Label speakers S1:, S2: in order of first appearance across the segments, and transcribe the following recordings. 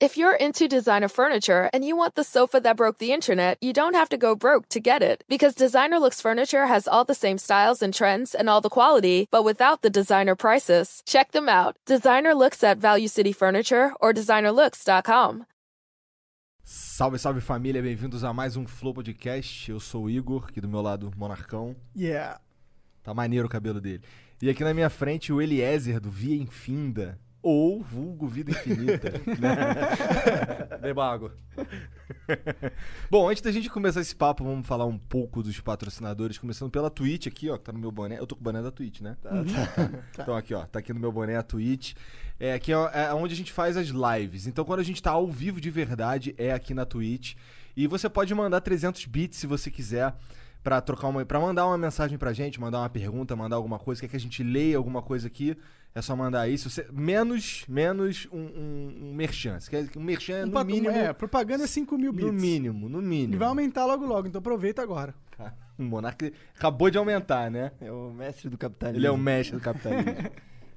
S1: If you're into designer furniture and you want the sofa that broke the internet, you don't have to go broke to get it. Because Designer Looks Furniture has all the same styles and trends and all the quality, but without the designer prices. Check them out. Designer Looks at Value City Furniture or designerlooks.com.
S2: Salve, salve família, bem-vindos a mais um Flow Podcast. Eu sou o Igor, aqui do meu lado, Monarcão.
S3: Yeah.
S2: Tá maneiro o cabelo dele. E aqui na minha frente, o Eliezer, do Via Infinda. Ou vulgo Vida Infinita. né? Beba água. Bom, antes da gente começar esse papo, vamos falar um pouco dos patrocinadores, começando pela Twitch aqui, ó, que tá no meu boné. Eu tô com o boné da Twitch, né?
S3: Tá,
S2: Então aqui, ó, tá aqui no meu boné a Twitch. É aqui é, é onde a gente faz as lives. Então quando a gente tá ao vivo de verdade é aqui na Twitch. E você pode mandar 300 bits se você quiser pra trocar uma para mandar uma mensagem pra gente, mandar uma pergunta, mandar alguma coisa, quer que a gente leia alguma coisa aqui. É só mandar isso. Você- menos menos um, um, um merchan. Você quer que um merchan é
S3: Um
S2: no
S3: pato-
S2: mínimo
S3: é, propaganda é 5 mil bits.
S2: no mínimo, no
S3: E
S2: mínimo.
S3: vai aumentar logo logo, então aproveita agora.
S2: O Monark acabou de aumentar, né?
S4: É o mestre do capitalismo.
S2: Ele é o mestre do capitalismo.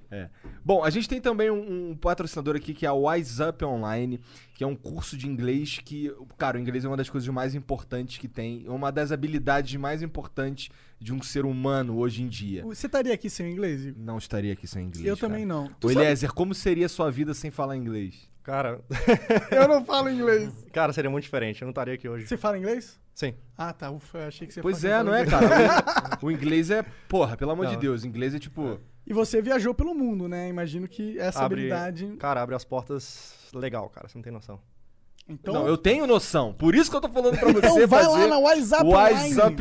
S2: É. Bom, a gente tem também um, um patrocinador aqui que é a Wise Up Online, que é um curso de inglês que, cara, o inglês é uma das coisas mais importantes que tem, é uma das habilidades mais importantes de um ser humano hoje em dia.
S3: Você estaria aqui sem o inglês, Igor?
S2: Não estaria aqui sem É. inglês.
S3: Eu
S2: cara.
S3: também não.
S2: Ô,
S3: Tu sabe-
S2: Eliezer, como seria a sua vida sem falar inglês?
S5: Cara,
S3: Eu não falo inglês.
S5: cara, seria muito diferente. Eu não estaria aqui hoje.
S3: Você fala inglês?
S5: Sim.
S3: Ah, tá. Ufa, eu achei que você
S2: pois
S3: falava
S2: é, não é,
S3: inglês.
S2: cara? O inglês é, porra, pelo amor de
S5: Não.
S2: Deus, o inglês é tipo,
S3: E você viajou pelo mundo, né? Imagino que essa
S5: Abre-
S3: habilidade.
S5: Cara, abre as portas legal, cara. Você não tem noção.
S3: Então,
S2: Não, eu tenho noção. Por isso que eu tô falando pra você
S3: então vai
S2: fazer...
S3: lá na WhatsApp.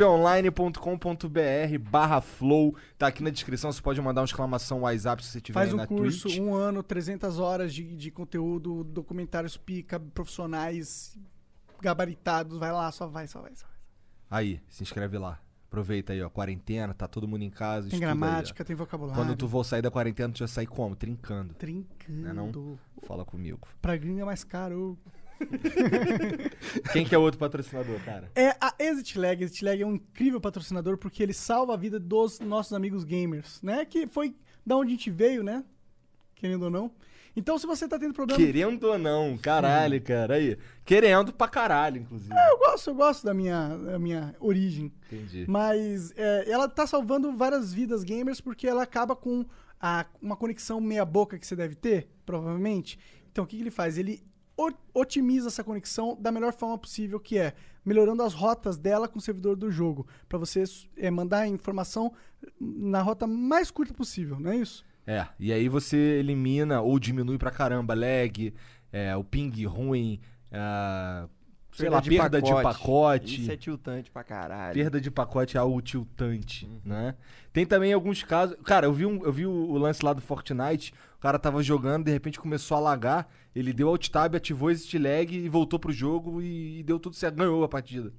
S3: Online.
S2: WhatsApponline.com.br barra flow. Tá aqui na descrição, você pode mandar uma exclamação WhatsApp se você tiver
S3: Faz
S2: aí
S3: um
S2: na
S3: curso,
S2: Twitch.
S3: um ano, 300 horas de, de conteúdo, documentários pica, profissionais gabaritados. Vai lá, só vai, só vai. Só vai.
S2: Aí, se inscreve lá. Aproveita aí, ó. Quarentena, tá todo mundo em casa.
S3: Tem
S2: estuda aí, ó.
S3: gramática, tem vocabulário.
S2: Quando tu for sair da quarentena, tu já sai como? Trincando.
S3: Trincando.
S2: Né, não? Fala comigo.
S3: Pra gringa é mais caro.
S2: Quem que é o outro patrocinador, cara?
S3: É a Exit Lag. Exit Lag é um incrível patrocinador porque ele salva a vida dos nossos amigos gamers, né? Que foi da onde a gente veio, né? Querendo ou não. Então, se você tá tendo problema.
S2: Querendo ou não, caralho, cara. Aí. Querendo pra caralho, inclusive.
S3: Eu gosto, eu gosto da minha, da minha origem.
S2: Entendi.
S3: Mas é, ela tá salvando várias vidas gamers porque ela acaba com a- uma conexão meia-boca que você deve ter, provavelmente. Então o que, que ele faz? Ele o- otimiza essa conexão da melhor forma possível, que é melhorando as rotas dela com o servidor do jogo, Pra você é, mandar a informação na rota mais curta possível, não é isso?
S2: É, e aí você elimina ou diminui pra caramba lag, é, o ping ruim, ah, sei lá, perda de pacote.
S4: Isso é tiltante pra caralho.
S2: Perda de pacote é algo tiltante, né? Tem também alguns casos. Cara, eu vi, um- eu vi o, o lance lá do Fortnite. O cara tava jogando, de repente começou a lagar. Ele deu alt tab, ativou exit lag e voltou pro jogo e, e deu tudo certo. Ganhou a partida.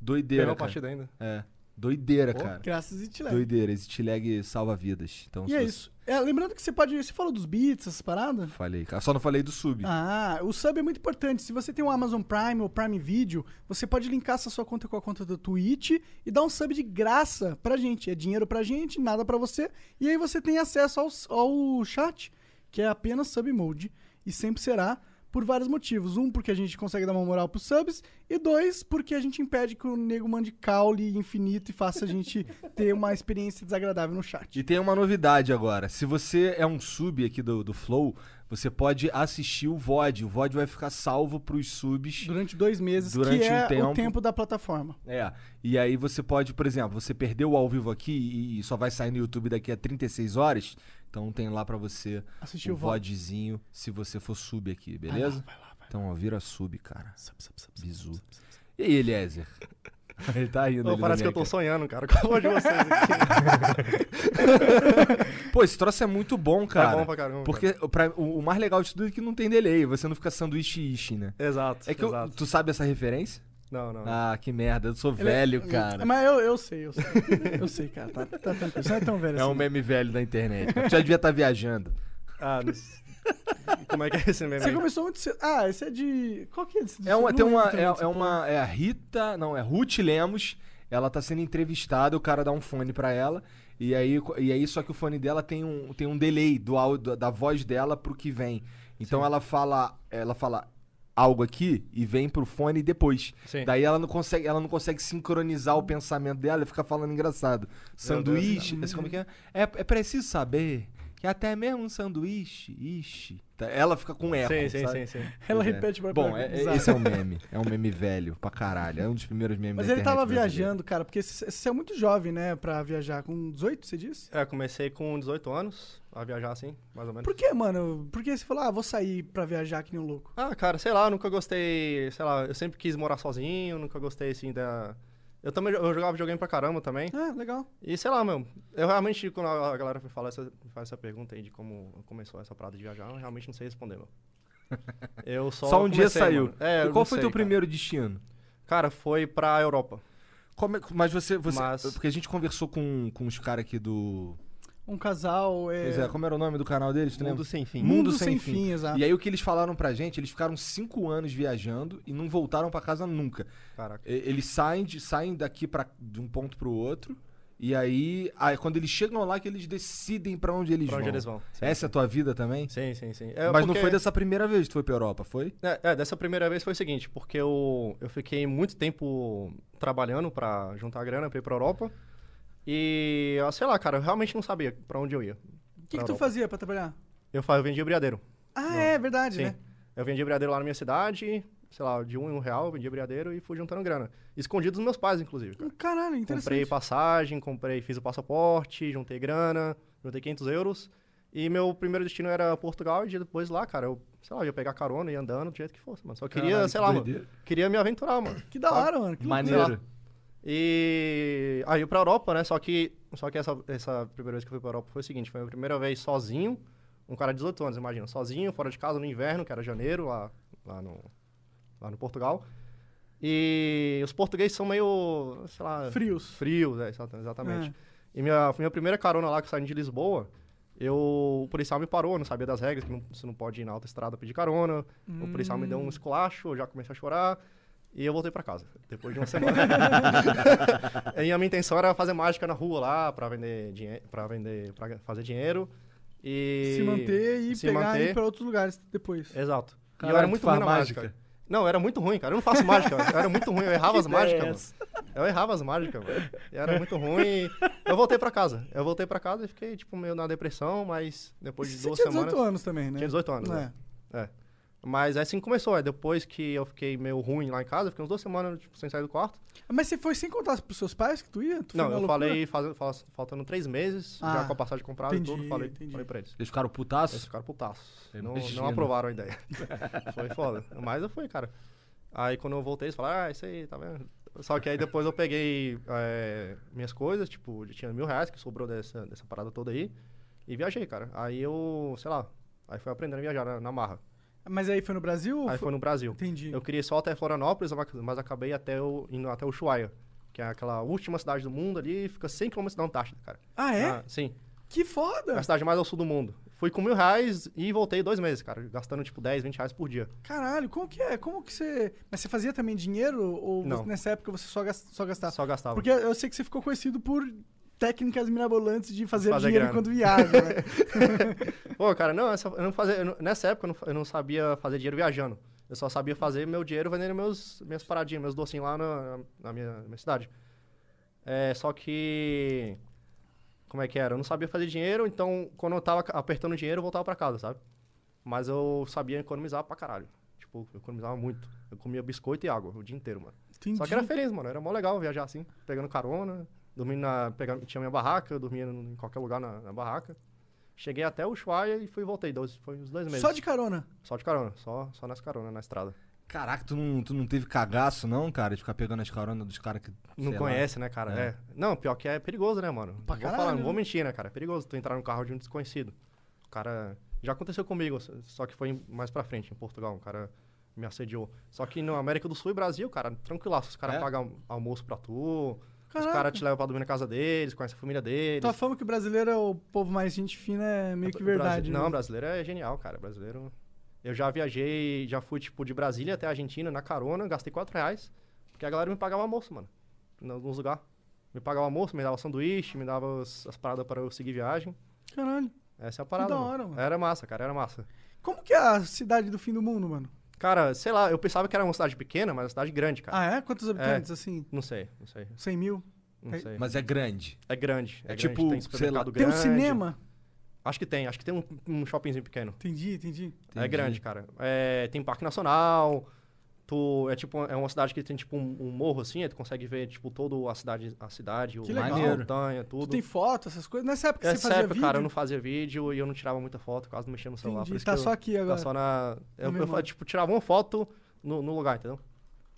S2: Doideira.
S5: Pegou a
S2: cara.
S5: partida ainda.
S2: É. Doideira,
S5: Pô,
S2: cara.
S3: Graças a Tilag.
S2: Doideira. Exit lag salva vidas. Então,
S3: E
S2: se
S3: é
S2: você-
S3: isso. É, lembrando que você pode. Você falou dos bits, essas paradas?
S2: Falei, cara. Só não falei do sub.
S3: Ah, o sub é muito importante. Se você tem um Amazon Prime ou Prime Video, você pode linkar essa sua conta com a conta do Twitch e dar um sub de graça pra gente. É dinheiro pra gente, nada pra você. E aí você tem acesso ao, ao chat, que é apenas sub mode. E sempre será por vários motivos. Um, porque a gente consegue dar uma moral pros subs. E dois, porque a gente impede que o nego mande caule infinito e faça a gente ter uma experiência desagradável no chat.
S2: E tem uma novidade agora. Se você é um sub aqui do, do Flow, você pode assistir o VOD. O VOD vai ficar salvo pros subs.
S3: Durante dois meses,
S2: Durante
S3: que
S2: um
S3: é
S2: tempo.
S3: o tempo da plataforma.
S2: É. E aí você pode, por exemplo, você perdeu o ao vivo aqui e, e só vai sair no YouTube daqui a 36 horas. Então tem lá pra você um
S3: Assistir
S2: o
S3: o Ah, VOD.
S2: VODzinho se você for sub aqui, beleza?
S3: Vai lá, vai lá, vai.
S2: Então, ó, vira sub, cara.
S3: Sub, sub, sub, sub,
S2: Bizu.
S3: sub, sub, sub.
S2: E aí, Eliezer? Ele tá rindo.
S5: Pô,
S2: ele
S5: parece que
S2: não
S5: eu tô
S2: nega.
S5: sonhando, cara. Com a voz de vocês aqui.
S2: Pô, esse troço é muito bom, cara.
S5: é bom pra caramba.
S2: Porque pra- o, o mais legal de tudo é que não tem delay. Você não fica sanduíche-ishi, né?
S5: cara. Exato.
S2: É que eu-
S5: exato.
S2: tu sabe essa referência?
S5: Não, não.
S2: Ah, que merda, eu sou velho,
S3: é
S2: cara.
S3: Mas eu, eu sei, eu sei. Eu sei, cara. Tá, tá tranquilo. Você não é tão velho
S2: É
S3: assim.
S2: um meme velho da internet. cara. Tu já devia estar viajando.
S5: Ah, não s- Como é que é esse meme
S3: Você
S5: aí?
S3: começou muito cedo. Ah, esse é de. Qual que é esse?
S2: É uma,
S3: Não
S2: tem uma, é,
S3: lembro também dessa
S2: é
S3: porra.
S2: uma, é a Rita, não, é Ruth Lemos. Ela tá sendo entrevistada, o cara dá um fone pra ela. E aí, e aí só que o fone dela tem um, tem um delay do áudio, da voz dela pro que vem. Então ela fala, ela fala, algo aqui e vem pro fone depois.
S5: Sim.
S2: Daí ela não consegue, ela não consegue sincronizar o pensamento dela e fica falando engraçado. Sanduíche, esse como é que é? é? É preciso saber que até mesmo um sanduíche, ixi. Tá, Ela fica com eco,
S5: Sim, sim,
S2: sabe?
S5: sim, sim.
S3: Ela
S2: Pois é.
S3: repete pra
S2: Bom,
S3: pra-
S2: é- é-
S3: Exato.
S2: esse é um meme. É um meme velho pra caralho. É um dos primeiros memes
S3: Mas
S2: da
S3: ele
S2: internet
S3: tava
S2: brasileira.
S3: viajando, cara, porque c- você é muito jovem, né, pra viajar. Com 18, você disse?
S5: É, comecei com 18 anos a viajar assim, mais ou menos.
S3: Por que, mano? Por que você falou, ah, vou sair pra viajar que nem um louco?
S5: Ah, cara, sei lá, nunca gostei, sei lá, eu sempre quis morar sozinho, nunca gostei assim da Eu também jo- eu jogava videogame pra caramba também.
S3: Ah, legal.
S5: E sei lá, meu, eu realmente quando a galera me fala essa faz essa pergunta aí de como começou essa parada de viajar, eu realmente não sei responder, meu. Eu só
S2: Só um dia
S5: comecei,
S2: saiu.
S5: mano. É,
S2: e
S5: eu
S2: qual
S5: não
S2: foi
S5: sei,
S2: teu
S5: cara.
S2: primeiro destino?
S5: Cara, foi pra Europa.
S2: Como é- mas você. você
S5: Mas-
S2: Porque a gente conversou com, com os caras aqui do.
S3: Um casal é...
S2: Pois é, como era o nome do canal deles? Tu lembra?
S4: Mundo sem fim.
S2: né? Mundo Sem Fim.
S3: exato.
S2: E aí o que eles falaram pra gente, eles ficaram cinco anos viajando e não voltaram pra casa nunca.
S5: Caraca.
S2: E- Eles saem, de, saem daqui para de um ponto pro outro e aí, aí quando eles chegam lá que eles decidem pra onde eles
S5: Pra
S2: vão.
S5: onde eles vão?
S2: Essa é a tua vida também?
S5: Sim, sim, sim. É,
S2: Mas não
S5: porque-
S2: foi dessa primeira vez que tu foi pra Europa, foi?
S5: É, é, dessa primeira vez foi o seguinte, porque eu, eu fiquei muito tempo trabalhando pra juntar grana pra ir pra Europa. E, ah, sei lá, cara, eu realmente não sabia pra onde eu ia.
S3: O que,
S5: pra
S3: que tu
S5: Europa.
S3: fazia pra trabalhar?
S5: Eu, fa- eu vendia briadeiro.
S3: Ah, é verdade,
S5: Sim.
S3: né?
S5: Eu vendia briadeiro lá na minha cidade, sei lá, de um em um real, eu vendia briadeiro e fui juntando grana. Escondido dos meus pais, inclusive, cara.
S3: Caralho,
S5: Comprei
S3: interessante.
S5: passagem, comprei, fiz o passaporte, juntei grana, juntei 500 euros. E meu primeiro destino era Portugal e depois lá, cara, eu, sei lá, ia pegar carona, ia andando, do jeito que fosse, mano. Só queria,
S2: Caralho,
S5: sei
S2: que
S5: lá, mano,
S2: doideira.
S5: queria me aventurar, mano.
S3: Que da hora, mano. Que
S5: Maneiro. E aí eu pra Europa, né? Só que, só que essa, essa primeira vez que eu fui pra Europa foi o seguinte: foi a minha primeira vez sozinho, um cara de 18 anos, imagina, sozinho, fora de casa no inverno, que era janeiro, lá, lá, no, lá no Portugal. E os portugueses são meio, sei lá.
S3: Frios.
S5: Frios, é, exata- exatamente. E minha, minha primeira carona lá, que saindo de Lisboa, eu, o policial me parou, eu não sabia das regras, que não, você não pode ir na autoestrada pedir carona. O policial me deu um esculacho, eu já comecei a chorar. E eu voltei pra casa, depois de uma semana. e a minha intenção era fazer mágica na rua lá, pra vender dinheiro, pra vender, pra fazer dinheiro. E...
S3: Se manter e
S5: se
S3: pegar e
S5: manter. É,
S3: ir pra outros lugares depois.
S5: Exato. E eu
S2: Caralho,
S5: era
S2: tu
S5: muito
S2: faz
S5: ruim na mágica.
S2: mágica?
S5: Não, eu era muito ruim, cara. Eu não faço mágica, mano. eu era muito ruim. Eu errava as mágicas, mano. Eu errava as mágicas, mano. Eu era muito ruim. Eu voltei pra casa. Eu voltei pra casa e fiquei, tipo, meio na depressão, mas depois de
S3: Você
S5: duas
S3: tinha 18
S5: semanas.
S3: anos também, né?
S5: Tinha 18 anos, né? É. Mas é assim que começou. É depois que eu fiquei meio ruim lá em casa, eu fiquei umas duas semanas tipo, sem sair do quarto.
S3: É. Mas você foi sem contar pros seus pais que tu ia? Tu foi
S5: não,
S3: na
S5: eu
S3: loucura?
S5: falei faz- faz- faltando três meses,
S3: Ah,
S5: já com a passagem comprada e
S3: entendi,
S5: tudo. Falei,
S3: entendi.
S5: falei pra eles.
S2: Eles ficaram
S5: Eles
S2: putaços.
S5: ficaram putaços. Não,
S2: Imagino.
S5: não aprovaram a ideia. foi foda. Mas eu fui, cara. Aí quando eu voltei, eles falaram, ah, isso aí, tá vendo? Só que aí depois eu peguei é, minhas coisas, tipo, já tinha mil reais que sobrou dessa, dessa parada toda aí. E viajei, cara. Aí eu, sei lá, aí fui aprendendo a viajar na, na marra.
S3: Mas aí foi no Brasil? ou
S5: Aí foi no Brasil.
S3: Entendi.
S5: Eu queria ir só até Florianópolis, mas- mas acabei até o, indo até Ushuaia, que é aquela última cidade do mundo ali, fica 100 km da Antártida, cara.
S3: Ah, é?
S5: Ah, sim.
S3: Que
S5: É
S3: foda!
S5: a cidade mais ao sul do mundo. Fui com mil reais e voltei dois meses, cara, gastando tipo 10, 20 reais por dia.
S3: Caralho, como que é? Como que você... Mas você fazia também dinheiro? Ou
S5: Não.
S3: você- nessa época você só, gas- só gastava?
S5: Só gastava.
S3: Tá. Porque eu sei que você ficou conhecido por técnicas mirabolantes de fazer,
S5: Fazer
S3: dinheiro
S5: grana.
S3: enquanto viaja, né?
S5: Pô, cara, não, essa- eu não fazia, eu não- nessa época eu não, fa- eu não sabia fazer dinheiro viajando. Eu só sabia fazer meu dinheiro vendendo meus, minhas paradinhas, meus docinhos lá na, na minha, na minha cidade. É, só que. Como é que era? Eu não sabia fazer dinheiro, então quando eu tava ca- apertando o dinheiro, eu voltava pra casa, sabe? Mas eu sabia economizar pra caralho. Tipo, eu economizava muito. Eu comia biscoito e água o dia inteiro, mano.
S3: Entendi.
S5: Só que era feliz, mano. Era mó legal viajar assim, pegando carona, dormindo na. Pegando, tinha minha barraca, eu dormia em qualquer lugar na, na barraca. Cheguei até o Ushuaia e fui voltei. Dois, foi uns dois meses.
S3: Só de carona.
S5: Só de carona, só, só nas caronas, na estrada.
S2: Caraca, tu não, tu não teve cagaço não, cara, de ficar pegando as caronas dos caras que...
S5: Não
S2: sei lá.
S5: conhece, né, cara?
S2: É.
S5: É. Não, pior que é perigoso, né, mano?
S3: Pra
S5: vou
S3: caralho,
S5: falar, não
S3: né?
S5: vou mentir, né, cara? É perigoso tu entrar no carro de um desconhecido. O cara. Já aconteceu comigo, s- só que foi em- mais pra frente, em Portugal. Um cara me assediou. Só que na América do Sul e Brasil, cara, tranquilaço. Os caras
S2: É?
S5: pagam almoço pra tu. Os
S3: Caraca.
S5: caras te levam pra dormir na casa deles, conhece a família deles.
S3: Tua fama que o brasileiro é o povo mais gente fina é meio que verdade.
S5: Brasi-
S3: né?
S5: Não, brasileiro é genial, cara. Brasileiro. Eu já viajei, já fui, tipo, de Brasília até a Argentina na carona, gastei 4 reais, porque a galera me pagava almoço, mano. Em alguns lugares. Me pagava almoço, me dava sanduíche, me dava as, as paradas para eu seguir viagem.
S3: Caralho.
S5: Essa é a parada.
S3: da hora, mano.
S5: Era massa, cara, era massa.
S3: Como que é a cidade do fim do mundo, mano?
S5: Cara, sei lá, eu pensava que era uma cidade pequena, mas é uma cidade grande, cara.
S3: Ah, é? Quantos habitantes, assim?
S5: Não sei, não sei,
S3: 100 mil?
S5: não
S3: É-
S5: sei.
S2: Mas é grande.
S5: é grande.
S2: é
S5: grande,
S2: tipo,
S5: tem
S2: sei
S5: supermercado
S2: lá,
S3: Tem um
S5: grande.
S3: cinema?
S5: Acho que tem, acho que tem um, um shoppingzinho pequeno.
S3: Entendi, entendi.
S5: É
S2: Entendi.
S5: grande, cara. É, tem parque nacional. Tu, é tipo é uma cidade que tem tipo um, um morro assim, aí tu consegue ver tipo toda a cidade, a cidade, o
S3: Que legal.
S5: a montanha,
S3: Tu
S5: tudo.
S3: tem foto, essas coisas? Nessa época que
S5: Essa
S3: você fazia
S5: época,
S3: vídeo?
S5: cara, eu não fazia vídeo e eu não tirava muita foto, quase não mexia no celular. por
S3: Entendi.
S5: isso
S3: Tá
S5: que eu-
S3: só aqui agora.
S5: Tá só na. Eu, eu,
S3: memória.
S5: tipo, tirava uma foto no, no lugar, entendeu?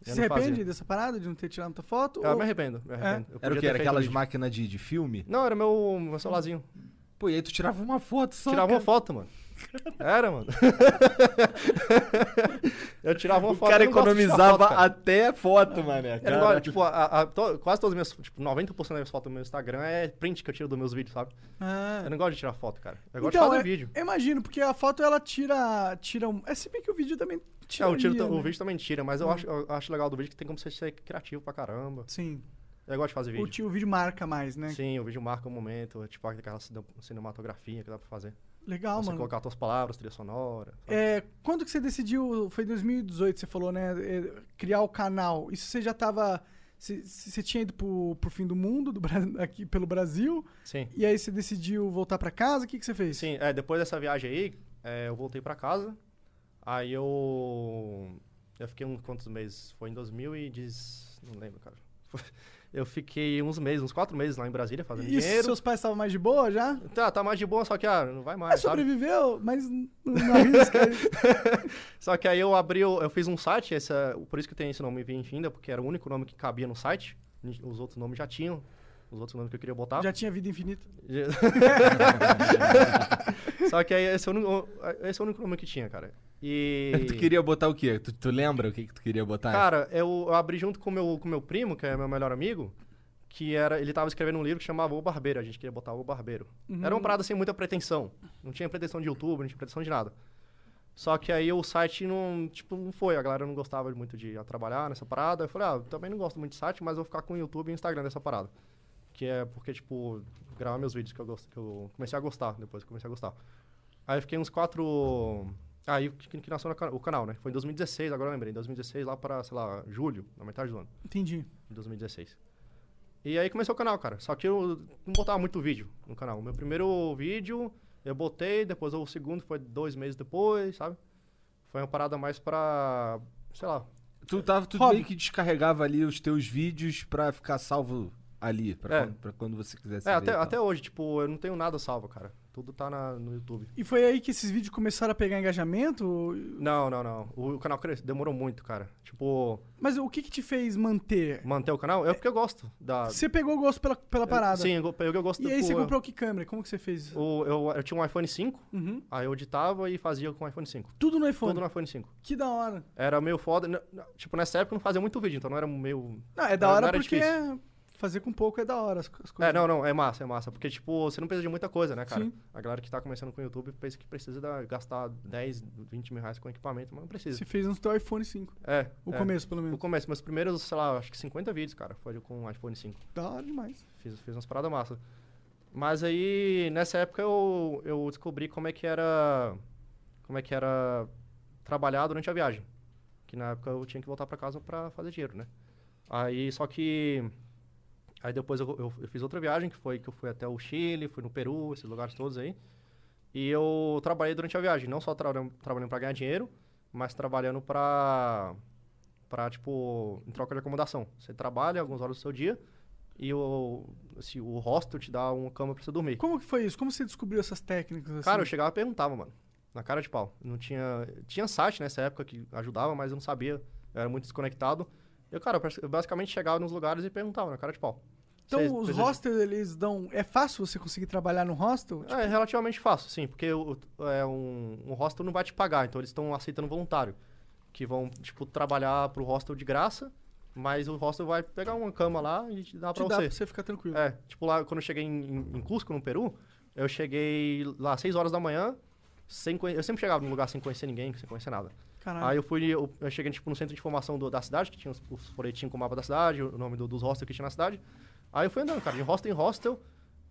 S3: Você
S5: Eu
S3: se
S5: não fazia.
S3: arrepende dessa parada de não ter tirado muita foto?
S5: Eu
S3: Ou-
S5: me arrependo, me
S3: é?
S5: arrependo. Eu
S2: Era o
S5: podia
S2: que?
S5: ter
S2: Era
S5: feito
S2: aquelas
S5: vídeo.
S2: máquinas de, de filme?
S5: Não, era meu, meu celularzinho.
S2: Pô, e aí tu tirava uma foto só.
S5: tirava uma
S2: cara.
S5: foto, mano. Era, mano. eu tirava uma
S2: O
S5: foto.
S2: cara
S5: eu não gosto de tirar
S2: economizava
S5: foto, cara.
S2: até foto, mané.
S5: Eu não
S2: cara.
S5: gosto, tipo, a- a- to- quase todas as minhas. Tipo, 90% das minhas fotos do meu Instagram é print que eu tiro dos meus vídeos, sabe?
S3: Ah.
S5: Eu não gosto de tirar foto, cara. Eu gosto
S3: Então,
S5: de
S3: é-
S5: fazer vídeo.
S3: Eu imagino, porque a foto ela tira. tira um... É se bem que o vídeo também
S5: É,
S3: tira.
S5: o, tiro,
S3: né?
S5: o vídeo também tira, mas eu, acho, eu acho legal do vídeo que tem como você ser criativo pra caramba.
S3: Sim.
S5: Eu gosto de fazer
S3: O,
S5: vídeo.
S3: ti- o vídeo marca mais, né?
S5: Sim, o vídeo marca o momento, é tipo aquela cine- cinematografia que dá pra fazer.
S3: Legal, Ah,
S5: você
S3: mano.
S5: colocar suas palavras, trilha sonora. sabe?
S3: É, quando que você decidiu? Foi em 2018, você falou, né? é, Criar o canal. Isso você já tava. Você você tinha ido pro, pro fim do mundo, do, Bra- aqui pelo Brasil,
S5: Sim.
S3: e aí você decidiu voltar pra casa? O que, que você fez?
S5: Sim, é, depois dessa viagem aí, é, eu voltei pra casa. Aí eu. Eu fiquei uns quantos meses? Foi em 2010. Não lembro, cara. Foi- Eu fiquei uns meses, uns quatro meses lá em Brasília fazendo
S3: E
S5: dinheiro.
S3: seus pais estavam mais de boa já?
S5: Tá, tá mais de boa, só que ah, não vai mais,
S3: Mas
S5: sabe?
S3: sobreviveu, mas n- não arrisca.
S5: Só que aí eu abri, o- eu fiz um site, essa, por isso que tem esse nome Vinfinda, porque era o único nome que cabia no site. Os outros nomes já tinham, os outros nomes que eu queria botar.
S3: já tinha vida infinita.
S5: Só que aí esse é, o, único- esse é o único nome que tinha, cara. E.
S2: Tu queria botar o quê? Tu, tu lembra o que, que tu queria botar?
S5: Cara, eu, eu abri junto com meu, com meu primo, que é meu melhor amigo, que era. Ele tava escrevendo um livro que chamava O Barbeiro. A gente queria botar O Barbeiro. Era uma parada sem muita pretensão. Não tinha pretensão de YouTube, não tinha pretensão de nada. Só que aí o site não, tipo, não foi. A galera não gostava muito de trabalhar nessa parada. Eu falei, ah, eu também não gosto muito de site, mas vou ficar com o YouTube e Instagram dessa parada. Que é porque, tipo, gravar meus vídeos que eu, gosto, que eu comecei a gostar, depois que eu comecei a gostar. Aí eu fiquei uns quatro... Aí que, que nasceu na cana- o canal, né? Foi em 2016, agora eu lembrei. Em 2016, lá pra, sei lá, julho, na metade do ano
S3: Entendi.
S5: de 2016. E aí começou o canal, cara. Só que eu não botava muito vídeo no canal. O meu primeiro vídeo eu botei, depois o segundo foi dois meses depois, sabe? Foi uma parada mais pra. sei lá.
S2: Tu, tava, tu
S3: Hobby.
S2: meio que descarregava ali os teus vídeos pra ficar salvo ali, pra,
S5: É.
S2: quando, pra quando você quisesse
S5: É,
S2: ver e
S5: até,
S2: tal.
S5: até hoje, tipo, eu não tenho nada salvo, cara. Tudo tá na- no YouTube.
S3: E foi aí que esses vídeos começaram a pegar engajamento?
S5: Não, não, não. O, o canal cresceu, demorou muito, cara. Tipo,
S3: Mas o que que te fez manter?
S5: manter o canal é porque eu gosto da.
S3: Você pegou o gosto pela, pela é parada.
S5: Sim, eu, go- eu gosto
S3: E aí
S5: tipo,
S3: você
S5: eu-
S3: comprou que câmera? Como que você fez? isso?
S5: o- eu, eu tinha um iPhone 5,
S3: Uhum.
S5: aí eu editava e fazia com o iPhone 5.
S3: Tudo no iPhone.
S5: Tudo no iPhone 5.
S3: Que da hora.
S5: Era meio foda. n- n- Tipo, nessa época eu não fazia muito vídeo, então não era meio.
S3: Não, é da
S5: Não, não
S3: hora
S5: era
S3: porque
S5: difícil.
S3: fazer com pouco é da hora as, co- as coisas.
S5: É, não, não, é massa, é massa. Porque, tipo, você não precisa de muita coisa, né, cara?
S3: Sim.
S5: A galera que tá começando com o YouTube pensa que precisa da- gastar 10, 20 mil reais com equipamento, mas não precisa.
S3: Você fez no teu iPhone 5.
S5: É.
S3: O
S5: é.
S3: começo, pelo
S5: O
S3: menos.
S5: começo, meus primeiros, sei lá, acho que 50 vídeos, cara, foi com o iPhone 5.
S3: Da hora demais.
S5: Fiz, fiz umas paradas massa. Mas aí, nessa época, eu, eu descobri como é que era. Como é que era trabalhar durante a viagem. Que na época eu tinha que voltar pra casa pra fazer dinheiro, né? Aí, só que. Aí depois eu, eu- eu fiz outra viagem, que foi que eu fui até o Chile, fui no Peru, esses lugares todos aí. E eu trabalhei durante a viagem, não só trabalhando trabalhando pra ganhar dinheiro, mas trabalhando pra. pra, tipo, em troca de acomodação. Você trabalha algumas horas do seu dia e o, assim, o hostel te dá uma cama pra você dormir.
S3: Como que foi isso? Como você descobriu essas técnicas? Assim?
S5: Cara, eu chegava e perguntava, mano. Na cara de pau. Não tinha. Tinha site nessa época que ajudava, mas eu não sabia. Eu era muito desconectado. Eu, cara, eu basicamente chegava nos lugares e perguntava, na cara de pau.
S3: então,
S5: Vocês
S3: os
S5: precisam de-
S3: hostels, eles dão. É fácil você conseguir trabalhar no hostel?
S5: É relativamente fácil, sim, porque o, o- é um, um hostel não vai te pagar, então eles estão aceitando voluntário. Que vão, tipo, trabalhar pro hostel de graça, mas o hostel vai pegar uma cama lá e te dá
S3: Te
S5: pra
S3: Tipo, dá
S5: você.
S3: pra você ficar tranquilo.
S5: É, tipo lá, quando eu cheguei em, em- em Cusco, no Peru, eu cheguei lá às 6 horas da manhã, sem conhe- eu sempre chegava num lugar sem conhecer ninguém, sem conhecer nada.
S3: Caralho.
S5: Aí eu fui, eu, eu cheguei tipo, no centro de informação do- da cidade, que tinha os, os folhetinhos com o mapa da cidade, o nome do- dos hostels que tinha na cidade. Aí eu fui andando, cara, de hostel em hostel,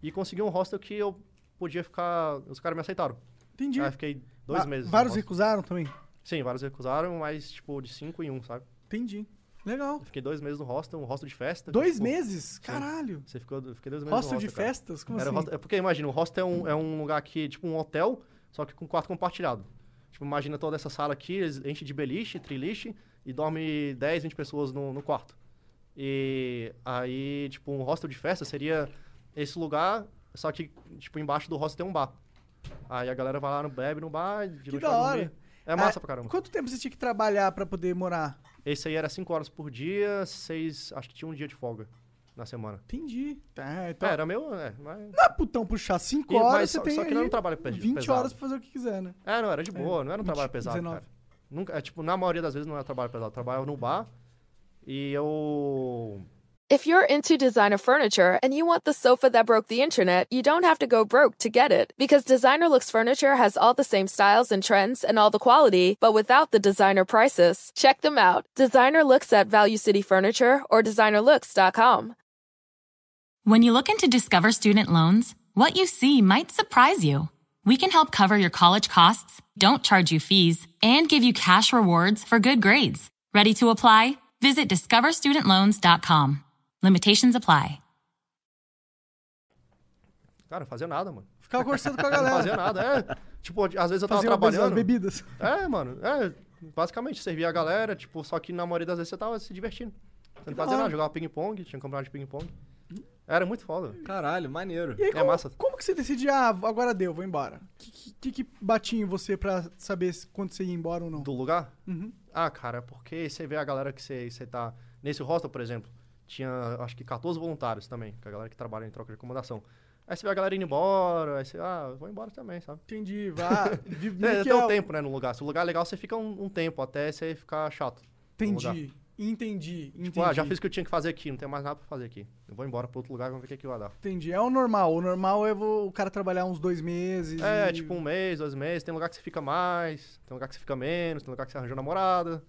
S5: e consegui um hostel que eu podia ficar. Os caras me aceitaram.
S3: Entendi.
S5: Aí eu fiquei dois
S3: Ah,
S5: meses. no
S3: Vários
S5: hostel.
S3: recusaram também?
S5: Sim, vários recusaram, mas, tipo, de cinco em um, sabe?
S3: Entendi. Legal.
S5: Eu fiquei dois meses no hostel, um hostel de festa.
S3: Dois
S5: tipo,
S3: meses? Caralho.
S5: Você ficou, eu fiquei dois meses
S3: Hostel
S5: no
S3: de
S5: hostel, cara.
S3: festas? Como
S5: Era
S3: assim?
S5: hostel- é porque imagina, o hostel é um, é um lugar que, tipo, um hotel, só que com quarto compartilhado. Tipo, imagina toda essa sala aqui, eles enchem de beliche, triliche, e dorme 10, 20 pessoas no, no quarto. E aí, tipo, um hostel de festa seria esse lugar, só que, tipo, embaixo do hostel tem um bar. Aí a galera vai lá, no bebe no bar, de
S3: Que
S5: noite
S3: da
S5: vai
S3: hora.
S5: dormir. É
S3: Ah,
S5: massa pra caramba.
S3: Quanto tempo você tinha que trabalhar pra poder morar?
S5: Esse aí era 5 horas por dia, 6, acho que tinha um dia de folga na semana.
S3: Entendi. Tá, então.
S5: É, era meio, é, mas...
S3: Dá putão puxar 5
S5: E- mas
S3: horas,
S5: só,
S3: você tem
S5: só que
S3: aí
S5: não era um trabalho pe-
S3: 20
S5: pesado.
S3: horas pra fazer o que quiser, né?
S5: É, não, era de boa, não era um trabalho
S3: 20,
S5: pesado,
S3: 19.
S5: cara. Nunca, é, tipo, na maioria das vezes não era trabalho pesado. Eu trabalhava no bar e eu...
S1: If you're into designer furniture and you want the sofa that broke the internet, you don't have to go broke to get it. Because Designer Looks Furniture has all the same styles and trends and all the quality, but without the designer prices. Check them out. Designer Looks at Value City Furniture or designerlooks.com.
S6: When you look into Discover Student Loans, what you see might surprise you. We can help cover your college costs, don't charge you fees, and give you cash rewards for good grades. Ready to apply? Visit discoverstudentloans.com. Limitations apply.
S5: Cara, não fazia nada, mano.
S3: Ficava conversando com a
S5: Não
S3: galera.
S5: fazia nada, é. Tipo, às vezes eu tava
S3: fazendo as
S5: trabalhando...
S3: bebidas.
S5: É, mano, é. Basicamente, servia a galera, tipo, só que na maioria das vezes você tava se divertindo. Você não
S3: da
S5: fazia nada,
S3: hora.
S5: jogava ping-pong, tinha campeonato de ping-pong. Era muito foda.
S2: Caralho, maneiro.
S3: Hum? E aí,
S5: É
S3: como,
S5: massa.
S3: como que você decide, ah, agora deu, vou embora? O que, que, que batia em você pra saber se- quando você ia embora ou não?
S5: Do lugar?
S3: Uhum.
S5: Ah, cara, porque você vê a galera que você, você tá. Nesse hostel, por exemplo, tinha acho que 14 voluntários também, que é a galera que trabalha em troca de acomodação. Aí você vê a galera indo embora, aí você, ah, eu vou embora também, sabe?
S3: Entendi, vá. Vi- meio
S5: É,
S3: que
S5: tem um
S3: é-
S5: tempo, né, no lugar. Se o lugar é legal, você fica um, um tempo até você ficar chato. no lugar.
S3: Entendi, entendi, entendi.
S5: Tipo, ah, já fiz o que eu tinha que fazer aqui, não tem mais nada pra fazer aqui. Eu vou embora pra outro lugar, vamos ver o que, que vai dar.
S3: Entendi, é o normal. O normal é vo- o cara trabalhar uns dois meses.
S5: É,
S3: e-
S5: tipo um mês, dois meses, tem lugar que você fica mais, tem lugar que você fica menos, tem lugar que você arranjou namorada.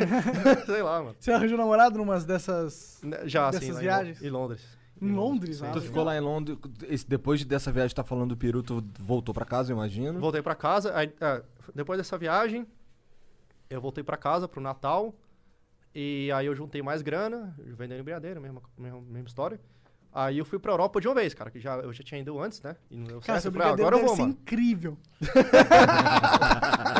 S5: Sei lá, mano.
S3: Você arranjou namorado numas dessas...
S5: Né, Já, assim,
S3: Dessas
S5: lá em Lo-
S3: viagens?
S5: Em Londres.
S3: Em Londres,
S5: sim.
S3: ah,
S2: Tu ficou lá em Londres, esse- depois dessa viagem que tá falando do Peru, tu voltou pra casa, eu
S3: né?
S2: imagino.
S5: Voltei pra casa. aí, é, depois dessa viagem, eu voltei pra casa pro Natal. E aí eu juntei mais grana, vendendo embriadeira, mesma, mesma, mesma história. Aí eu fui pra Europa de uma vez, cara, que já, eu já tinha ido antes, né? E não deu
S3: Cara, essa
S5: certo. Eu falei, ah,
S3: brincadeira
S5: agora eu
S3: deve
S5: vou,
S3: ser
S5: mano.
S3: incrível.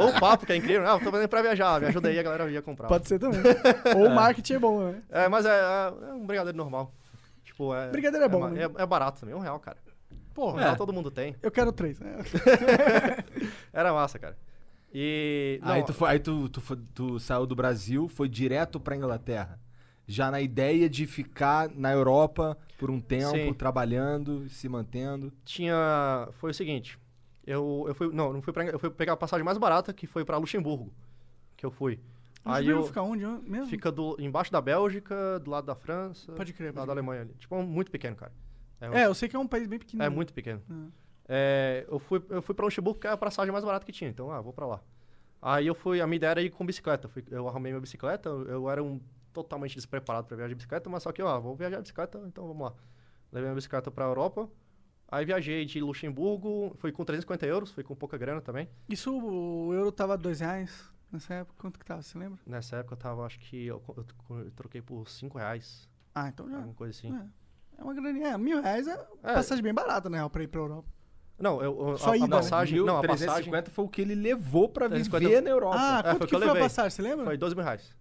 S5: Ou o papo, que é incrível. Ah, eu tô vendendo pra viajar, me ajuda aí, a galera ia comprar.
S3: Pode ser também. Ou o marketing é bom, né?
S5: É, mas é, é- é um brigadeiro normal. Tipo, é.
S3: Brigadeiro é bom,
S5: ma-
S3: né?
S5: É, é barato também, um real, cara. Um
S3: Porra,
S5: real todo mundo tem.
S3: eu quero três. né?
S5: Era massa, cara. E. Não,
S2: aí tu, foi, aí tu, tu, foi- tu saiu do Brasil, foi direto pra Inglaterra. Já na ideia de ficar na Europa por um tempo,
S5: Sim.
S2: trabalhando, se mantendo.
S5: tinha. Foi o seguinte. Eu, eu fui. Não, não fui pra. Eu fui pegar a passagem mais barata, que foi pra Luxemburgo. Que eu fui. Aí
S3: Primeiro
S5: eu.
S3: fica onde mesmo?
S5: Fica do, embaixo da Bélgica, do lado da França.
S3: Pode crer,
S5: Do
S3: pode
S5: lado da Alemanha ali. Tipo, é um- muito pequeno, cara.
S3: É, eu sei que é um país bem pequeno.
S5: É muito pequeno.
S3: Hum.
S5: É, eu, fui, eu fui pra Luxemburgo, que era a passagem mais barata que tinha. Então, ah, vou pra lá. Aí eu fui, a minha ideia era ir com bicicleta. Fui- eu arrumei minha bicicleta, eu eu era um totalmente despreparado pra viajar de bicicleta, mas só que, ó, vou viajar de bicicleta, então vamos lá. Levei minha bicicleta pra Europa. Aí viajei de Luxemburgo, fui com 350 euros, fui com pouca grana também.
S3: Isso, o euro tava dois reais nessa época. Quanto que tava, você lembra?
S5: Nessa época eu tava, acho que, eu, co- eu co- eu troquei por 5 reais,
S3: Ah, então já.
S5: alguma coisa assim.
S3: É, é uma graninha. É, mil reais é
S5: É.
S3: passagem bem barata, na real, pra ir pra Europa.
S5: Não, eu, eu-
S3: Só
S5: a,
S3: ida,
S5: a
S3: né?
S5: passagem, não, a passagem
S2: 1350 foi o que ele levou pra
S5: 350
S2: viver na Europa.
S3: Ah,
S5: é, foi o
S3: quanto
S5: que
S3: que
S5: eu
S3: foi a
S5: levei.
S3: passagem, você lembra?
S5: foi 12 mil reais,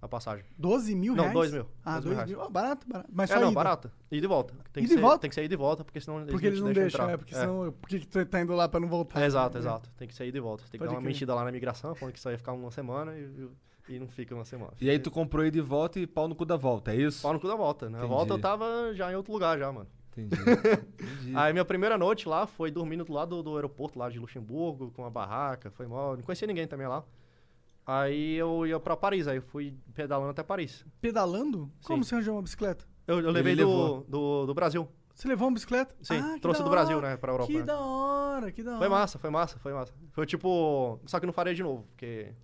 S5: a passagem.
S3: 12 mil
S5: Não,
S3: reais?
S5: dois mil.
S3: Ah,
S5: Dois mil
S3: 2
S5: reais.
S3: mil. Ah, barato, barato. Mas
S5: É,
S3: só
S5: não,
S3: ida.
S5: barata. Ida E de volta. Tem
S3: Ida e
S5: que ser,
S3: volta?
S5: Tem que sair ida e volta, porque senão eles,
S3: Porque eles não deixam, é, porque senão... Por que que tu tá indo lá pra não voltar?
S5: É, exato, exato. Tem que sair ida e volta. Tem que
S3: Pode
S5: dar uma
S3: crer.
S5: mentira lá na migração, falando que só ia ficar uma semana e, e não fica uma semana.
S2: E aí tu comprou ele de volta e pau no cu da volta, é isso?
S5: Pau no cu da volta. Na
S2: Entendi.
S5: volta eu tava já em outro lugar já, mano.
S2: Entendi. Entendi.
S5: Aí minha primeira noite lá foi dormindo do lado do aeroporto lá de Luxemburgo, com uma barraca, foi mal. Não conhecia ninguém também lá. Aí eu ia pra Paris, aí eu fui pedalando até Paris.
S3: Pedalando? Como
S5: Sim.
S3: você arranjou uma bicicleta?
S5: Eu, eu levei
S2: levou.
S5: do, do, do Brasil.
S3: Você levou uma bicicleta?
S5: Sim,
S3: Ah, que
S5: trouxe
S3: da
S5: do Brasil,
S3: hora.
S5: né, pra Europa.
S3: Que
S5: né?
S3: da hora, que da hora.
S5: Foi massa, foi massa, foi massa. Foi tipo. Só que não faria de novo, porque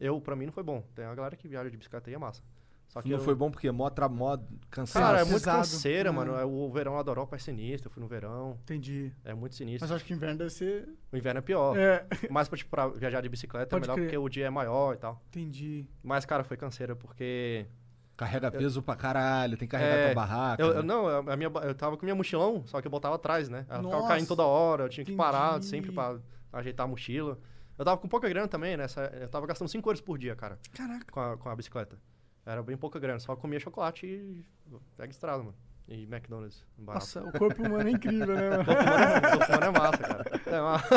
S5: eu, pra mim, não foi bom. Tem uma galera que viaja de bicicleta e é massa. Só que
S2: Não
S5: eu-
S2: foi bom porque mó, tra... mó cansado.
S5: Cara, é
S3: Pesado.
S5: muito canseira,
S3: É.
S5: mano. É, O verão lá da Europa é sinistro. Eu fui no verão.
S3: Entendi.
S5: É muito sinistro.
S3: Mas eu acho que inverno deve ser.
S5: O inverno é pior.
S3: É.
S5: Mas pra, tipo, pra viajar de bicicleta
S3: Pode
S5: é melhor
S3: crer.
S5: porque o dia é maior e tal.
S3: Entendi.
S5: Mas, cara, foi canseira porque.
S2: Carrega peso pra caralho, tem que carregar
S5: É,
S2: tua barraca.
S5: eu,
S2: né?
S5: eu- não, a- a minha, ba- eu tava com minha mochilão, só que eu botava atrás, né? Ela ficava
S3: Nossa,
S5: caindo toda hora, eu tinha que parar
S3: entendi.
S5: sempre pra ajeitar a mochila. Eu tava com pouca grana também, né? essa- Eu tava gastando 5 euros por dia, cara,
S3: Caraca.
S5: com a, com a bicicleta. Era bem pouca grana, só comia chocolate e pega estrada, mano. E McDonald's, um barato.
S3: Nossa, o corpo humano é incrível, né, mano?
S5: Mano, é massa, cara. É massa.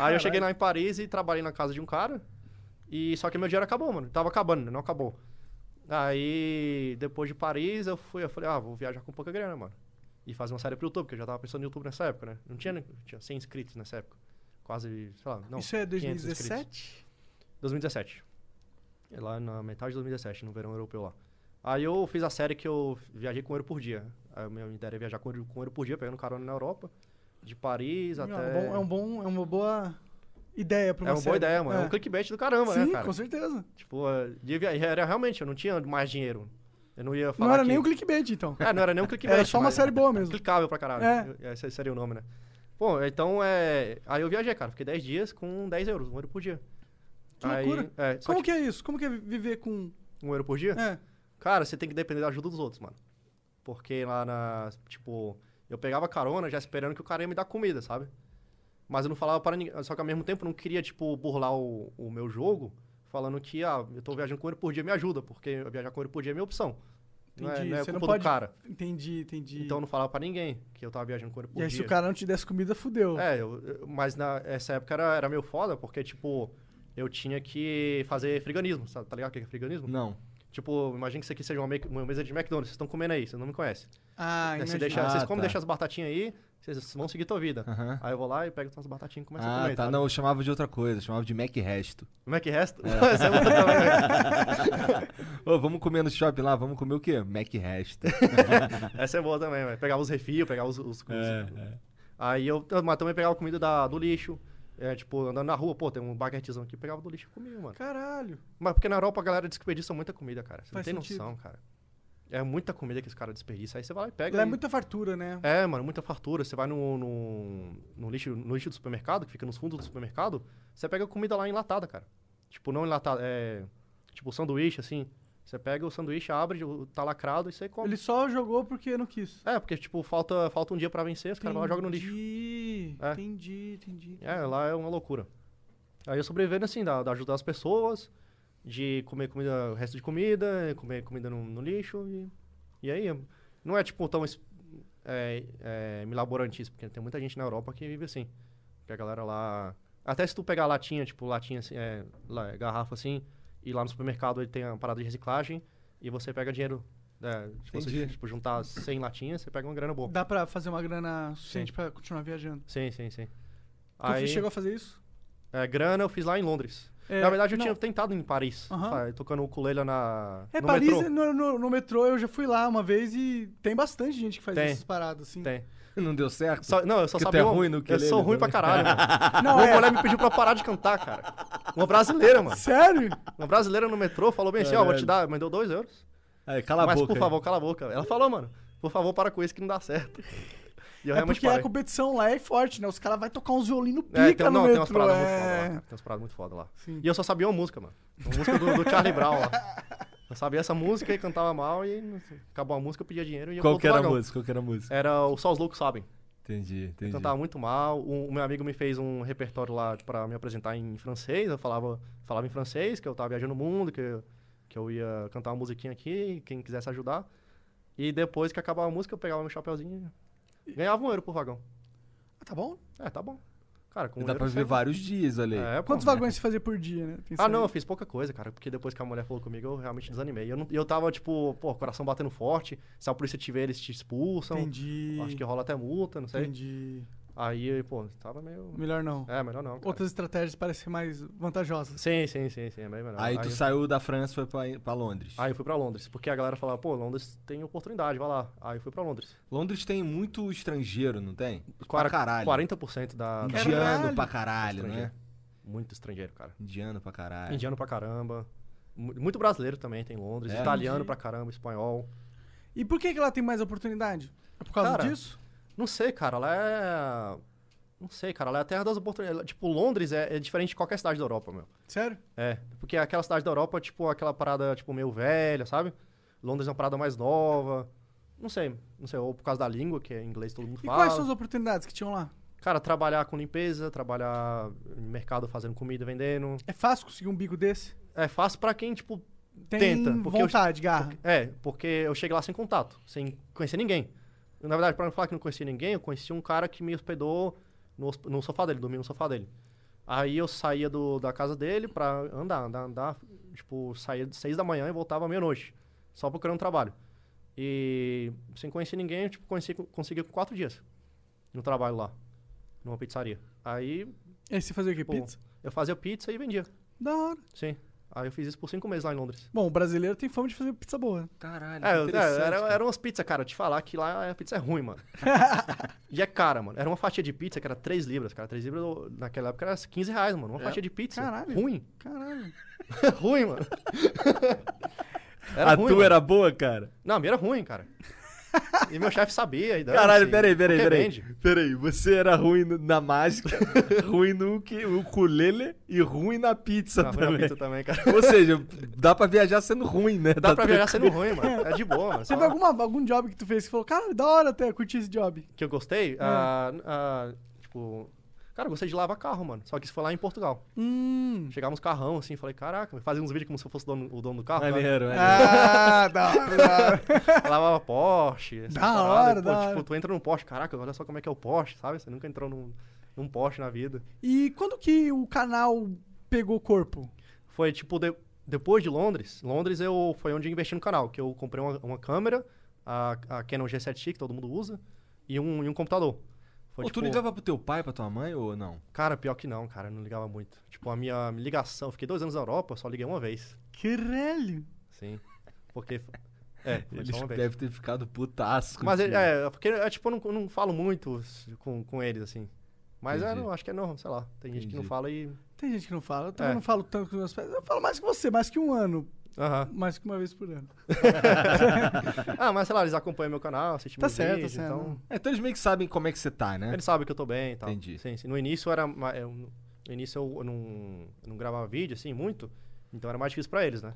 S5: Aí eu cheguei lá em Paris e trabalhei na casa de um cara. E só que meu dinheiro acabou, mano. Tava acabando, né? não acabou. Aí, depois de Paris, eu fui, eu falei, ah, vou viajar com pouca grana, mano. E fazer uma série pro YouTube, porque eu já tava pensando no YouTube nessa época, né? Não tinha, tinha 100 inscritos nessa época. Quase, sei lá, não.
S3: Isso é
S5: 500 inscritos.
S3: 2017?
S5: 2017. É Lá na metade de 2017, no verão europeu lá. Aí eu fiz a série que eu viajei com um euro por dia. A minha ideia era viajar com euro, com um euro por dia, pegando carona na Europa. De Paris
S3: É um
S5: até...
S3: bom- é, um bom, é uma boa ideia pra
S5: É uma
S3: você.
S5: boa ideia, mano. É. um clickbait do caramba,
S3: Sim,
S5: né, cara?
S3: com certeza.
S5: Tipo, é, de via- era realmente, eu não tinha mais dinheiro. Eu não ia falar
S3: Não era
S5: que-
S3: nem o clickbait, então.
S5: É, não era nem um clickbait.
S3: Era só uma
S5: mas-
S3: série boa mesmo.
S5: Clicável pra caralho.
S3: É.
S5: Esse seria o nome, né? Bom, então é... Aí eu viajei, cara. Fiquei 10 dias com 10 euros, um euro por dia.
S3: Que
S5: Aí-
S3: loucura.
S5: É, só
S3: Como
S5: que
S3: que é isso? Como que é viver com.
S5: um euro por dia?
S3: É.
S5: Cara, você tem que depender da ajuda dos outros, mano. Porque lá na. Tipo, eu pegava carona já esperando que o cara ia me dar comida, sabe? Mas eu não falava para ninguém. Só que ao mesmo tempo eu não queria, tipo, burlar o, o meu jogo, falando que, ah, eu tô viajando com ele por dia, me ajuda, porque viajar com ele por dia é minha opção. Não é,
S3: Entendi,
S5: não é
S3: você não
S5: culpa
S3: pode-
S5: do cara.
S3: Entendi, entendi.
S5: Então eu não falava pra ninguém que eu tava viajando com ele por
S3: e aí,
S5: dia.
S3: se o cara não te desse comida, fudeu.
S5: É, eu, eu- mas nessa época era, era meio foda, porque, tipo, eu tinha que fazer friganismo, sabe? Tá ligado o que é friganismo?
S2: Não.
S5: Tipo, imagina que isso aqui seja uma, make- uma mesa de McDonald's, vocês estão comendo aí, vocês não me conhecem.
S3: Ah,
S5: Aí
S3: imagina.
S5: você deixa,
S2: Ah,
S5: vocês comem,
S2: tá.
S5: deixam as batatinhas aí, vocês vão seguir tua vida.
S2: Aham.
S5: Aí eu vou lá e pego umas batatinhas e começo a
S2: Ah,
S5: comer.
S2: tá.
S5: sabe?
S2: Não, eu chamava de outra coisa, eu chamava de Mac Resto.
S5: Como é que resta? Essa é outra também, velho.
S2: Ô, vamos comer no shopping lá, vamos comer o quê? Mac Resto.
S5: Essa é boa também, velho. Pegar os refil, pegar os. os- os-
S2: É,
S5: Aí eu. Mas também pegava comida da- do lixo. É, tipo, andando na rua, pô, tem um baguetezão aqui, pegava do lixo e comia, mano.
S3: Caralho.
S5: Mas porque na Europa a galera desperdiça muita comida, cara. Você
S3: Faz
S5: não tem
S3: sentido.
S5: noção, cara. É muita comida que os caras desperdiçam. Aí você vai lá e pega.
S3: Lá é
S5: e-
S3: muita fartura, né?
S5: É, mano, muita fartura. Você vai no, no, no lixo, no lixo do supermercado, que fica nos fundos do supermercado, você pega comida lá enlatada, cara. Tipo, não enlatada, é. Tipo, sanduíche, assim. Você pega o sanduíche, abre, o- tá lacrado e você come.
S3: Ele só jogou porque não quis.
S5: É, porque, tipo, falta, falta um dia pra vencer, os caras vão lá e jogam no lixo.
S3: Entendi,
S5: É.
S3: entendi, entendi.
S5: É, lá é uma loucura. Aí eu sobrevivendo assim, da, da ajuda das pessoas, de comer comida, o resto de comida, comer comida no, no lixo. E, e aí, não é tipo tão es- é, é, milaborantista, porque tem muita gente na Europa que vive assim. Que a galera lá. Até se tu pegar latinha, tipo, latinha assim, é, lá, é, garrafa assim, e lá no supermercado ele tem a parada de reciclagem, e você pega dinheiro. né, se você
S2: Entendi.
S5: tipo, juntar 100 latinhas, você pega uma grana boa.
S3: Dá pra fazer uma grana suficiente pra continuar viajando.
S5: Sim, sim, sim.
S3: Tu fi- chegou a fazer isso?
S5: É, grana eu fiz lá em Londres.
S3: É,
S5: na verdade, eu
S3: não.
S5: tinha tentado em Paris,
S3: Aham.
S5: sabe, tocando ukulele na,
S3: É,
S5: no
S3: Paris
S5: metrô.
S3: No, no- no metrô eu já fui lá uma vez e tem bastante gente que faz
S5: Tem.
S3: essas paradas, assim.
S5: Tem.
S2: Não deu certo?
S5: Só- não, eu só
S2: Que tu
S5: sabia...
S2: é
S5: uma-
S2: ruim no
S5: eu
S2: ukulele
S5: sou ruim pra
S2: também.
S5: caralho, mano.
S3: Não,
S5: Uma
S3: é.
S5: mulher me pediu pra parar de cantar, cara. Uma brasileira, mano.
S3: Sério?
S5: Uma brasileira no metrô falou bem assim, ó, vou te
S2: Caralho.
S5: dar... Me deu dois euros.
S2: Aí, cala a
S5: mas,
S2: boca.
S5: por
S2: aí.
S5: favor, cala a boca. Ela falou, mano, por favor, para com isso que não dá certo. E
S3: é
S5: eu realmente
S3: porque
S5: parei.
S3: a competição lá é forte, né? Os caras vão tocar uns violinos pica
S5: É, tem,
S3: no
S5: não, tem umas
S3: metrô.
S5: paradas muito foda
S3: é...
S5: lá, cara. Tem umas paradas muito foda lá.
S3: Sim.
S5: E eu só sabia uma música, mano. Uma música do, do Charlie Brown lá. Eu sabia essa música e cantava mal e não sei, acabou a música, eu pedia dinheiro e ia pro
S2: Qual
S5: outro
S2: que era a
S5: vagão.
S2: música? Qual que era a música? Então tá,
S5: Era o Só os Loucos Sabem.
S2: Entendi, entendi.
S5: Eu cantava muito mal. Um- O meu amigo me fez um repertório lá pra me apresentar em francês. Eu falava, falava em francês, que eu tava viajando o mundo, que, eu- que eu ia cantar uma musiquinha aqui, quem quisesse ajudar. E depois que acabava a música, eu pegava meu chapeuzinho e ganhava um euro por vagão.
S3: Ah, tá bom?
S5: É, tá bom. Cara, com
S2: E
S5: um
S2: dá
S5: euro
S2: pra
S5: você-
S2: viver vários dias, olha aí.
S5: É, pô.
S3: Quantos vagões você fazia por dia, né? Tem isso
S5: Ah,
S3: aí.
S5: não, eu fiz pouca coisa, cara, porque depois que a mulher falou comigo, eu realmente desanimei. Eu, não, eu tava, tipo, pô, coração batendo forte. Se a polícia tiver, eles te expulsam.
S3: Entendi.
S5: Acho que rola até multa, não sei.
S3: Entendi.
S5: Aí, pô, tava meio.
S3: Melhor não.
S5: É, melhor não. Cara.
S3: Outras estratégias parecem mais vantajosas.
S5: Sim, sim, sim, sim, é bem melhor.
S2: Aí tu
S5: eu-
S2: saiu da França e foi pra, pra Londres.
S5: aí eu fui pra Londres, porque a galera falava, pô, Londres tem oportunidade, vai lá. Aí eu fui pra Londres.
S2: Londres tem muito estrangeiro, não tem?
S5: Quara-
S2: pra caralho.
S5: 40% da. da-
S2: Indiano
S3: Caralho.
S2: pra caralho,
S5: Estrangeiro.
S2: né?
S5: Muito estrangeiro, cara.
S2: Indiano pra caralho.
S5: Indiano pra caramba. Mu- Muito brasileiro também, tem Londres,
S2: É,
S5: italiano pra caramba, espanhol.
S3: E por que, que lá tem mais oportunidade? É por causa
S5: Cara,
S3: disso?
S5: Não sei, cara, lá é. Não sei, cara, lá é a terra das oportunidades. Tipo, Londres é, é diferente de qualquer cidade da Europa, meu.
S3: Sério?
S5: É, porque aquela cidade da Europa, tipo, aquela parada, tipo, meio velha, sabe? Londres é uma parada mais nova. Não sei, não sei, ou por causa da língua, que é inglês todo mundo
S3: E
S5: fala.
S3: quais são as oportunidades que tinham lá?
S5: Cara, trabalhar com limpeza, trabalhar em mercado fazendo comida, vendendo.
S3: É fácil conseguir um bico desse?
S5: É fácil pra quem, tipo,
S3: Tem
S5: Tenta, porque eu-
S3: vontade, garra.
S5: É, porque eu cheguei lá sem contato, sem conhecer ninguém. Na verdade, pra não falar que não conhecia ninguém, eu conheci um cara que me hospedou no, hosp- no sofá dele, dormi no sofá dele. Aí eu saía do- da casa dele pra andar, andar, andar. Tipo, saía de seis da manhã e voltava à meia-noite, só procurando trabalho. E sem conhecer ninguém, eu tipo, conheci, consegui com quatro dias no trabalho lá, numa pizzaria. Aí
S3: E aí você fazia o quê?
S5: Pô.
S3: Pizza?
S5: eu fazia pizza e vendia,
S3: Da hora.
S5: sim. Aí eu fiz isso por cinco meses lá em Londres.
S3: Bom, o brasileiro tem fome de fazer pizza boa. né?
S2: Caralho,
S5: É, eu-
S2: interessante,
S5: é, era,
S2: cara.
S5: era umas pizzas, cara. Te falar que lá a pizza é ruim, mano. e é cara, mano. Era uma fatia de pizza que era 3 libras, cara. 3 libras eu- naquela época era 15 reais, mano.
S2: É.
S5: Uma fatia de pizza.
S3: Caralho.
S5: Ruim.
S3: Caralho.
S5: ruim, mano.
S2: A
S5: ruim,
S2: tua
S5: mano.
S2: era boa, cara?
S5: Não, a minha era ruim, cara. E meu chefe sabia. E assim. dane-se.
S2: Caralho, peraí, peraí,
S5: Porque
S2: peraí.
S5: vende.
S2: Peraí, você era ruim no- na mágica, ruim no uke- ukulele e ruim na pizza
S5: Não, ruim na
S2: também.
S5: pizza também, cara.
S2: Ou seja, dá pra viajar sendo ruim, né?
S5: Dá
S2: Tá
S5: pra viajar sendo ruim, mano. É de boa, mano.
S3: Teve
S5: Só-
S3: alguma, algum job que tu fez que falou, cara, da hora até, curti esse job.
S5: Que eu gostei? ah, ah, tipo... Cara, eu gostei de lavar carro, mano. Só que isso foi lá em Portugal.
S3: Hum.
S5: Chegava uns carrão, assim, falei, caraca, fazia uns vídeos como se eu fosse o dono- o dono do carro. né? cara.
S2: Maneiro, maneiro.
S3: Ah, da hora, da hora.
S5: lavava Porsche. essa
S3: Da
S5: parada,
S3: hora,
S5: pô,
S3: da
S5: tipo,
S3: hora.
S5: tu entra num Porsche, caraca, olha só como é que é o Porsche, sabe? Você nunca entrou num, num Porsche na vida.
S3: E quando que o canal pegou corpo?
S5: Foi tipo, de- depois de Londres, Londres eu foi onde eu investi no canal, que eu comprei uma, uma câmera, a, a Canon G7X, que todo mundo usa, e um, e um computador. Foi,
S2: Pô,
S5: tipo,
S2: tu ligava pro teu pai, pra tua mãe ou não?
S5: Cara, pior que não, cara, eu não ligava muito. Tipo, a minha ligação, eu fiquei dois anos na Europa, eu só liguei uma vez.
S3: Caralho.
S5: Sim. Porque. É, foi
S2: Eles
S5: só uma vez.
S2: devem ter ficado putasco.
S5: Mas
S2: tio.
S5: ele- é, porque é, tipo, eu não, eu não falo muito s- com, com eles, assim. Mas é,
S2: Entendi.
S5: não, acho que é normal, sei lá. Tem gente que não
S2: Entendi.
S5: fala e.
S3: Tem gente que não fala, eu também
S5: É.
S3: não falo tanto com os meus pais. Eu falo mais que você, mais que um ano,
S5: Aham.
S3: mais que uma vez por ano.
S5: ah, mas sei lá, eles acompanham meu canal, assistem
S3: Tá
S5: meus
S3: certo, tá
S5: vídeos,
S3: certo.
S5: então.
S2: É, então eles meio que sabem como é que você tá, né?
S5: Eles sabem que eu tô bem e tal.
S2: Entendi.
S5: Sim, sim. No início era. ma- eu- no início eu não, eu não gravava vídeo, assim, muito. Então era mais difícil pra eles, né?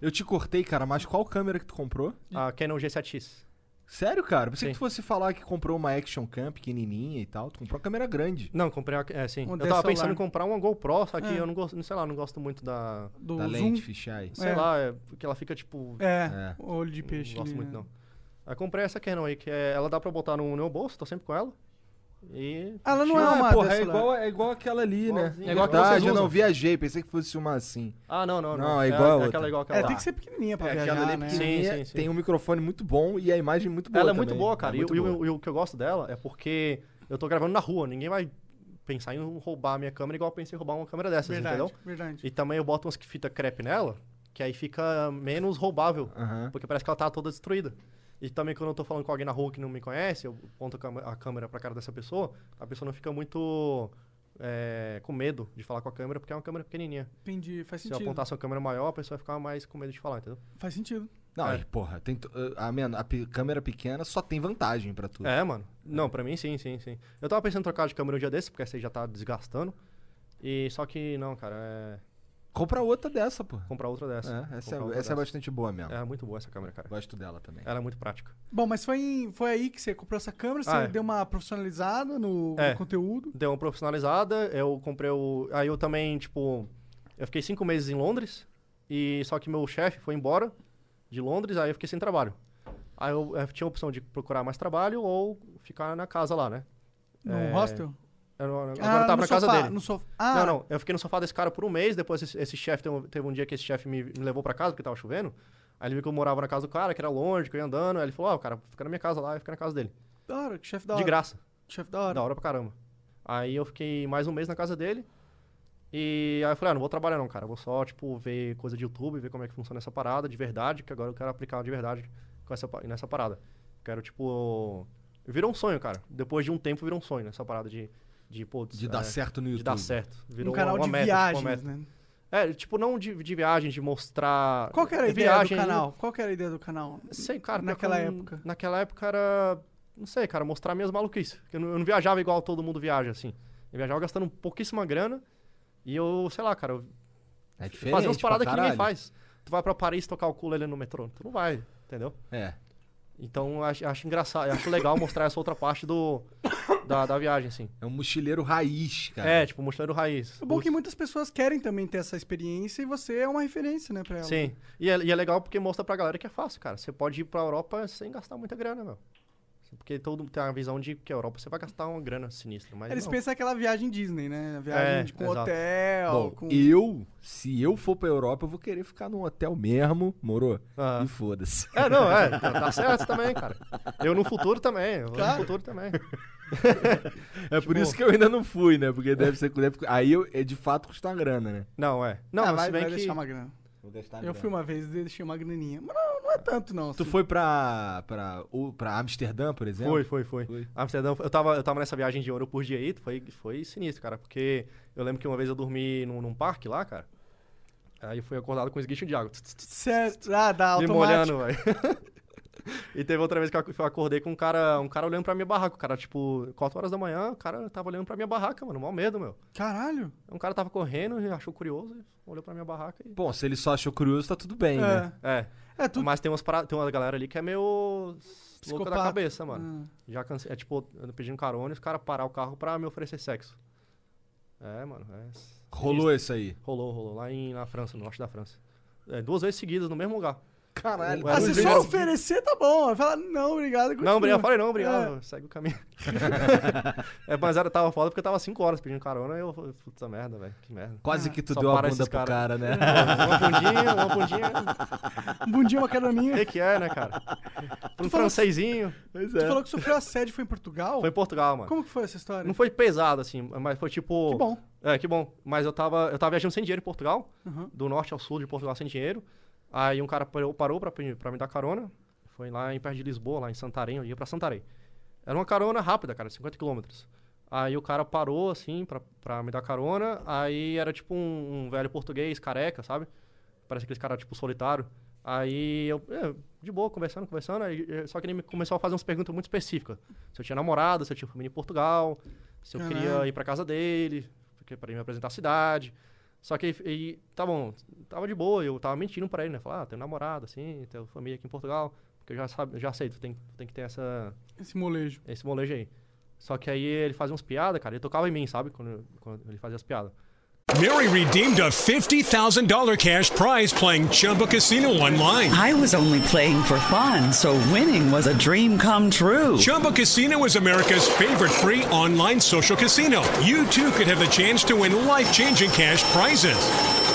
S2: Eu te cortei, cara, mas qual câmera que tu comprou?
S5: A Ah, Canon G7X.
S2: Sério, cara? Pensei que
S5: Sim.
S2: tu fosse falar que comprou uma Action Cam pequenininha e tal. Tu comprou uma câmera grande.
S5: Não, comprei uma. É, sim.
S3: Um
S5: eu
S3: DSLR.
S5: tava pensando em comprar uma GoPro, só que
S3: É.
S5: eu não gosto, sei lá, não gosto muito da.
S3: Do
S2: da
S3: Zoom.
S2: lente, fisheye.
S5: Sei
S3: É.
S5: lá, é, porque ela fica tipo.
S3: É,
S2: É.
S3: olho de peixe.
S5: Não gosto
S3: ali,
S5: muito,
S3: né?
S5: não. Aí comprei essa Canon aí, que é, ela dá pra botar no meu bolso, tô sempre com ela. E.
S3: Ela não
S2: Ah,
S3: é uma
S2: porra, é
S3: dessa lá.
S2: igual, é igual aquela ali, né?
S5: Igualzinha.
S2: É
S5: É igual que
S2: verdade,
S5: vocês
S2: eu não
S5: usam.
S2: viajei, pensei que fosse uma assim.
S5: Ah, não, não, não.
S2: Não, é igual a
S5: a- é
S2: outra.
S5: aquela igual aquela.
S3: É,
S5: lá.
S3: tem que ser pequenininha pra
S2: É,
S3: viajar,
S2: aquela ali
S3: né?
S5: pequenininha.
S2: pequenininha
S5: sim, sim.
S2: tem um microfone muito bom e a imagem muito boa
S5: Ela é
S2: também.
S5: muito boa, cara.
S2: É
S5: e,
S2: muito
S5: e-
S2: boa.
S5: e o que eu gosto dela é porque eu tô gravando na rua, ninguém vai pensar em roubar a minha câmera igual eu pensei em roubar uma câmera dessas,
S3: Verdade,
S5: entendeu?
S3: verdade.
S5: E também eu boto umas que fita crepe nela, que aí fica menos roubável,
S2: Aham.
S5: porque parece que ela tá toda destruída. E também quando eu tô falando com alguém na rua que não me conhece, eu ponto a câmera- a câmera pra cara dessa pessoa, a pessoa não fica muito é, com medo de falar com a câmera, porque é uma câmera pequenininha.
S3: Entendi, faz
S5: Se eu
S3: sentido.
S5: apontar sua câmera maior, a pessoa vai ficar mais com medo de falar, entendeu?
S3: Faz sentido.
S2: Não,
S5: É.
S2: e, porra, tem to- a, men- a pe- câmera pequena só tem vantagem pra tudo.
S5: É, mano. Não, pra mim sim, sim, sim. Eu tava pensando em trocar de câmera um dia desse, porque essa aí já tá desgastando. E só que não, cara, é
S2: Compra outra dessa, porra.
S5: comprar outra dessa.
S2: É, essa
S5: Comprar
S2: é,
S5: outra
S2: essa é
S5: dessa.
S2: bastante boa mesmo.
S5: É muito boa essa câmera, cara.
S2: Gosto dela também.
S5: Ela é muito prática.
S3: Bom, mas foi, em- foi aí que você comprou essa câmera, você
S5: Ah, é.
S3: deu uma profissionalizada no, no
S5: É.
S3: conteúdo.
S5: Deu uma profissionalizada, eu comprei o. Aí eu também, tipo. Eu fiquei cinco meses em Londres, e só que meu chefe foi embora de Londres, aí eu fiquei sem trabalho. Aí eu, eu tinha a opção de procurar mais trabalho ou ficar na casa lá, né?
S3: No
S5: É.
S3: hostel?
S5: Eu não- agora
S3: Ah,
S5: eu tava
S3: no
S5: na casa
S3: sofá,
S5: dele.
S3: No sofá. Ah,
S5: Não, não. Eu fiquei no sofá desse cara por um mês. Depois esse, esse chefe teve, um- teve um dia que esse chefe me, me levou pra casa porque tava chovendo. Aí ele viu que eu morava na casa do cara, que era longe, que eu ia andando. Aí ele falou: Ó, o cara, fica na minha casa lá, eu fico na casa dele.
S3: Da hora, que chefe da hora.
S5: De graça.
S3: Chefe da hora.
S5: Da hora pra caramba. Aí eu fiquei mais um mês na casa dele. E aí eu falei: Ah, não vou trabalhar não, cara. Eu Vou só, tipo, ver coisa de YouTube, ver como é que funciona essa parada de verdade, que agora eu quero aplicar de verdade com essa, pa- nessa parada. Quero, tipo. Virou um sonho, cara. Depois de um tempo, virou um sonho, né? Essa parada de. De, pô,
S2: De dar
S5: é,
S2: certo no YouTube.
S5: de dar certo. Virou
S3: um canal
S5: uma
S3: de
S5: meta, tipo, uma
S3: viagens,
S5: meta.
S3: né?
S5: É, tipo, não de, de viagem, de mostrar.
S3: Qual que era a ideia
S5: É viagem,
S3: do canal? Qual que era a ideia do canal?
S5: Não sei, cara. pior que
S3: Naquela
S5: eu não-
S3: época.
S5: Naquela época era. Não sei, cara, mostrar minhas maluquices. Porque Eu não, eu não viajava igual todo mundo viaja, assim. Eu viajava gastando pouquíssima grana. E eu, sei lá, cara, eu
S2: É diferente.
S5: fazia umas
S2: pra
S5: paradas que ninguém
S2: caralho.
S5: faz. Tu vai pra Paris tocar o culo no metrô. Tu não vai, entendeu?
S2: É.
S5: Então eu acho, acho engraçado, eu acho legal mostrar essa outra parte do, da, da viagem, assim.
S2: É um mochileiro raiz, cara.
S5: É, tipo, mochileiro raiz.
S3: É bom que
S5: Os-
S3: muitas pessoas querem também ter essa experiência e você é uma referência, né, pra ela.
S5: Sim. E é, e é legal porque mostra pra galera que é fácil, cara. Você pode ir pra Europa sem gastar muita grana, meu. Porque todo mundo tem a visão de que a Europa você vai gastar uma grana sinistra, mas
S3: Eles
S5: não.
S3: pensam aquela viagem Disney, né? A Viagem
S5: É,
S3: de- com
S5: exato.
S3: hotel,
S2: Bom,
S3: com...
S2: eu, se eu for pra Europa, eu vou querer ficar num hotel mesmo, moro?
S5: Ah.
S2: E foda-se.
S5: É, não, é, tá tá certo também, cara. Eu no futuro também, eu
S3: Claro.
S5: no futuro também. Tipo,
S2: É por isso que eu ainda não fui, né? Porque deve ser. Deve, aí eu, é de fato custa uma grana, né?
S5: Não, é. Não,
S3: Ah,
S5: mas
S3: vai,
S5: se bem
S3: vai
S5: que...
S3: deixar uma grana.
S2: Vou gastar
S3: Eu fui uma vez e deixei uma graninha. Mas não, não é tanto, não.
S2: Tu
S3: assim.
S2: foi pra, pra, ou pra Amsterdã, por exemplo?
S5: Foi, foi, foi.
S2: Foi.
S5: Amsterdã, eu tava, eu tava nessa viagem de ouro por dia aí, foi, foi sinistro, cara. Porque eu lembro que uma vez eu dormi num, num parque lá, cara. Aí eu fui acordado com um esguicho de água. Tss, tss, tss,
S3: Certo. Ah, dá,
S5: Me
S3: automático.
S5: molhando, velho. e teve outra vez que eu ac- eu acordei com um cara, um cara olhando pra minha barraca. O cara, tipo, 4 horas da manhã, o cara tava olhando pra minha barraca, mano. Mó medo, meu.
S3: Caralho.
S5: Um cara tava correndo e achou curioso, e olhou pra minha barraca e.
S2: Bom, se ele só achou curioso, tá tudo bem, né?
S5: É.
S3: É, é tu...
S5: Mas tem, umas para... tem uma galera ali que é meio. Louca da
S3: Psicopata. Ah.
S5: cabeça, mano. Já cansei. É tipo, eu pedindo carona e os caras parar o carro pra me oferecer sexo. É, mano. é s-
S2: Rolou isso aí.
S5: Rolou, rolou. Lá em, na França, no norte da França. É, duas vezes seguidas, no mesmo lugar.
S2: Caralho.
S5: Ué,
S3: Ah,
S5: Mas
S3: se
S5: eu
S3: só
S5: quero-
S3: oferecer, tá bom. Fala, não, obrigado.
S5: Não,
S3: continua.
S5: obrigado. Eu falei, não, obrigado. Segue o caminho. é, mas era, tava foda porque eu tava 5 horas pedindo carona e eu falei, puta merda, velho. Que merda.
S2: Quase que tu
S5: Só
S2: deu a
S5: para
S2: bunda
S5: esses
S2: pro
S5: cara.
S2: cara,
S5: É.
S2: né?
S5: Uma bundinha, uma bundinha.
S3: Um bundinho, uma
S5: O
S3: caroninha.
S5: que que é, né, cara? Pra
S3: Tu
S5: um
S3: falou-
S5: francesinho.
S2: Pois
S3: Tu falou que sofreu assédio, foi em Portugal?
S5: é. Foi em Portugal, mano.
S3: Como que foi essa história?
S5: Não foi pesado, assim, mas foi tipo...
S3: Que bom.
S5: É, que bom. Mas eu tava, eu tava viajando sem dinheiro em Portugal,
S3: Uhum.
S5: do norte ao sul de Portugal sem dinheiro. Aí um cara parou, parou pra, pe- pra me dar carona. Foi lá em perto de Lisboa, lá em Santarém, eu ia pra Santarém. Era uma carona rápida, cara, 50 quilômetros. Aí o cara parou, assim, pra, pra me dar carona. Aí era tipo um, um velho português, careca, sabe? Parece aqueles cara, tipo, solitário. Aí eu, é, de boa, conversando, conversando. aí, é, só que ele me começou a fazer umas perguntas muito específicas. Se eu tinha namorado, se eu tinha família em Portugal, se eu
S3: Caralho.
S5: queria ir pra casa dele, porque pra ele me apresentar a cidade. Só que, e, tá bom, tava de boa, eu tava mentindo pra ele, né? Falar, ah, tenho namorado, assim, tenho família aqui em Portugal. Porque eu já, sabe, já sei, tu tem, tem que ter essa,
S3: Esse molejo.
S5: esse molejo aí. Só que aí ele fazia uns piadas, cara. Ele tocava em mim, sabe? Quando, eu- quando ele fazia as piadas.
S7: Mary redeemed a $50,000 cash prize playing Chumba Casino online.
S8: I was only playing for fun, so winning was a dream come true.
S7: Chumba Casino is America's favorite free online social casino. You too could have the chance to win life changing cash prizes.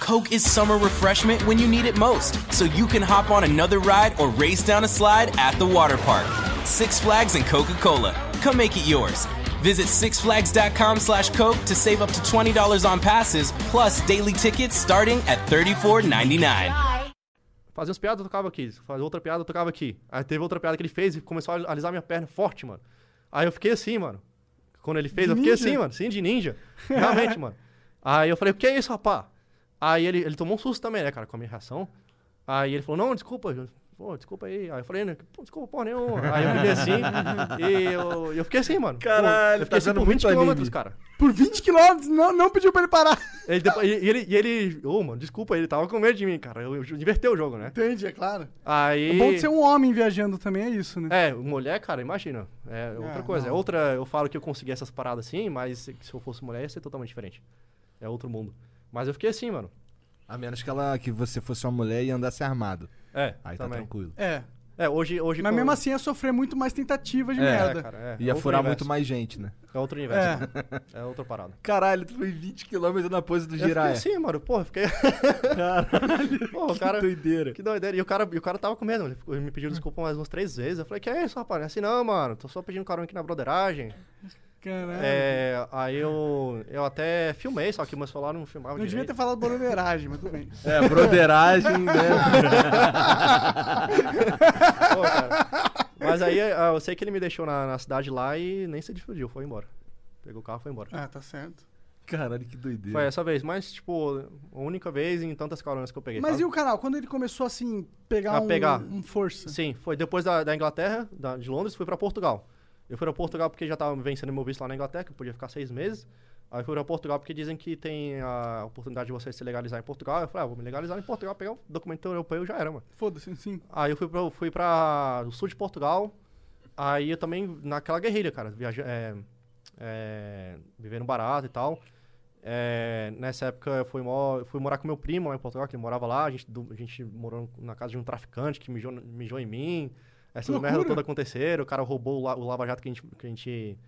S9: Coke is summer refreshment when you need it most, so you can hop on another ride or race down a slide at the water park. Six Flags and Coca Cola. Come make it yours. Visit sixflags.com slash Coke to save up to $20 on passes, plus daily tickets starting at $34.99.
S5: Fazia uns piadas, eu tocava aqui. Fazia outra piada, eu tocava aqui. Aí teve outra piada que ele fez e começou a alisar minha perna forte, mano. Aí eu fiquei assim, mano. Quando ele fez, eu fiquei
S3: ninja?
S5: assim, mano. Sim, de ninja. Realmente, mano. Aí eu falei, o que é isso, rapá? Aí ele, ele tomou um susto também, né, cara, com a minha reação. Aí ele falou, não, desculpa, eu- pô, desculpa aí. Aí eu falei, "Não, pô, desculpa porra nenhuma. Aí eu fiquei assim, e eu, eu fiquei assim, mano. Pô,
S2: Caralho,
S5: eu
S2: tá
S5: fiquei assim
S2: sendo
S5: por
S2: muito
S5: 20 quilômetros,
S2: anime.
S5: cara.
S3: Por 20 quilômetros, não, não pediu pra ele parar.
S5: Ele depois- e e ele, e ele, ô, mano, desculpa, ele tava com medo de mim, cara. Eu, eu invertei o jogo, né?
S3: Entende, é claro.
S5: Aí.
S3: É bom de ser um homem viajando também, é isso,
S2: um
S3: né?
S5: É, mulher, cara, imagina. É outra coisa. É outra. Eu falo que eu consegui essas paradas assim, mas se se eu fosse mulher ia ser totalmente diferente. É outro mundo. Mas eu fiquei assim, mano.
S2: A menos que, ela, que você fosse uma mulher e andasse armado.
S5: É,
S2: Aí tá
S5: também.
S2: tranquilo.
S3: É.
S5: É, hoje. hoje
S3: Mas
S5: com-
S3: mesmo assim ia sofrer muito mais tentativa de
S5: É,
S3: merda.
S5: cara, é.
S2: né? Ia
S5: Outro
S2: furar
S5: universo.
S2: muito mais gente, né?
S5: É outro universo. É, outra parada.
S2: Caralho, tu foi 20km na pose do
S5: Eu fiquei
S2: Jiraiya.
S5: assim, mano. Porra, eu fiquei.
S2: é. Caralho,
S5: Pô, o cara.
S2: que doideira.
S5: Que doideira. E o cara, e o cara tava com medo. Ele ficou- ele me pediu desculpa mais umas três vezes. Eu falei, que é isso, rapaz? Não é assim não, mano. Tô só pedindo carona aqui na broderagem.
S3: Caralho.
S5: É, aí eu, eu até filmei, só que o meu celular não filmava
S3: Não devia
S5: direito.
S3: ter falado broderagem, mas tudo bem.
S2: É, broderagem, né?
S5: Pô, cara. Mas aí ah, eu sei que ele me deixou na, na cidade lá e nem se despediu, foi embora. Pegou o carro e foi embora.
S3: Ah, tá certo.
S2: Caralho, que doideira.
S5: Foi essa vez, mas, tipo, a única vez em tantas coronas que eu peguei.
S3: Mas
S5: sabe?
S3: e o canal? Quando ele começou assim, pegar,
S5: tá. A
S3: um,
S5: pegar.
S3: um força?
S5: Sim, foi depois da, da Inglaterra, da- de Londres, fui pra Portugal. Eu fui pra Portugal porque já tava vencendo meu visto lá na Inglaterra, que eu podia ficar seis meses. Aí fui pra Portugal porque dizem que tem a oportunidade de você se legalizar em Portugal. Eu falei, ah, vou me legalizar em Portugal, pegar o documento europeu e já era, mano.
S3: Foda-se, sim.
S5: Aí eu fui pra, fui pra o sul de Portugal. Aí eu também, naquela guerrilha, cara, viaja, é, é, vivendo barato e tal. É, nessa época eu fui, mo- eu fui morar com meu primo lá em Portugal, que ele morava lá. A gente, du- a gente morou na casa de um traficante que mijou, mijou em mim. Essas merdas todas aconteceram. O cara roubou o, la- o lava-jato que a gente, que a gente,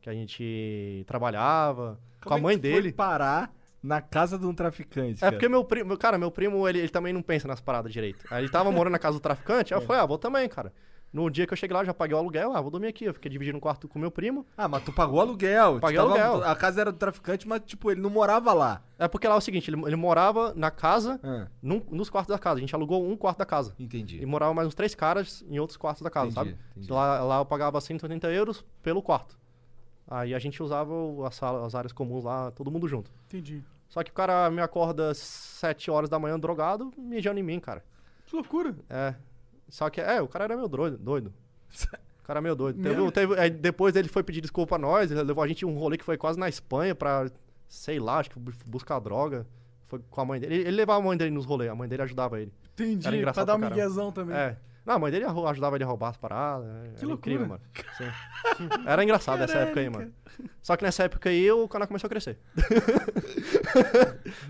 S5: que a gente trabalhava. com a mãe dele.
S2: Foi parar na casa de um traficante.
S5: É
S2: cara?
S5: porque meu primo, cara, meu primo, ele, ele também não pensa nas paradas direito. Aí ele tava morando na casa do traficante,
S2: É.
S5: aí eu falei, ah, vou também, cara. No dia que eu cheguei lá, eu já paguei o aluguel, ah, vou dormir aqui. Eu fiquei dividindo um quarto com meu primo.
S2: Ah, mas tu pagou aluguel. tu
S5: Paguei
S2: tava-
S5: aluguel.
S2: A casa era do traficante, mas, tipo, ele não morava lá.
S5: É porque lá é o seguinte, ele, ele morava na casa,
S2: Ah,
S5: num- nos quartos da casa. A gente alugou um quarto da casa. E
S2: entendi.
S5: morava mais uns três caras em outros quartos da casa,
S2: Entendi,
S5: sabe?
S2: entendi.
S5: Lá, lá eu pagava 180 euros pelo quarto. Aí a gente usava o- a sala- as áreas comuns lá, todo mundo junto.
S3: Entendi.
S5: Só que o cara me acorda 7 horas da manhã drogado, mijando em mim, cara.
S3: Que loucura.
S5: É. Só que, é, o cara era meio doido. doido. O cara era meio doido. Teve,
S3: Mesmo?
S5: um- teve, aí depois ele foi pedir desculpa a nós, ele levou a gente em um rolê que foi quase na Espanha pra, sei lá, acho que bu- buscar droga. Foi com a mãe dele. Ele, ele levava a mãe dele nos rolês, a mãe dele ajudava ele. Era
S3: Entendi. Pra
S5: engraçado
S3: dar um
S5: pra caramba.
S3: miguezão
S2: Hum.
S3: também.
S5: É. Não, a mãe dele arru- ajudava ele a roubar as paradas.
S3: Que
S5: Que era incrível,
S3: loucura.
S5: mano. Sim. Era engraçado nessa época aí, mano. Só que nessa época aí o canal começou a crescer.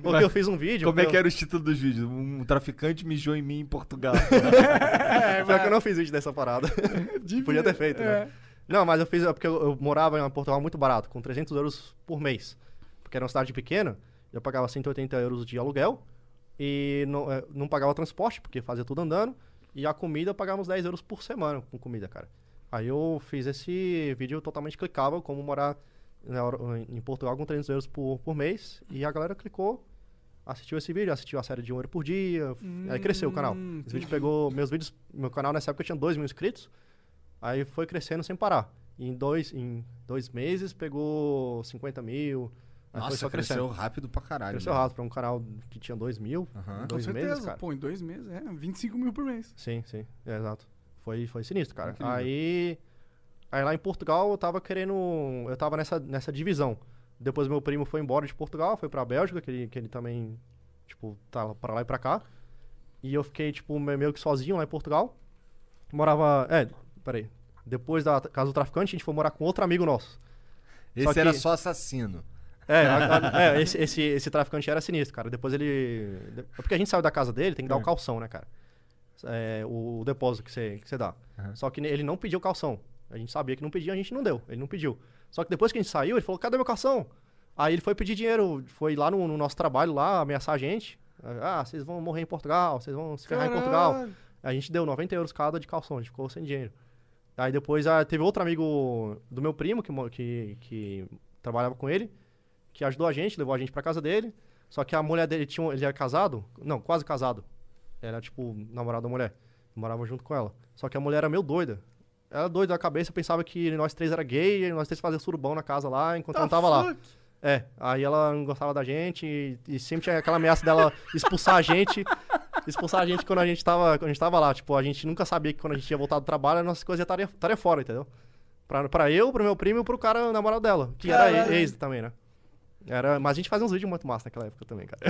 S5: Porque eu fiz um vídeo.
S2: Como é
S5: eu-
S2: que era o título dos vídeos? Um traficante mijou em mim em Portugal.
S5: Pior que eu não fiz vídeo dessa parada. Podia ter feito, né? Não, mas eu fiz é porque eu, eu morava em Portugal muito barato, com 300 euros por mês. Porque era uma cidade pequena, eu pagava 180 euros de aluguel e não, é, não pagava transporte, porque fazia tudo andando. E a comida eu pagava uns 10 euros por semana com comida, cara. Aí eu fiz esse vídeo totalmente clicável, como morar na Euro- em Portugal com 300 euros por, por mês. E a galera clicou, assistiu esse vídeo, assistiu a série de um euro por dia. aí cresceu o canal.
S3: Hum,
S5: Esse vídeo pegou meus vídeos, meu canal nessa época tinha 2 mil inscritos. Aí foi crescendo sem parar. E em dois, em dois meses pegou 50 mil. Aí foi só
S2: Nossa,
S5: crescendo.
S2: cresceu rápido pra caralho.
S5: Cresceu
S2: né?
S5: rápido pra um canal que tinha 2 mil.
S2: Aham.
S5: em
S3: Com
S5: Dois
S3: certeza.
S5: meses, cara.
S3: Pô, em dois meses, é. 25 mil por mês.
S5: Sim, sim, é, exato. Foi, foi sinistro, cara.
S2: Incrível.
S5: Aí, aí lá em Portugal eu tava querendo. Eu tava nessa, nessa divisão. Depois meu primo foi embora de Portugal, foi pra Bélgica, que ele, que ele também, tipo, tá pra lá e pra cá. E eu fiquei, tipo, me- meio que sozinho lá em Portugal. Morava. É, peraí. Depois da t- casa do traficante, a gente foi morar com outro amigo nosso.
S2: Esse
S5: Só que-
S2: era só assassino.
S5: É, a- a- é, esse, esse, esse traficante era sinistro, cara. Depois ele. de- Porque a gente saiu da casa dele, tem que dar o calção, né, cara? É, o, o depósito que você que você dá. Só que ele não pediu calção. A gente sabia que não pedia, a gente não deu. Ele não pediu. Só que depois que a gente saiu, ele falou: cadê meu calção? Aí ele foi pedir dinheiro, foi lá no, no nosso trabalho, lá ameaçar a gente. Ah, vocês vão morrer em Portugal, vocês vão se ferrar em Portugal.
S3: Caralho.
S5: A gente deu 90 euros cada de calção, a gente ficou sem dinheiro. Aí depois ah, teve outro amigo do meu primo que, mo- que, que trabalhava com ele, que ajudou a gente, levou a gente pra casa dele. Só que a mulher dele tinha, um- ele era casado, não, quase casado. Era tipo namorado da mulher. Morava junto com ela. Só que a mulher era meio doida. Era doida da cabeça, pensava que nós três era gay, e nós três fazia surubão na casa lá enquanto
S3: Tá
S5: eu não Então, tava lá.
S3: fuck?
S5: É, aí ela não gostava da gente e, e sempre tinha aquela ameaça dela expulsar a gente. Expulsar a gente quando a gente tava, quando a gente tava lá. Tipo, a gente nunca sabia que quando a gente ia voltar do trabalho, as nossas coisas iam estar fora, entendeu? Pra, pra eu, pro meu primo e pro cara namorado dela, que
S3: Caralho.
S5: era ex também, né? Era, mas a gente fazia uns vídeos muito massa naquela época também, cara.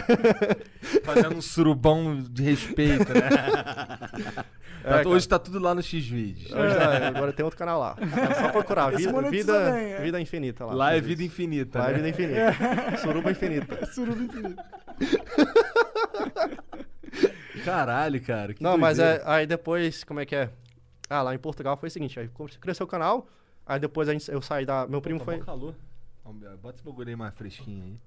S2: Fazendo um surubão de respeito, né? Tá-
S5: cara.
S2: Hoje tá tudo lá no X-Videos.
S5: Hoje, é, agora tem outro canal lá. É só procurar.
S3: Esse
S5: Vida,
S3: monetiza
S5: vida,
S3: bem, é.
S5: vida infinita lá.
S2: Lá é vida infinita.
S5: Lá
S2: né?
S5: é vida infinita. Suruba infinita.
S3: Suruba infinito.
S2: Caralho, cara. que
S5: Não, mas
S2: doideira.
S5: é, aí depois, como é que é? Ah, lá em Portugal foi o seguinte, aí cresceu o canal, aí depois a gente, eu saí da... Meu primo
S2: tá
S5: foi...
S2: mó calor. Bota esse bagulho aí mais fresquinho aí.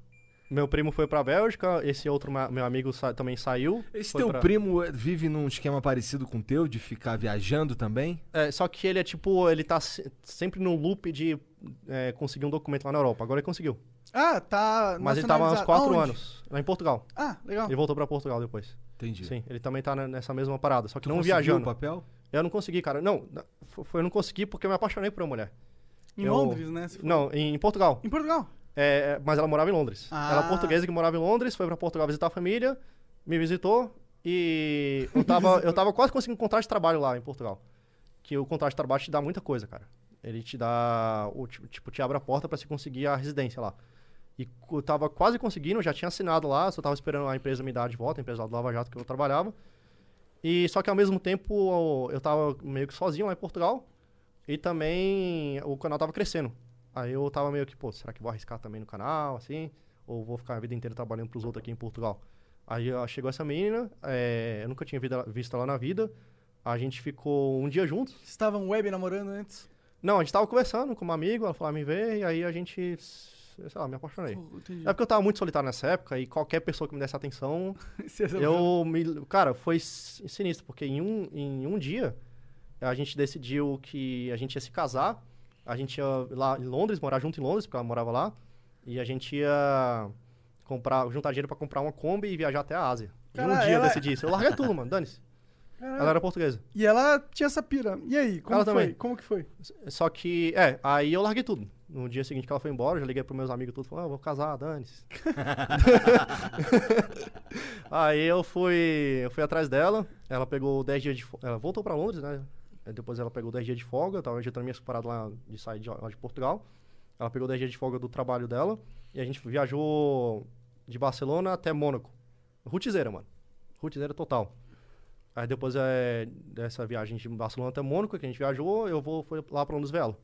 S5: Meu primo foi pra Bélgica, esse outro ma- meu amigo sa- também saiu.
S2: Esse
S5: foi
S2: teu
S5: pra-
S2: primo eh, vive num esquema parecido com o teu, de ficar viajando também?
S5: É, só que ele é tipo, ele tá se- sempre no loop de é, conseguir um documento lá na Europa. Agora ele conseguiu.
S3: Ah, tá.
S5: Mas ele tava há uns
S3: nacionalizado.
S5: 4
S3: Aonde?
S5: anos, lá em Portugal.
S3: Ah, legal.
S5: Ele voltou pra Portugal depois.
S2: Entendi.
S5: Sim, ele também tá na- nessa mesma parada, só que
S2: Tu
S5: não
S2: conseguiu
S5: viajando.
S2: o papel?
S5: Eu não consegui, cara. Não, na- fo- foi- eu não consegui porque eu me apaixonei por uma mulher.
S3: Em
S5: Eu-
S3: Londres, né? Você
S5: Não, em, em Portugal.
S3: Em Portugal.
S5: É, mas ela morava em Londres.
S3: Ah.
S5: Ela é portuguesa que morava em Londres, foi pra Portugal visitar a família, me visitou e eu tava, eu tava quase conseguindo um contrato de trabalho lá em Portugal. Que o contrato de trabalho te dá muita coisa, cara. Ele te dá, o ti- tipo, te abre a porta pra você conseguir a residência lá. E cu- eu tava quase conseguindo, eu já tinha assinado lá, só tava esperando a empresa me dar de volta, a empresa lá do Lava Jato que eu trabalhava. E só que ao mesmo tempo eu tava meio que sozinho lá em Portugal e também o canal tava crescendo. Aí eu tava meio que, pô, será que vou arriscar também no canal, assim? Ou vou ficar a vida inteira trabalhando pros outros aqui em Portugal? Aí ó, chegou essa menina, é, eu nunca tinha vida- visto ela na vida. A gente ficou um dia juntos.
S3: estavam web namorando antes?
S5: Não, a gente tava conversando com uma amiga, ela falou, ah, me vê, e aí a gente, sei lá, me apaixonei.
S3: Pô, entendi.
S5: É porque eu tava muito solitário nessa época e qualquer pessoa que me desse atenção,
S3: Você resolveu.
S5: É, eu me. Cara, foi si- sinistro, porque em um, em um dia a gente decidiu que a gente ia se casar, a gente ia lá em Londres, morar junto em Londres, porque ela morava lá, e a gente ia comprar, juntar dinheiro pra comprar uma Kombi e viajar até a Ásia. em um
S3: Cara, ela-
S5: dia
S3: é
S5: eu decidi isso. Eu larguei tudo, mano, dane-se.
S3: Caralho.
S5: Ela era portuguesa.
S3: E ela tinha essa pira. E aí, como
S5: Ela
S3: foi?
S5: também.
S3: Como que foi?
S5: Só que, é, aí eu larguei tudo. No dia seguinte que ela foi embora, eu já liguei pros meus amigos tudo, falando, ah, eu vou casar, dane-se. aí eu fui, eu fui atrás dela, ela pegou 10 dias de folga, ela voltou pra Londres, né? Aí Depois ela pegou 10 dias de folga, eu tava ajeitando minhas paradas lá de sair de, lá de Portugal. Ela pegou 10 dias de folga do trabalho dela e a gente viajou de Barcelona até Mônaco. Rutizeira, mano. Rutizeira total. Aí depois é, dessa viagem de Barcelona até Mônaco, que a gente viajou, eu vou fui lá pra Londres ver ela.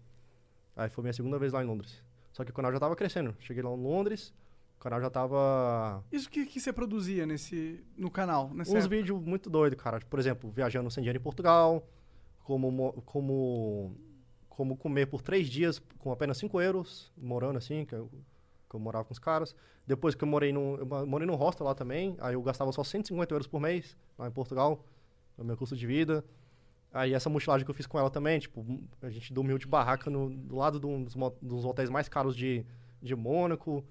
S5: Aí foi minha segunda vez lá em Londres. Só que o canal já tava crescendo. Cheguei lá em Londres, o canal já tava.
S3: Isso que, que você produzia nesse, no canal? Nessa
S5: Uns
S3: época?
S5: vídeos muito doidos, cara. Por exemplo, viajando sem dinheiro em Portugal, como, mo- como, como comer por três dias com apenas 5 euros, morando assim, que eu, que eu morava com os caras. Depois que eu morei num, eu ma- morei num hostel lá também, aí eu gastava só 150 euros por mês lá em Portugal, no meu custo de vida. Aí essa mochilagem que eu fiz com ela também, tipo, a gente dormiu de barraca no, do lado de um dos, mo- dos hotéis mais caros de, de Mônaco,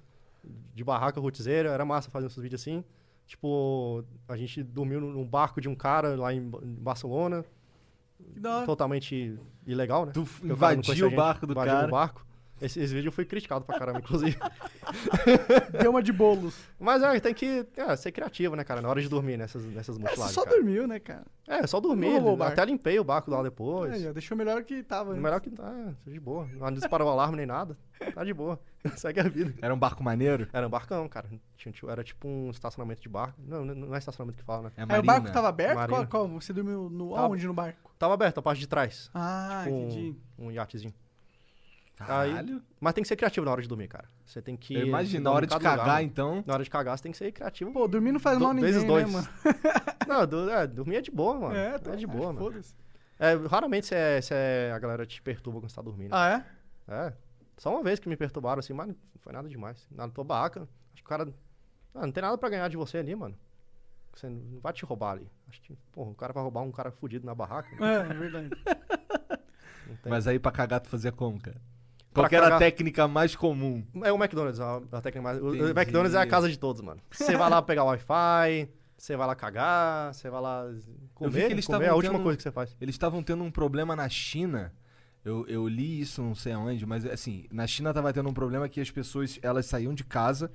S5: de barraca rotizeira, era massa fazer esses vídeos assim. Tipo, a gente dormiu num num barco de um cara lá em Ba- em Barcelona,
S3: Que da hora.
S5: totalmente ilegal, né?
S2: Tu
S5: Porque o cara não
S2: invadiu
S5: conhecia
S2: o
S5: a gente,
S2: barco do
S5: invadiu
S2: cara.
S5: o barco. Esse, esse vídeo foi criticado pra caramba, inclusive.
S3: Deu uma de bolos.
S5: Mas é, tem que é, ser criativo, né, cara? Na hora de dormir nessas, nessas
S3: É, Você
S5: mochilagens,
S3: só
S5: cara.
S3: dormiu, né, cara?
S5: É, só
S3: Não
S5: dormir.
S3: roubou o barco.
S5: Até limpei o barco lá depois.
S3: Aí, ó, deixou melhor que tava. né? antes.
S5: Melhor que tá, tá de boa. Não disparou o alarme nem nada. Tá de boa. Segue a vida.
S2: Era um barco maneiro?
S5: Era um barcão, cara. Tinha- tinha- era tipo um estacionamento de barco. Não, não não é estacionamento que fala, né?
S2: É
S3: Aí o
S2: marina.
S3: barco tava aberto?
S5: Marina.
S3: Qual, qual? Você dormiu no,
S5: Tava-
S3: aonde no barco?
S5: Tava aberto a parte de trás.
S3: Ah,
S5: Tipo,
S3: entendi.
S5: Um, um iatezinho. Aí-
S2: Caralho.
S5: mas tem que ser criativo na hora de dormir, cara. Você tem que.
S2: Eu
S5: você
S2: imagino, na
S5: dorme
S2: hora
S5: em
S2: de
S5: cada
S2: cagar,
S5: lugar, mano.
S2: então.
S5: Na hora de cagar, você tem que ser criativo.
S3: Pô, dormir não faz
S5: Do-
S3: mal a ninguém,
S5: vezes dois.
S3: né, mano?
S5: Não, do, é, dormir é de boa, mano. É,
S3: tá-
S5: de
S3: ah,
S5: boa, mano.
S3: foda-se.
S5: É, raramente se é, se é- a galera te perturba quando você tá dormindo.
S3: Ah, é?
S5: É. Só uma vez que me perturbaram assim, mas não foi nada demais. Na tua barraca, acho que o cara. Ah, não tem nada pra ganhar de você ali, mano. Você não não vai te roubar ali. Acho que, porra, o cara vai roubar um cara fudido na barraca.
S3: É, é verdade.
S5: Não tem.
S2: Mas aí pra cagar tu fazia como, cara?
S5: Pra
S2: Qual que era a
S5: cagar-
S2: técnica mais comum?
S5: É o McDonald's, a, a técnica mais. o- O,
S2: Entendi.
S5: McDonald's é a casa de todos, mano. Você vai lá pegar o Wi-Fi, você vai lá cagar, você vai lá comer.
S2: que eles
S5: comer é a
S2: tavam
S5: última
S2: tendo-
S5: coisa que você faz.
S2: Eles estavam tendo um problema na China. Eu, eu li isso, não sei aonde, mas assim, na China tava tendo um problema que as pessoas elas saíam de casa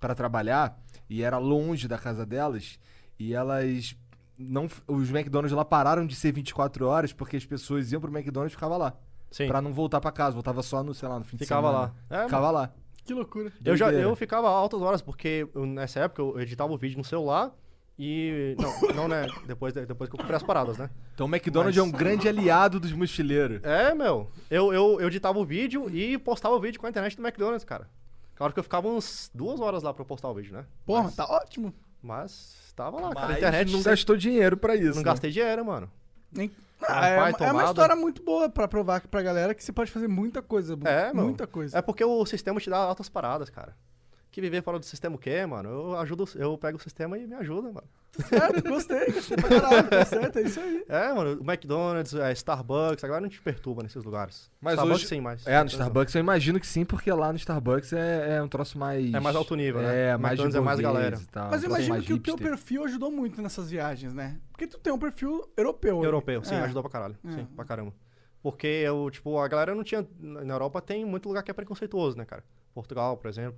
S2: para trabalhar e era longe da casa delas e elas não os McDonald's lá pararam de ser 24 horas porque as pessoas iam pro McDonald's e ficavam lá,
S5: Sim.
S2: Pra não voltar pra casa, voltava só no, sei lá, no fim
S5: Ficava
S2: de semana.
S5: lá. É,
S2: Ficava lá.
S3: que loucura.
S5: Eu, já,
S2: Doideira.
S5: eu ficava altas horas, porque eu- nessa época eu editava o vídeo no celular e. Não, não, né? Depois, depois que eu comprei as paradas, né?
S2: Então o McDonald's é um grande aliado dos mochileiros.
S5: É, meu. Eu, eu, eu editava o vídeo e postava o vídeo com a internet do McDonald's, cara. Claro que eu ficava uns duas horas lá pra eu postar o vídeo, né?
S3: Porra, mas tá ótimo.
S5: um Mas tava lá, cara. A
S2: Mas
S5: internet
S2: não
S5: sempre-
S2: gastou dinheiro pra isso.
S5: Não
S2: né?
S5: gastei dinheiro, mano.
S3: Nem-
S5: Ah,
S3: é,
S5: pai
S3: uma- é uma
S5: tomado.
S3: história muito boa pra provar pra galera que você pode fazer muita coisa. bu-
S5: É, mano.
S3: Muita coisa.
S5: É porque o sistema te dá altas paradas, cara. Que viver fora do sistema o quê, mano? Eu ajudo, eu pego o sistema e me ajuda, mano.
S3: Certo, gostei. Gostei pra caralho. Tá certo, é isso aí.
S5: É, mano, o McDonald's, é, Starbucks, agora não te perturba nesses lugares.
S2: Mas
S5: Starbucks
S2: hoje...
S5: sim, mas.
S2: É, no Starbucks eu imagino que sim, porque lá no Starbucks é, é um troço mais...
S5: É mais alto nível, né?
S2: É, mais de
S5: McDonald's é mais
S2: burguês
S5: galera.
S2: e tal,
S3: Mas
S2: um
S3: eu
S2: troço
S3: imagino
S2: mais
S3: que o teu
S2: hipster.
S3: perfil ajudou muito nessas viagens, né? Porque tu tem um perfil europeu. né?
S5: Europeu, sim,
S3: É.
S5: ajudou pra caralho.
S3: É.
S5: Sim, pra caramba. Porque eu, tipo, a galera não tinha. Na Europa tem muito lugar que é preconceituoso, né, cara? Portugal, por exemplo.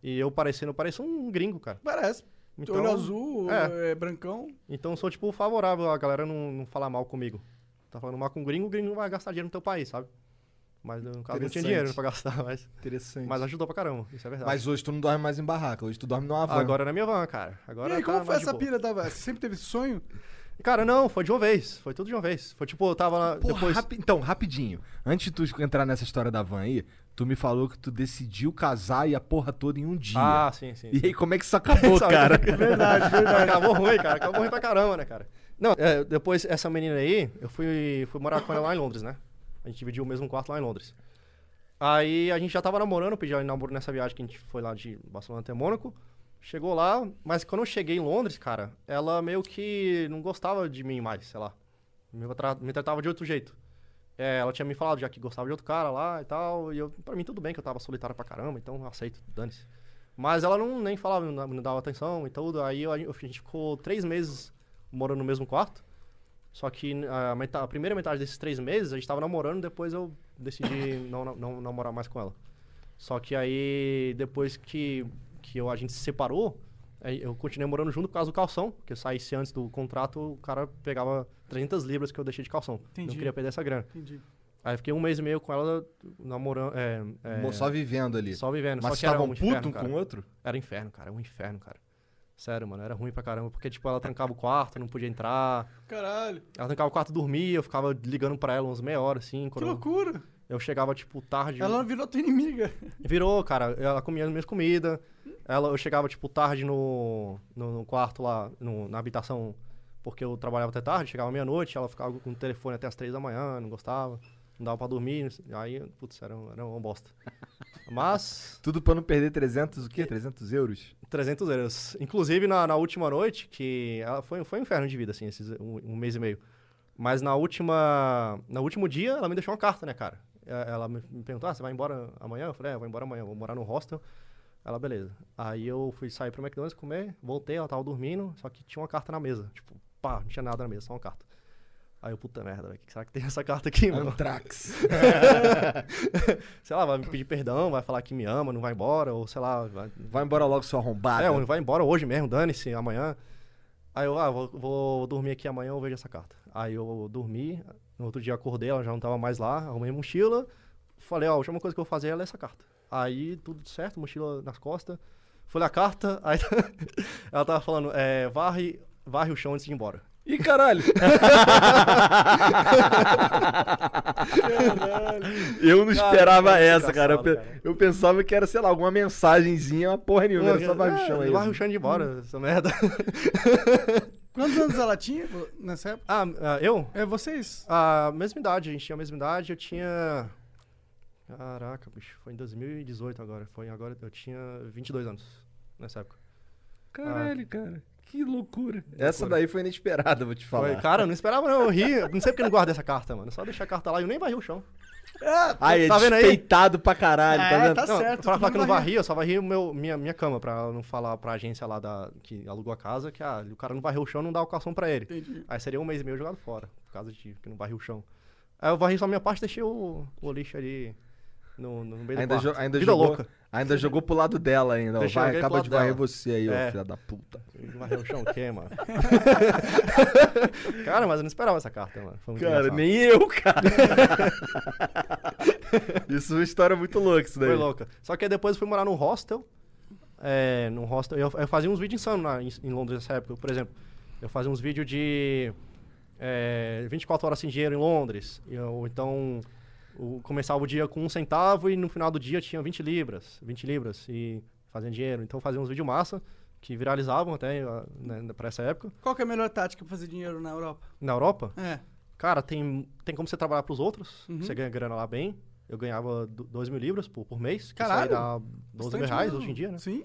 S5: E eu parecendo, eu pareço um gringo, cara.
S3: Parece.
S5: Então,
S3: Olho azul,
S5: é.
S3: é, brancão.
S5: Então eu sou, tipo, favorável a galera não, não falar mal comigo. Tá falando mal com um gringo, o gringo não vai gastar dinheiro no teu país, sabe? Mas no caso não tinha
S2: Interessante.
S5: dinheiro pra gastar, mas,
S2: Interessante.
S5: mas
S2: Mas,
S5: ajudou pra caramba, isso é verdade.
S2: hoje tu não dorme mais em barraca, hoje tu dorme numa van.
S5: Agora na minha van, cara. Agora
S3: e aí,
S5: tá
S3: como foi
S5: mais de
S3: essa
S5: boa.
S3: pira da Você sempre teve esse sonho?
S5: Cara, não, foi de uma vez. Foi tudo de uma vez. Foi tipo, eu tava lá
S2: Porra,
S5: depois.
S2: rapi- Então, rapidinho. Antes de tu entrar nessa história da van aí, tu me falou que tu decidiu casar e a porra toda em um dia.
S5: Ah, sim, sim.
S2: E aí, como é que isso acabou, cara?
S5: Verdade, verdade. Acabou ruim, cara. Acabou ruim pra caramba, né, cara? Não, é, depois essa menina aí, eu fui, fui morar com ela lá em Londres, né? A gente dividiu o mesmo quarto lá em Londres. Aí a gente já tava namorando, eu pedi ela em namoro nessa viagem que a gente foi lá de Barcelona até Mônaco. Chegou lá, mas quando eu cheguei em Londres, cara, ela meio que não gostava de mim mais, sei lá. Me, tra- me tratava de outro jeito. É, ela tinha me falado já que gostava de outro cara lá e tal, e eu, pra mim tudo bem que eu tava solitário pra caramba, então eu aceito, dane-se. Mas ela não nem falava, não, não dava atenção e tudo. Aí eu- a gente ficou três meses morando no mesmo quarto. Só que ah, a, meta- a primeira metade desses três meses a gente tava namorando, depois eu decidi não, não, não namorar mais com ela. Só que aí, depois que, que eu, a gente se separou, aí eu continuei morando junto por causa do calção, porque se saísse antes do contrato, o cara pegava 300 libras que eu deixei de calção. Não
S3: Entendi.
S5: queria perder essa grana.
S3: Entendi.
S5: Aí eu fiquei um mês e meio com ela namorando. É, é,
S2: Mo- Só vivendo ali.
S5: só vivendo.
S2: Mas
S5: só que
S2: vocês
S5: era
S2: estavam
S5: um inferno,
S2: puto um
S5: cara.
S2: com o outro?
S5: Era um inferno, cara. Um inferno, cara. Sério, mano. Era ruim pra caramba. Porque, tipo, ela trancava o quarto, não podia entrar.
S3: Caralho.
S5: Ela trancava o quarto, dormia. Eu ficava ligando pra ela umas meia hora, assim.
S3: Que
S5: Quando eu,
S3: loucura.
S5: eu chegava, tipo, tarde.
S3: Ela virou tua inimiga.
S5: Virou, cara. Ela comia as minhas comidas. Ela, eu chegava, tipo, tarde no, no, no quarto lá, no- na habitação, porque eu trabalhava até tarde. Chegava meia-noite, ela ficava com o telefone até as três da manhã, não gostava. Não dava pra dormir. Aí, putz, era, um- era uma bosta. Mas...
S2: Tudo pra não perder 300, o quê? 300 euros?
S5: 300 euros. Inclusive, na, na última noite, que ela foi, foi um inferno de vida, assim, esses um, um mês e meio. Mas na última... Na último dia, ela me deixou uma carta, né, cara? É, Ela me me perguntou, ah, você vai embora amanhã? Eu falei, é, eu vou embora amanhã, vou morar no hostel. Ela, beleza. Aí eu fui sair pro McDonald's comer, voltei, ela tava dormindo, só que tinha uma carta na mesa. Tipo, pá, não tinha nada na mesa, só uma carta. Aí eu, puta merda, velho, que será que tem essa carta aqui, mano?
S2: Antrax.
S5: sei lá, vai me pedir perdão, vai falar que me ama, não vai embora, ou sei lá, vai,
S2: Vai embora logo, seu arrombado.
S5: é, vai embora hoje mesmo, dane-se, amanhã. Aí eu, ah, vou, vou dormir aqui amanhã, eu vejo essa carta. Aí eu dormi, no outro dia acordei, ela já não tava mais lá, arrumei a mochila, falei, ó, a última coisa que eu vou fazer é ler essa carta. Aí tudo certo, mochila nas costas, fui ler a carta, aí ela tava falando, é, varre, varre o chão antes de ir embora.
S2: Ih, caralho! eu não esperava
S5: Cara, que
S2: essa, cara. Eu, pe-
S5: engraçado, cara.
S2: eu pensava que era, sei lá, alguma mensagenzinha, uma porra nenhuma. Era só
S5: É,
S2: baixão aí.
S5: varre o chão Hum. antes de ir embora, essa merda.
S3: Quantos anos ela tinha nessa época?
S5: ah, ah, eu?
S3: É vocês?
S5: A mesma idade, a gente tinha a mesma idade, eu tinha. Caraca, bicho, foi em 2018 agora. Foi agora, eu tinha 22 anos nessa época.
S2: Caralho, cara. Que loucura. Essa daí foi inesperada, vou te falar.
S5: Foi, cara, eu não esperava não, eu ri. eu Não sei porque eu não guardei essa carta, mano. é Só deixei a carta lá e eu nem varri o chão.
S2: Aí, é
S5: Tá vendo aí?
S2: despeitado pra caralho, tá
S3: É,
S2: vendo?
S3: tá
S5: não,
S3: certo,
S5: pra
S3: tu
S5: falar
S3: não
S5: que eu não
S3: varreu.
S5: varri, eu só varri o meu, minha, minha cama, pra não falar pra agência lá da, que alugou a casa, que ah, o cara não varreu o chão, não dá o calção pra ele.
S3: Entendi.
S5: Aí seria um mês e meio jogado fora, por causa de que não varri o chão. Aí eu varri só a minha parte e deixei o, o lixo ali no, no meio
S2: Ainda,
S5: do
S2: jo-
S5: quarto.
S2: ainda
S5: Vida
S2: jogou,
S5: louca.
S2: ainda jogou pro lado dela ainda. ó.
S5: Deixa eu
S2: Vai,
S5: jogar pro
S2: acaba
S5: lado
S2: de varrer
S5: dela.
S2: você aí, ó,
S5: É.
S2: filha da puta.
S5: Varreu o chão o quê, mano? cara, mas eu não esperava essa carta, mano. Foi muito
S2: Cara,
S5: engraçado.
S2: nem eu, cara. isso é uma história muito louca, isso daí.
S5: Foi louca. Só que aí depois eu fui morar num hostel. É, num hostel. Eu, eu fazia uns vídeos insanos na- em, em Londres nessa época, por exemplo. Eu fazia uns vídeos de é, 24 horas sem dinheiro em Londres. E eu- Ou então eu começava o dia com um centavo e no final do dia tinha 20 libras. 20 libras e fazendo dinheiro. Então eu fazia uns vídeos massa que viralizavam até né, pra essa época.
S3: Qual que é a melhor tática pra fazer dinheiro na Europa?
S5: Na Europa,
S3: É.
S5: Cara, tem, tem como você trabalhar pros outros,
S3: Uhum.
S5: você ganha grana lá bem. Eu ganhava 2 mil libras por, por mês, que
S3: Caralho!
S5: isso aí dá 12 mil
S3: Bastante
S5: reais
S3: mesmo.
S5: hoje em dia, né?
S3: Sim.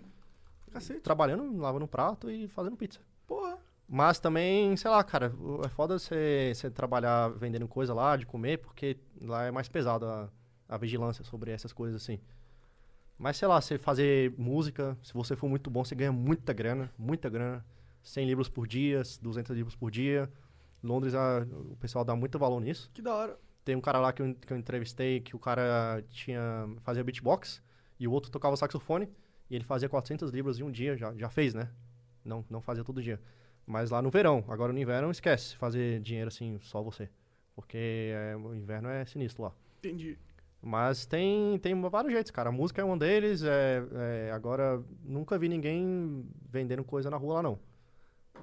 S3: Cacete.
S5: Trabalhando, lavando um prato e fazendo pizza.
S3: Porra.
S5: Mas também, sei lá, cara, o- é foda você, você trabalhar vendendo coisa lá, de comer, porque lá é mais pesada a, a vigilância sobre essas coisas assim. Mas sei lá, você fazer música, se você for muito bom, você ganha muita grana, muita grana. 100 libras por dia, 200 libras por dia. Londres, a- o pessoal dá muito valor nisso.
S3: Que da hora.
S5: Tem um cara lá que eu, que eu entrevistei que o cara tinha fazia beatbox e o outro tocava saxofone e ele fazia 400 libras em um dia, já, já fez, né? Não, não fazia todo dia. Mas lá no verão, agora no inverno, esquece fazer dinheiro assim, só você. Porque é, o inverno é sinistro lá.
S3: Entendi.
S5: Mas tem, tem vários jeitos, cara. A música é um deles. É, é, agora, nunca vi ninguém vendendo coisa na rua lá, não.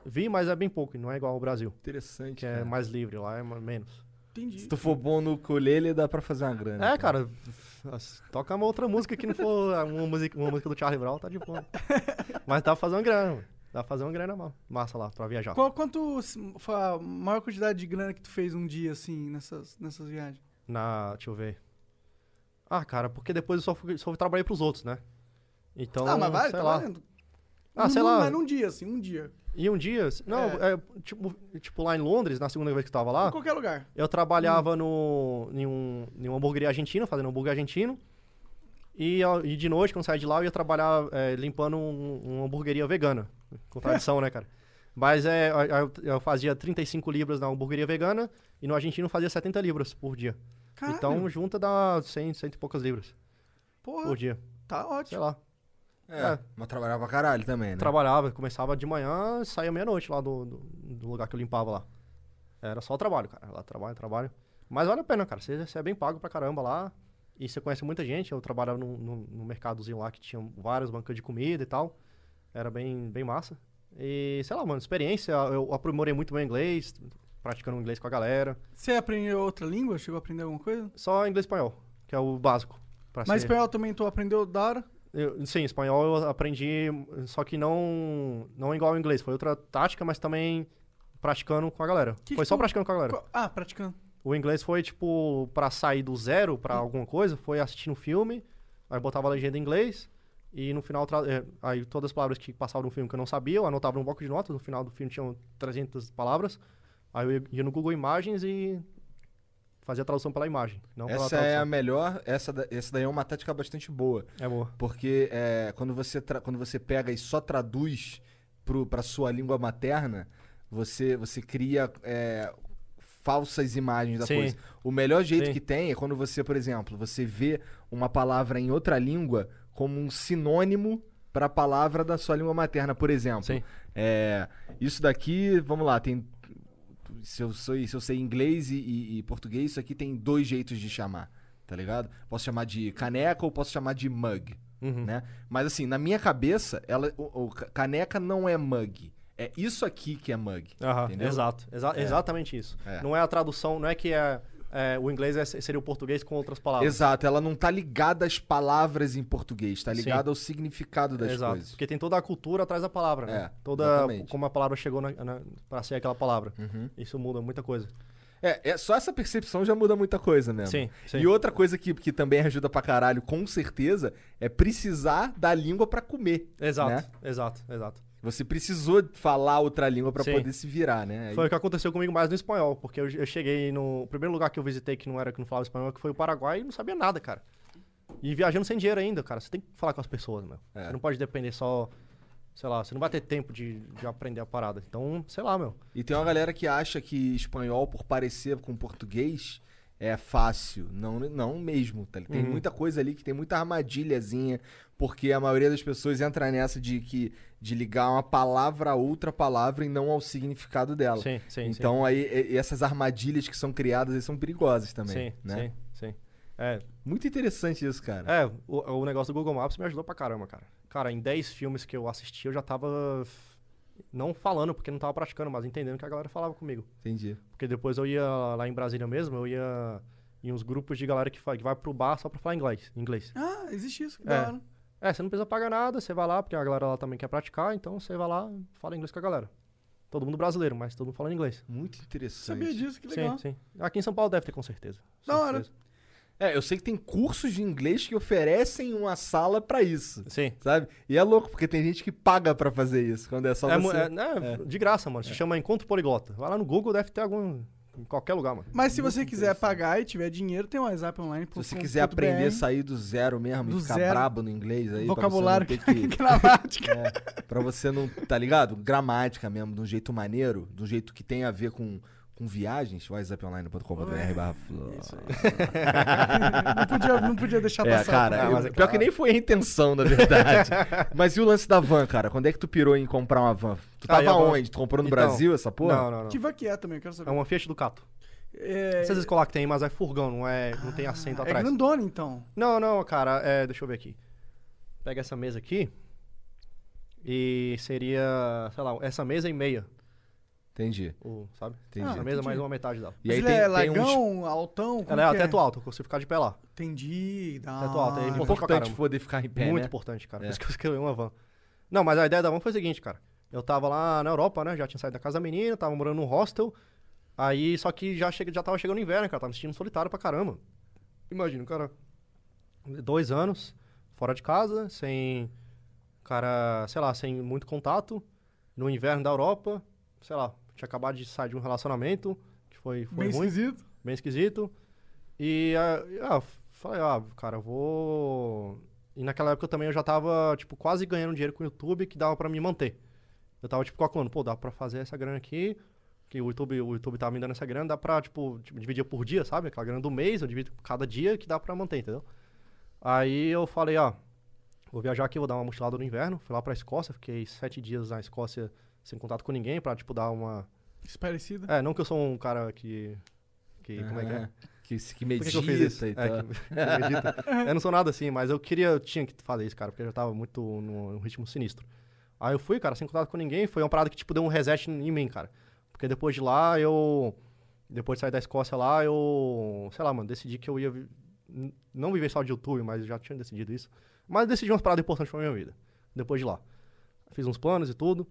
S5: Vi, mas é bem pouco, não é igual ao Brasil.
S2: Interessante.
S5: Que é
S2: cara.
S5: mais livre, lá é ma- menos.
S3: Entendi.
S2: Se tu for bom no ukulele, dá pra fazer uma grana.
S5: É, cara, nossa, toca uma outra música que não for uma música, uma música do Charlie Brown, tá de boa. Mas dá pra fazer uma grana, mano. Dá pra fazer uma grana ma- massa lá, pra viajar.
S3: Qual, quanto se- foi a maior quantidade de grana que tu fez um dia, assim, nessas, nessas viagens?
S5: Na, deixa eu ver. Ah, cara, porque depois eu só, fui, só trabalhei pros outros, né? Então,
S3: ah, mas vale,
S5: sei
S3: tá
S5: lá.
S3: valendo.
S5: Ah, sei
S3: Num-
S5: lá.
S3: Mas num dia, assim, um dia.
S5: E um dia, não, é, tipo, tipo lá em Londres, na segunda vez que eu tava lá,
S3: Em qualquer lugar.
S5: Eu trabalhava no, em, um, em uma hamburgueria argentina, fazendo hambúrguer argentino. E, ó, e de noite, quando eu saía de lá, eu ia trabalhar é, limpando um- uma hamburgueria vegana. Contradição, né, cara? Mas é, eu- eu, eu fazia 35 libras na hamburgueria vegana e no argentino eu fazia 70 libras por dia.
S3: Caralho.
S5: Então, junta dá 100, 100 e poucas libras
S3: Porra,
S5: por dia.
S3: tá
S5: Sei
S3: ótimo.
S5: lá.
S2: É,
S5: É.
S2: mas trabalhava pra caralho também, né?
S5: Trabalhava, começava de manhã, saía meia-noite lá do, do, do lugar que eu limpava lá. Era só trabalho, cara. Lá trabalho, trabalho. Mas vale a pena, cara. Você, você é bem pago pra caramba lá. E você conhece muita gente. Eu trabalhava num, num, num mercadozinho lá que tinha várias bancas de comida e tal. Era bem, bem massa. E, sei lá, mano, experiência. Eu aprimorei muito meu inglês, praticando inglês com a galera.
S3: Você aprendeu outra língua? Chegou a aprender alguma coisa?
S5: Só inglês e espanhol, que é o básico. pra
S3: Mas
S5: ser-
S3: espanhol também tu aprendeu da hora?
S5: eu- sim, espanhol eu aprendi, só que não, não igual ao inglês. Foi outra tática, mas também praticando com a galera.
S3: Que
S5: foi só
S3: tu-
S5: praticando com a galera.
S3: Qual- Ah, praticando.
S5: O inglês foi, tipo, pra sair do zero pra
S3: Hum.
S5: alguma coisa, foi assistindo um filme, aí botava a legenda em inglês, e no final, tra- é, aí todas as palavras que passavam no filme que eu não sabia, eu anotava num bloco de notas, no final do filme tinham 300 palavras, aí eu ia- ia no Google Imagens e fazia a tradução pela imagem, não pela
S2: Essa é a
S5: tradução.
S2: melhor, essa, da- essa daí é uma tática bastante boa.
S5: É boa.
S2: Porque é, quando, você tra- quando você pega e só traduz pro, pra sua língua materna, você, você cria é, falsas imagens da
S5: Sim.
S2: coisa. O melhor jeito
S5: Sim.
S2: que tem é quando você, por exemplo, você vê uma palavra em outra língua como um sinônimo pra palavra da sua língua materna, por exemplo.
S5: Sim.
S2: É, isso daqui, vamos lá, tem. Se eu, sou, se eu sei inglês e, e- e português, isso aqui tem dois jeitos de chamar, tá ligado? Posso chamar de caneca ou posso chamar de mug,
S5: Uhum.
S2: né? Mas assim, na minha cabeça, ela, o, o ca- caneca não é mug. É isso aqui que é mug.
S5: Aham,
S2: entendeu?
S5: Exato, exa- exatamente isso.
S2: É.
S5: Não é a tradução, não é que é, é, o inglês é- seria o português com outras palavras.
S2: Exato, ela não tá ligada às palavras em português, tá
S5: Sim.
S2: ligada ao significado das
S5: Exato,
S2: coisas.
S5: porque tem toda a cultura atrás da palavra, né?
S2: É,
S5: toda
S2: exatamente. Uhum.
S5: como a palavra chegou na, na, para ser aquela palavra. Isso muda muita coisa.
S2: É, é, só essa percepção já muda muita coisa mesmo.
S5: Sim, sim.
S2: É. E outra coisa que, que também ajuda pra caralho, com certeza, é precisar da língua pra comer.
S5: Exato,
S2: né?
S5: exato, exato.
S2: Você precisou falar outra língua pra
S5: Sim.
S2: poder se virar, né? Aí-
S5: Foi o que aconteceu comigo mais no espanhol, porque eu, eu cheguei no o primeiro lugar que eu visitei que não era que não falava espanhol, que foi o Paraguai, e não sabia nada, cara. E viajando sem dinheiro ainda, cara. Você tem que falar com as pessoas, meu.
S2: É.
S5: Você não pode depender só, sei lá, você não vai ter tempo de, de aprender a parada. Então, sei lá, meu.
S2: E tem uma galera que acha que espanhol, por parecer com português, é fácil. Não, não mesmo. tá? Tem
S5: Uhum.
S2: muita coisa ali que tem muita armadilhazinha, porque a maioria das pessoas entra nessa de que de ligar uma palavra a outra palavra e não ao significado dela.
S5: Sim, sim, sim.
S2: então aí e- e essas armadilhas que são criadas aí são perigosas também,
S5: Sim,
S2: né?
S5: sim, sim. É,
S2: Muito interessante isso, cara.
S5: é o, o negócio do Google Maps me ajudou pra caramba, cara. Cara, em 10 filmes que eu assisti, eu já tava. f- Não falando, porque não tava praticando, mas entendendo o que a galera falava comigo.
S2: Entendi.
S5: Porque depois eu ia lá em Brasília mesmo, eu ia em uns grupos de galera que, fa- que vai pro bar só pra falar inglês. inglês.
S3: Ah, existe isso, que
S5: É.
S3: da hora.
S5: É, você não precisa pagar nada, você vai lá, porque a galera lá também quer praticar, então você vai lá fala inglês com a galera. Todo mundo brasileiro, mas todo mundo falando inglês.
S2: Muito interessante.
S3: Sabia disso, que legal.
S5: Sim, sim. Aqui em São Paulo deve ter, com certeza.
S3: Da hora.
S2: É, eu sei que tem cursos de inglês que oferecem uma sala pra isso.
S5: Sim.
S2: Sabe? E é louco, porque tem gente que paga pra fazer isso, quando é só
S5: É, mu-
S2: você.
S5: é- né, de graça, mano. Se chama Encontro Poliglota. Vai lá no Google, deve ter algum. Em qualquer lugar, mano.
S3: Mas se você quiser pagar e tiver dinheiro, tem o WhatsApp online.
S2: Se você quiser aprender a sair do zero mesmo
S3: Do
S2: e ficar
S3: zero.
S2: brabo no inglês aí,
S3: Vocabulário
S2: pra você não ter que... né,
S3: gramática.
S2: Pra você não, tá ligado? Gramática mesmo, de um jeito maneiro, de um jeito que tem a ver com, com viagens, whatsapponline.com.br barra flor.
S3: não, podia, não podia deixar
S2: É,
S3: passar. tá?
S2: cara,
S5: Ah,
S2: eu-
S5: mas é
S2: pior
S5: claro.
S2: que nem foi a intenção, na verdade. mas e o lance da van, cara? Quando é que tu pirou em comprar uma van? Tu
S5: Ah,
S2: tava
S5: e a van?
S2: onde? Tu comprou no
S5: Então,
S2: Brasil essa porra?
S5: Não, não, não.
S3: Que van que é também, eu quero
S2: um
S3: saber.
S5: É uma Fiat Ducato.
S3: É,
S5: Essas escolas que tem, mas é furgão, não, é, não tem assento
S3: é
S5: atrás.
S3: grandona, então.
S5: Não, não, cara, é, deixa eu ver aqui. Pega essa mesa aqui. E seria, sei lá, essa mesa e meia.
S2: Entendi,
S5: o- sabe?
S2: entendi.
S5: essa mesa mais uma metade dela.
S2: E
S3: Mas
S2: aí
S3: ele
S2: tem,
S3: é
S2: tem
S3: largão,
S2: um
S3: altão, como
S5: Ela é
S3: que
S5: até teto alto, eu consigo ficar de pé lá.
S3: Entendi, dá.
S5: Teto alto, é ele- pra
S2: importante
S5: caramba.
S2: poder ficar em pé,
S5: Muito
S2: né?
S5: importante, cara.
S2: É.
S5: Por isso que eu escolhi uma van. Não, mas a ideia da van foi o seguinte, cara. Eu tava lá na Europa, né? Já tinha saído da casa da menina, tava morando num hostel. Aí, só que já, chega, já tava chegando o inverno, cara. Tava me sentindo solitário pra caramba. Imagina, cara. Dois anos, fora de casa, sem. Cara, sei lá, sem muito contato. No inverno da Europa, sei lá, tinha acabado de sair de um relacionamento, que foi, foi
S3: Bem
S5: ruim
S3: esquisito.
S5: bem esquisito. E ah, e, ah, falei, ah, cara, eu vou. E naquela época também eu já tava, tipo, quase ganhando dinheiro com o YouTube que dava pra me manter. Eu tava, tipo, calculando, pô, dá pra fazer essa grana aqui, que o YouTube, o YouTube tava me dando essa grana, dá pra, tipo, tipo, dividir por dia, sabe? Aquela grana do mês, eu divido por cada dia que dá pra manter, entendeu? Aí eu falei, ó, vou viajar aqui, vou dar uma mochilada no inverno. Fui lá pra Escócia, fiquei sete dias na Escócia sem contato com ninguém pra, tipo, dar uma.
S3: Parecida.
S5: É, não que eu sou um cara que. que como é que é?
S2: Ah, Que, que
S5: Por
S2: medita
S5: que, que eu fiz isso?
S2: e
S5: É,
S2: tal.
S5: que- que medita. eu não sou nada assim, mas eu queria, eu tinha que fazer isso, cara, porque eu já tava muito num, num ritmo sinistro. Aí eu fui, cara, sem contato com ninguém, foi uma parada que, tipo, deu um reset em mim, cara. Porque depois de lá, eu... Depois de sair da Escócia lá, eu... Sei lá, mano, decidi que eu ia... vi- n- Não viver só de YouTube, mas eu já tinha decidido isso. Mas decidi umas paradas importantes pra minha vida, depois de lá. Fiz uns planos e tudo.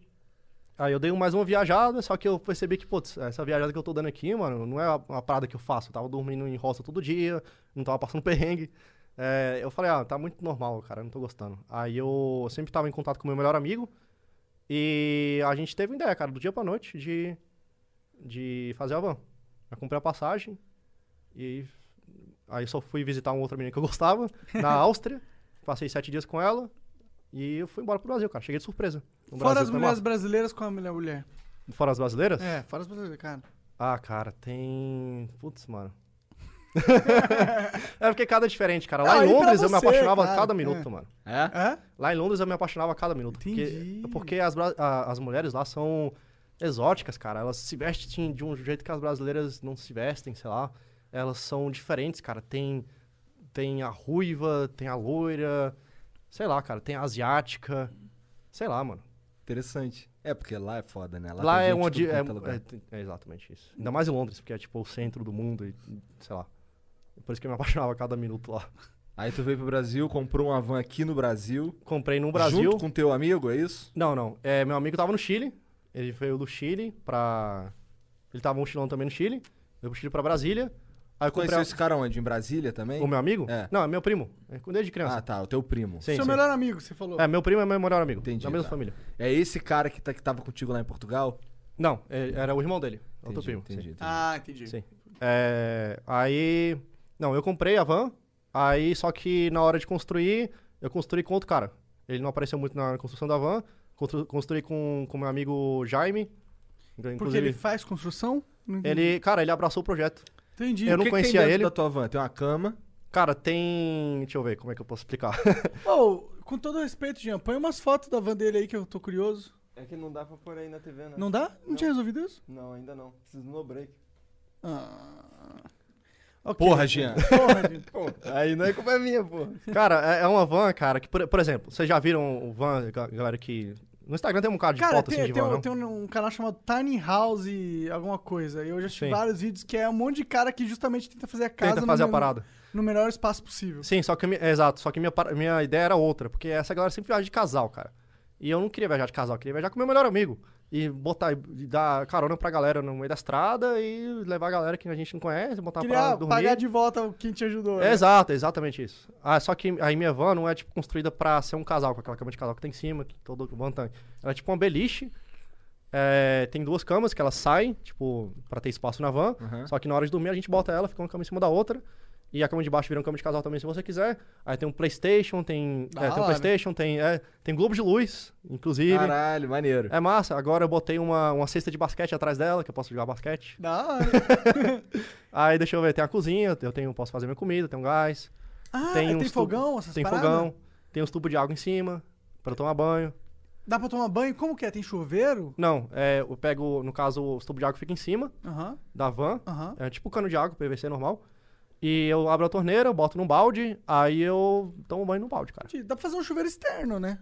S5: Aí eu dei mais uma viajada, só que eu percebi que, putz, essa viajada que eu tô dando aqui, mano, não é uma parada que eu faço. Eu tava dormindo em roça todo dia, não tava passando perrengue. É, eu falei, ah, tá muito normal, cara, não tô gostando. Aí eu sempre tava em contato com o meu melhor amigo e a gente teve uma ideia, cara, do dia pra noite de, de fazer a van. Eu comprei a passagem e aí eu só fui visitar uma outra menina que eu gostava na Áustria. Passei sete dias com ela e eu fui embora pro Brasil, cara. Cheguei de surpresa. No
S3: Fora
S5: Brasil,
S3: as
S5: foi
S3: mulheres
S5: massa.
S3: brasileiras com a mulher mulher.
S5: Fora as brasileiras?
S3: É, fora as brasileiras, cara.
S5: Ah, cara, tem. Putz, mano. é porque cada é diferente, cara. Lá
S3: Ah,
S5: em
S3: e pra
S5: Londres eu me
S3: você,
S5: apaixonava a
S3: claro,
S5: cada
S3: é.
S5: minuto, mano.
S2: É?
S3: Hã?
S5: Lá em Londres eu me apaixonava a cada minuto. Porque,
S3: Entendi.
S5: porque as, bra- a- as mulheres lá são exóticas, cara. Elas se vestem de um jeito que as brasileiras não se vestem, sei lá. Elas são diferentes, cara. Tem, tem a ruiva, tem a loira, sei lá, cara. Tem a asiática. Sei lá, mano.
S2: Interessante. É, porque lá é foda, né? Lá,
S5: Lá,
S2: tem
S5: é
S2: gente de
S5: onde.
S2: tudo
S5: É,
S2: quanto é lugar.
S5: é, tem- é exatamente isso. Ainda mais em Londres, porque é tipo o centro do mundo e sei lá. É Por isso que eu me apaixonava a cada minuto lá.
S2: Aí tu veio pro Brasil, comprou uma van aqui no Brasil.
S5: Comprei no Brasil.
S2: Junto com teu amigo, é isso?
S5: Não, não. É, meu amigo tava no Chile. Ele veio do Chile pra. Ele tava mochilão também no Chile. Veio do Chile pra Brasília. Aí eu comprei.
S2: Conheceu esse cara onde? Em Brasília também?
S5: O meu amigo?
S2: É.
S5: Não, é meu primo. É desde criança.
S2: Ah, tá. O teu primo.
S5: sim,
S3: Seu
S5: sim.
S3: melhor amigo, você falou.
S5: É, meu primo é meu melhor amigo.
S2: Entendi,
S5: Da mesma
S2: tá.
S5: família.
S2: É esse cara que, tá, que tava contigo lá em Portugal?
S5: Não, é- era o irmão dele. Outro primo. sim.
S2: Entendi, entendi.
S3: Ah, entendi.
S5: Sim. É, aí. Não, eu comprei a van. Aí, só que na hora de construir, eu construí com outro cara. Ele não apareceu muito na construção da van. constru- Construí com o meu amigo Jaime.
S3: Porque
S5: Inclusive,
S3: ele faz construção? Não entendi.
S5: ele, cara, ele abraçou o projeto.
S3: Entendi.
S5: eu
S2: O
S5: não
S2: que que
S5: conhecia
S2: tem dentro
S5: ele.
S2: da tua van? Tem uma cama.
S5: Cara, tem. Deixa eu ver como é que eu posso explicar.
S3: Ô, com todo respeito, Jean, põe umas fotos da van dele aí que eu tô curioso.
S4: É que não dá pra pôr aí na TV, né?
S3: Não dá? Não, tinha resolvido isso?
S4: Não, ainda não. Preciso no break.
S3: Ah. Ok.
S2: Porra, Jean.
S3: Porra, Jean.
S4: Aí não é culpa minha, pô.
S5: cara, é- é uma van, cara, que, por, por exemplo, vocês já viram o van, ga- galera, que. No Instagram tem um bocado de
S3: Cara,
S5: foto
S3: tem,
S5: assim de
S3: tem
S5: van,
S3: um,
S5: não?
S3: tem um canal chamado Tiny House alguma coisa. Eu já assisti
S5: Sim.
S3: vários vídeos que é um monte de cara que justamente tenta fazer a casa
S5: Tenta
S3: no
S5: fazer a
S3: men-
S5: parada.
S3: no melhor espaço possível.
S5: Sim, só que. a minha- é, exato, só que minha, par- minha ideia era outra, porque essa galera sempre viaja de casal, cara. E eu não queria viajar de casal, eu queria viajar com meu melhor amigo. E botar, e dar carona pra galera no meio da estrada e levar a galera que a gente não conhece, botar pra
S3: Queria
S5: dormir.
S3: pagar de volta o que te ajudou. né?
S5: É, Exato, exatamente isso. Ah, só que a minha van não é tipo construída pra ser um casal, com aquela cama de casal que tem em cima, que todo van tem. Ela é tipo uma beliche. é, tem duas camas que elas saem, tipo, pra ter espaço na van.
S2: Uhum.
S5: Só que na hora de dormir a gente bota ela, fica uma cama em cima da outra. E a cama de baixo vira uma cama de casal também, se você quiser. Aí tem um Playstation, tem.
S3: Da
S5: é, tem um
S3: hora.
S5: Playstation, tem. é, tem Globo de Luz, inclusive.
S2: Caralho, maneiro.
S5: É massa. Agora eu botei uma, uma cesta de basquete atrás dela, que eu posso jogar basquete.
S3: Da hora.
S5: Aí deixa eu ver, tem a cozinha, eu tenho, posso fazer minha comida, tem um gás.
S3: Ah,
S5: tem
S3: tem,
S5: uns
S3: fogão,
S5: tubo-
S3: essas
S5: Tem
S3: paradas?
S5: fogão, tem uns tubos de água em cima pra eu tomar banho.
S3: Dá pra tomar banho? Como que é? Tem chuveiro?
S5: Não, é, eu pego, no caso, os tubos de água fica em cima
S3: Aham,
S5: da van.
S3: aham.
S5: É tipo cano de água, PVC normal. E eu abro a torneira, boto num balde, aí eu tomo banho no balde, cara.
S3: Dá pra fazer um chuveiro externo, né?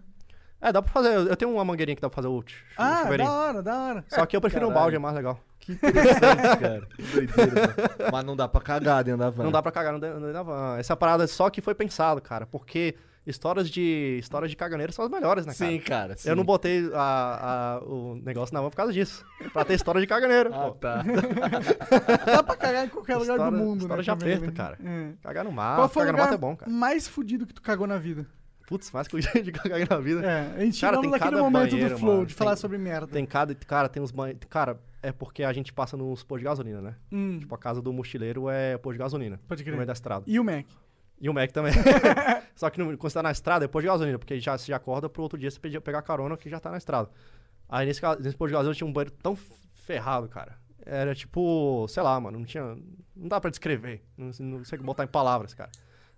S5: É, dá pra fazer. eu- Eu tenho uma mangueirinha que dá pra fazer o chu- chu-
S3: Ah,
S5: um chuveirinho.
S3: da hora, da hora.
S5: Só que eu prefiro o
S2: Caralho.
S5: balde, é mais legal.
S2: Que interessante, cara. Que doideira. mano. Mas não dá pra cagar dentro da van.
S5: Não dá pra cagar no de- no- na van. Essa parada só que foi pensado, cara. Porque histórias de, histórias de caganeiro são as melhores, né, cara?
S2: Sim, cara. sim.
S5: Eu não botei a- a- o negócio na mão por causa disso. Pra ter história de caganeiro.
S2: Ah,
S5: pô.
S2: tá.
S3: Dá pra cagar em qualquer lugar do
S5: História-
S3: mundo, né?
S5: história de
S3: também,
S5: aperto,
S3: né?
S5: cara.
S3: É.
S5: Cagar no mato.
S3: Qual foi o
S5: cagar no
S3: lugar hum.
S5: mato é bom, cara.
S3: mais fudido que tu cagou na vida?
S5: Putz, mais coisa de cagar na vida.
S3: É, a gente
S5: Cara,
S3: chegamos
S5: tem
S3: naquele
S5: cada
S3: momento
S5: banheiro,
S3: do flow,
S5: mano,
S3: de falar
S5: tem-
S3: sobre merda.
S5: Tem cada. Cara, tem uns banhos. Cara, é porque a gente passa nos pôr de gasolina, né?
S3: Hum,
S5: Tipo, a casa do mochileiro é pôr de gasolina.
S3: Pode crer.
S5: No meio da estrada.
S3: E o Mac?
S5: E o Mac também. Só que no, quando você tá na estrada, é pôr de gasolina, porque já, você já acorda pro outro dia você pedir- pegar carona que já tá na estrada. Aí nesse, ca- nesse pôr de gasolina tinha um banheiro tão ferrado, cara. Era tipo, sei lá, mano, não tinha. Não dá pra descrever. Não, sei- não sei botar em palavras, cara.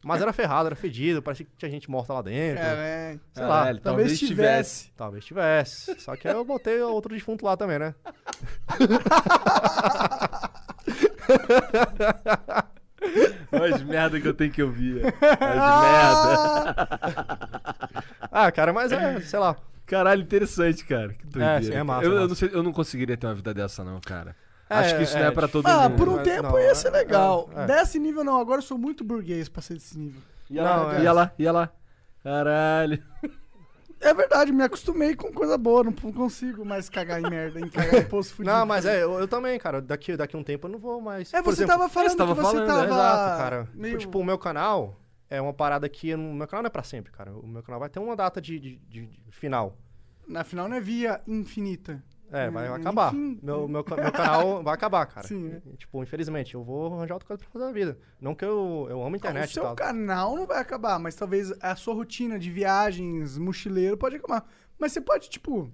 S5: Mas era ferrado, era fedido, parecia que tinha gente morta lá dentro.
S3: Caralho.
S5: sei lá.
S2: Caralho,
S3: Talvez
S2: talvez
S3: tivesse.
S2: tivesse.
S5: Talvez tivesse. Só que aí eu botei outro defunto lá também, né?
S2: Olha as merda que eu tenho que ouvir. As merda.
S5: Ah, cara, mas é, sei lá.
S2: Caralho, interessante, cara. Que doideira.
S5: sim, é
S2: cara.
S5: massa,
S2: eu, eu
S5: massa.
S2: não sei- eu não conseguiria ter uma vida dessa, não, cara.
S5: É,
S2: Acho que isso
S5: é,
S2: não é pra todo
S3: Ah,
S2: mundo.
S3: por um
S5: Mas
S3: tempo
S5: não,
S3: ia ser
S5: é-
S3: legal.
S5: é, é.
S3: Desse nível não, agora eu sou muito burguês pra ser desse nível.
S2: Ia lá, né,
S5: Não, é.
S2: ia lá, ia lá. Caralho.
S3: É verdade, me acostumei com coisa boa, não não consigo mais cagar em merda, em cagar em poço fudido.
S5: Não, mas é, eu, eu também, cara. Daqui, daqui a um tempo eu não vou mais.
S3: tipo É,
S5: Por
S3: você
S5: exemplo,
S3: tava falando
S2: você tava
S3: que você
S2: falando, é,
S3: tava...
S5: Exato, cara.
S3: meio-
S5: Tipo, o meu canal é uma parada que. eu não- O meu canal não é pra sempre, cara. O meu canal vai ter uma data de, de- de- de final.
S3: Na final não é via infinita.
S5: É,
S3: É,
S5: vai
S3: enfim.
S5: acabar. Meu, meu, ca- meu canal vai acabar, cara.
S3: Sim, né?
S5: E, Tipo, infelizmente, eu vou arranjar outra coisa pra fazer na vida. Não que eu, eu amo
S3: Ah,
S5: a
S3: Então, O
S5: internet e
S3: seu
S5: tal.
S3: canal não vai acabar, mas talvez a sua rotina de viagens, mochileiro, pode acabar. Mas você pode, tipo...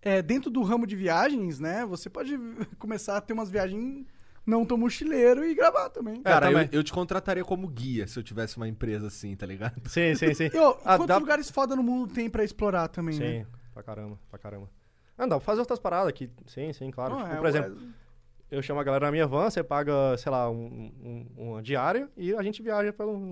S3: é, dentro do ramo de viagens, né? Você pode começar a ter umas viagens não tão mochileiro e gravar também. Tá.
S5: É,
S2: Cara, eu,
S5: também.
S2: eu te contrataria como guia se eu tivesse uma empresa assim, tá ligado?
S5: Sim, sim, sim.
S3: E, ó,
S5: Ah,
S3: quantos
S5: dá-
S3: lugares foda no mundo tem pra explorar também, né?
S5: Sim, pra caramba, pra caramba. Ah, não, fazer outras paradas aqui. Sim, sim, claro.
S3: Não,
S5: Tipo,
S3: é,
S5: por exemplo, eu chamo a galera na minha van, você paga, sei lá, um, um- uma diária e a gente viaja pelo.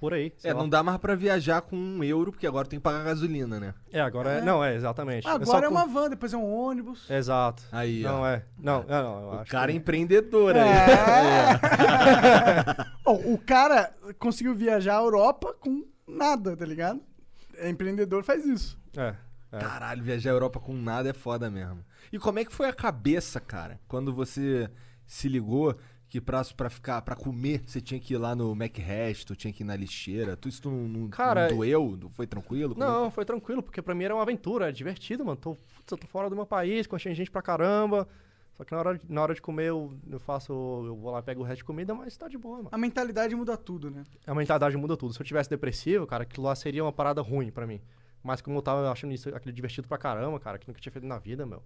S5: Por aí. sei
S2: É,
S5: lá.
S2: não dá mais pra viajar com um euro, porque agora tem que pagar gasolina, né?
S5: É, agora é. Não, é, exatamente. Eu só
S3: Agora é
S5: cu-
S3: uma van, depois é um ônibus.
S5: Exato.
S2: Aí,
S5: Não
S2: ó.
S5: é. Não, não, não. Eu
S2: O
S5: acho
S2: cara é
S5: que...
S2: empreendedor É, aí.
S3: Ó, É. o cara conseguiu viajar a Europa com nada, tá ligado? É empreendedor, faz isso.
S5: É.
S2: É. Caralho, viajar a Europa com nada é foda mesmo. E como é que foi a cabeça, cara, quando você se ligou que pra, pra ficar, pra comer, você tinha que ir lá no McHash, tu tinha que ir na lixeira, tudo isso não, não,
S5: Cara,
S2: não doeu? Não foi tranquilo? Como é
S5: Não, foi tranquilo, porque pra mim era uma aventura, é divertido, mano. Tô, putz, eu tô fora do meu país, conheci gente pra caramba. Só que na hora, na hora de comer, eu, eu faço. Eu vou lá, pego o resto de comida, mas tá de boa, mano.
S3: A mentalidade muda tudo, né?
S5: A É mentalidade muda tudo. Se eu tivesse depressivo, cara, aquilo lá seria uma parada ruim pra mim. Mas como eu tava achando isso, aquilo divertido pra caramba, cara, que nunca tinha feito na vida, meu.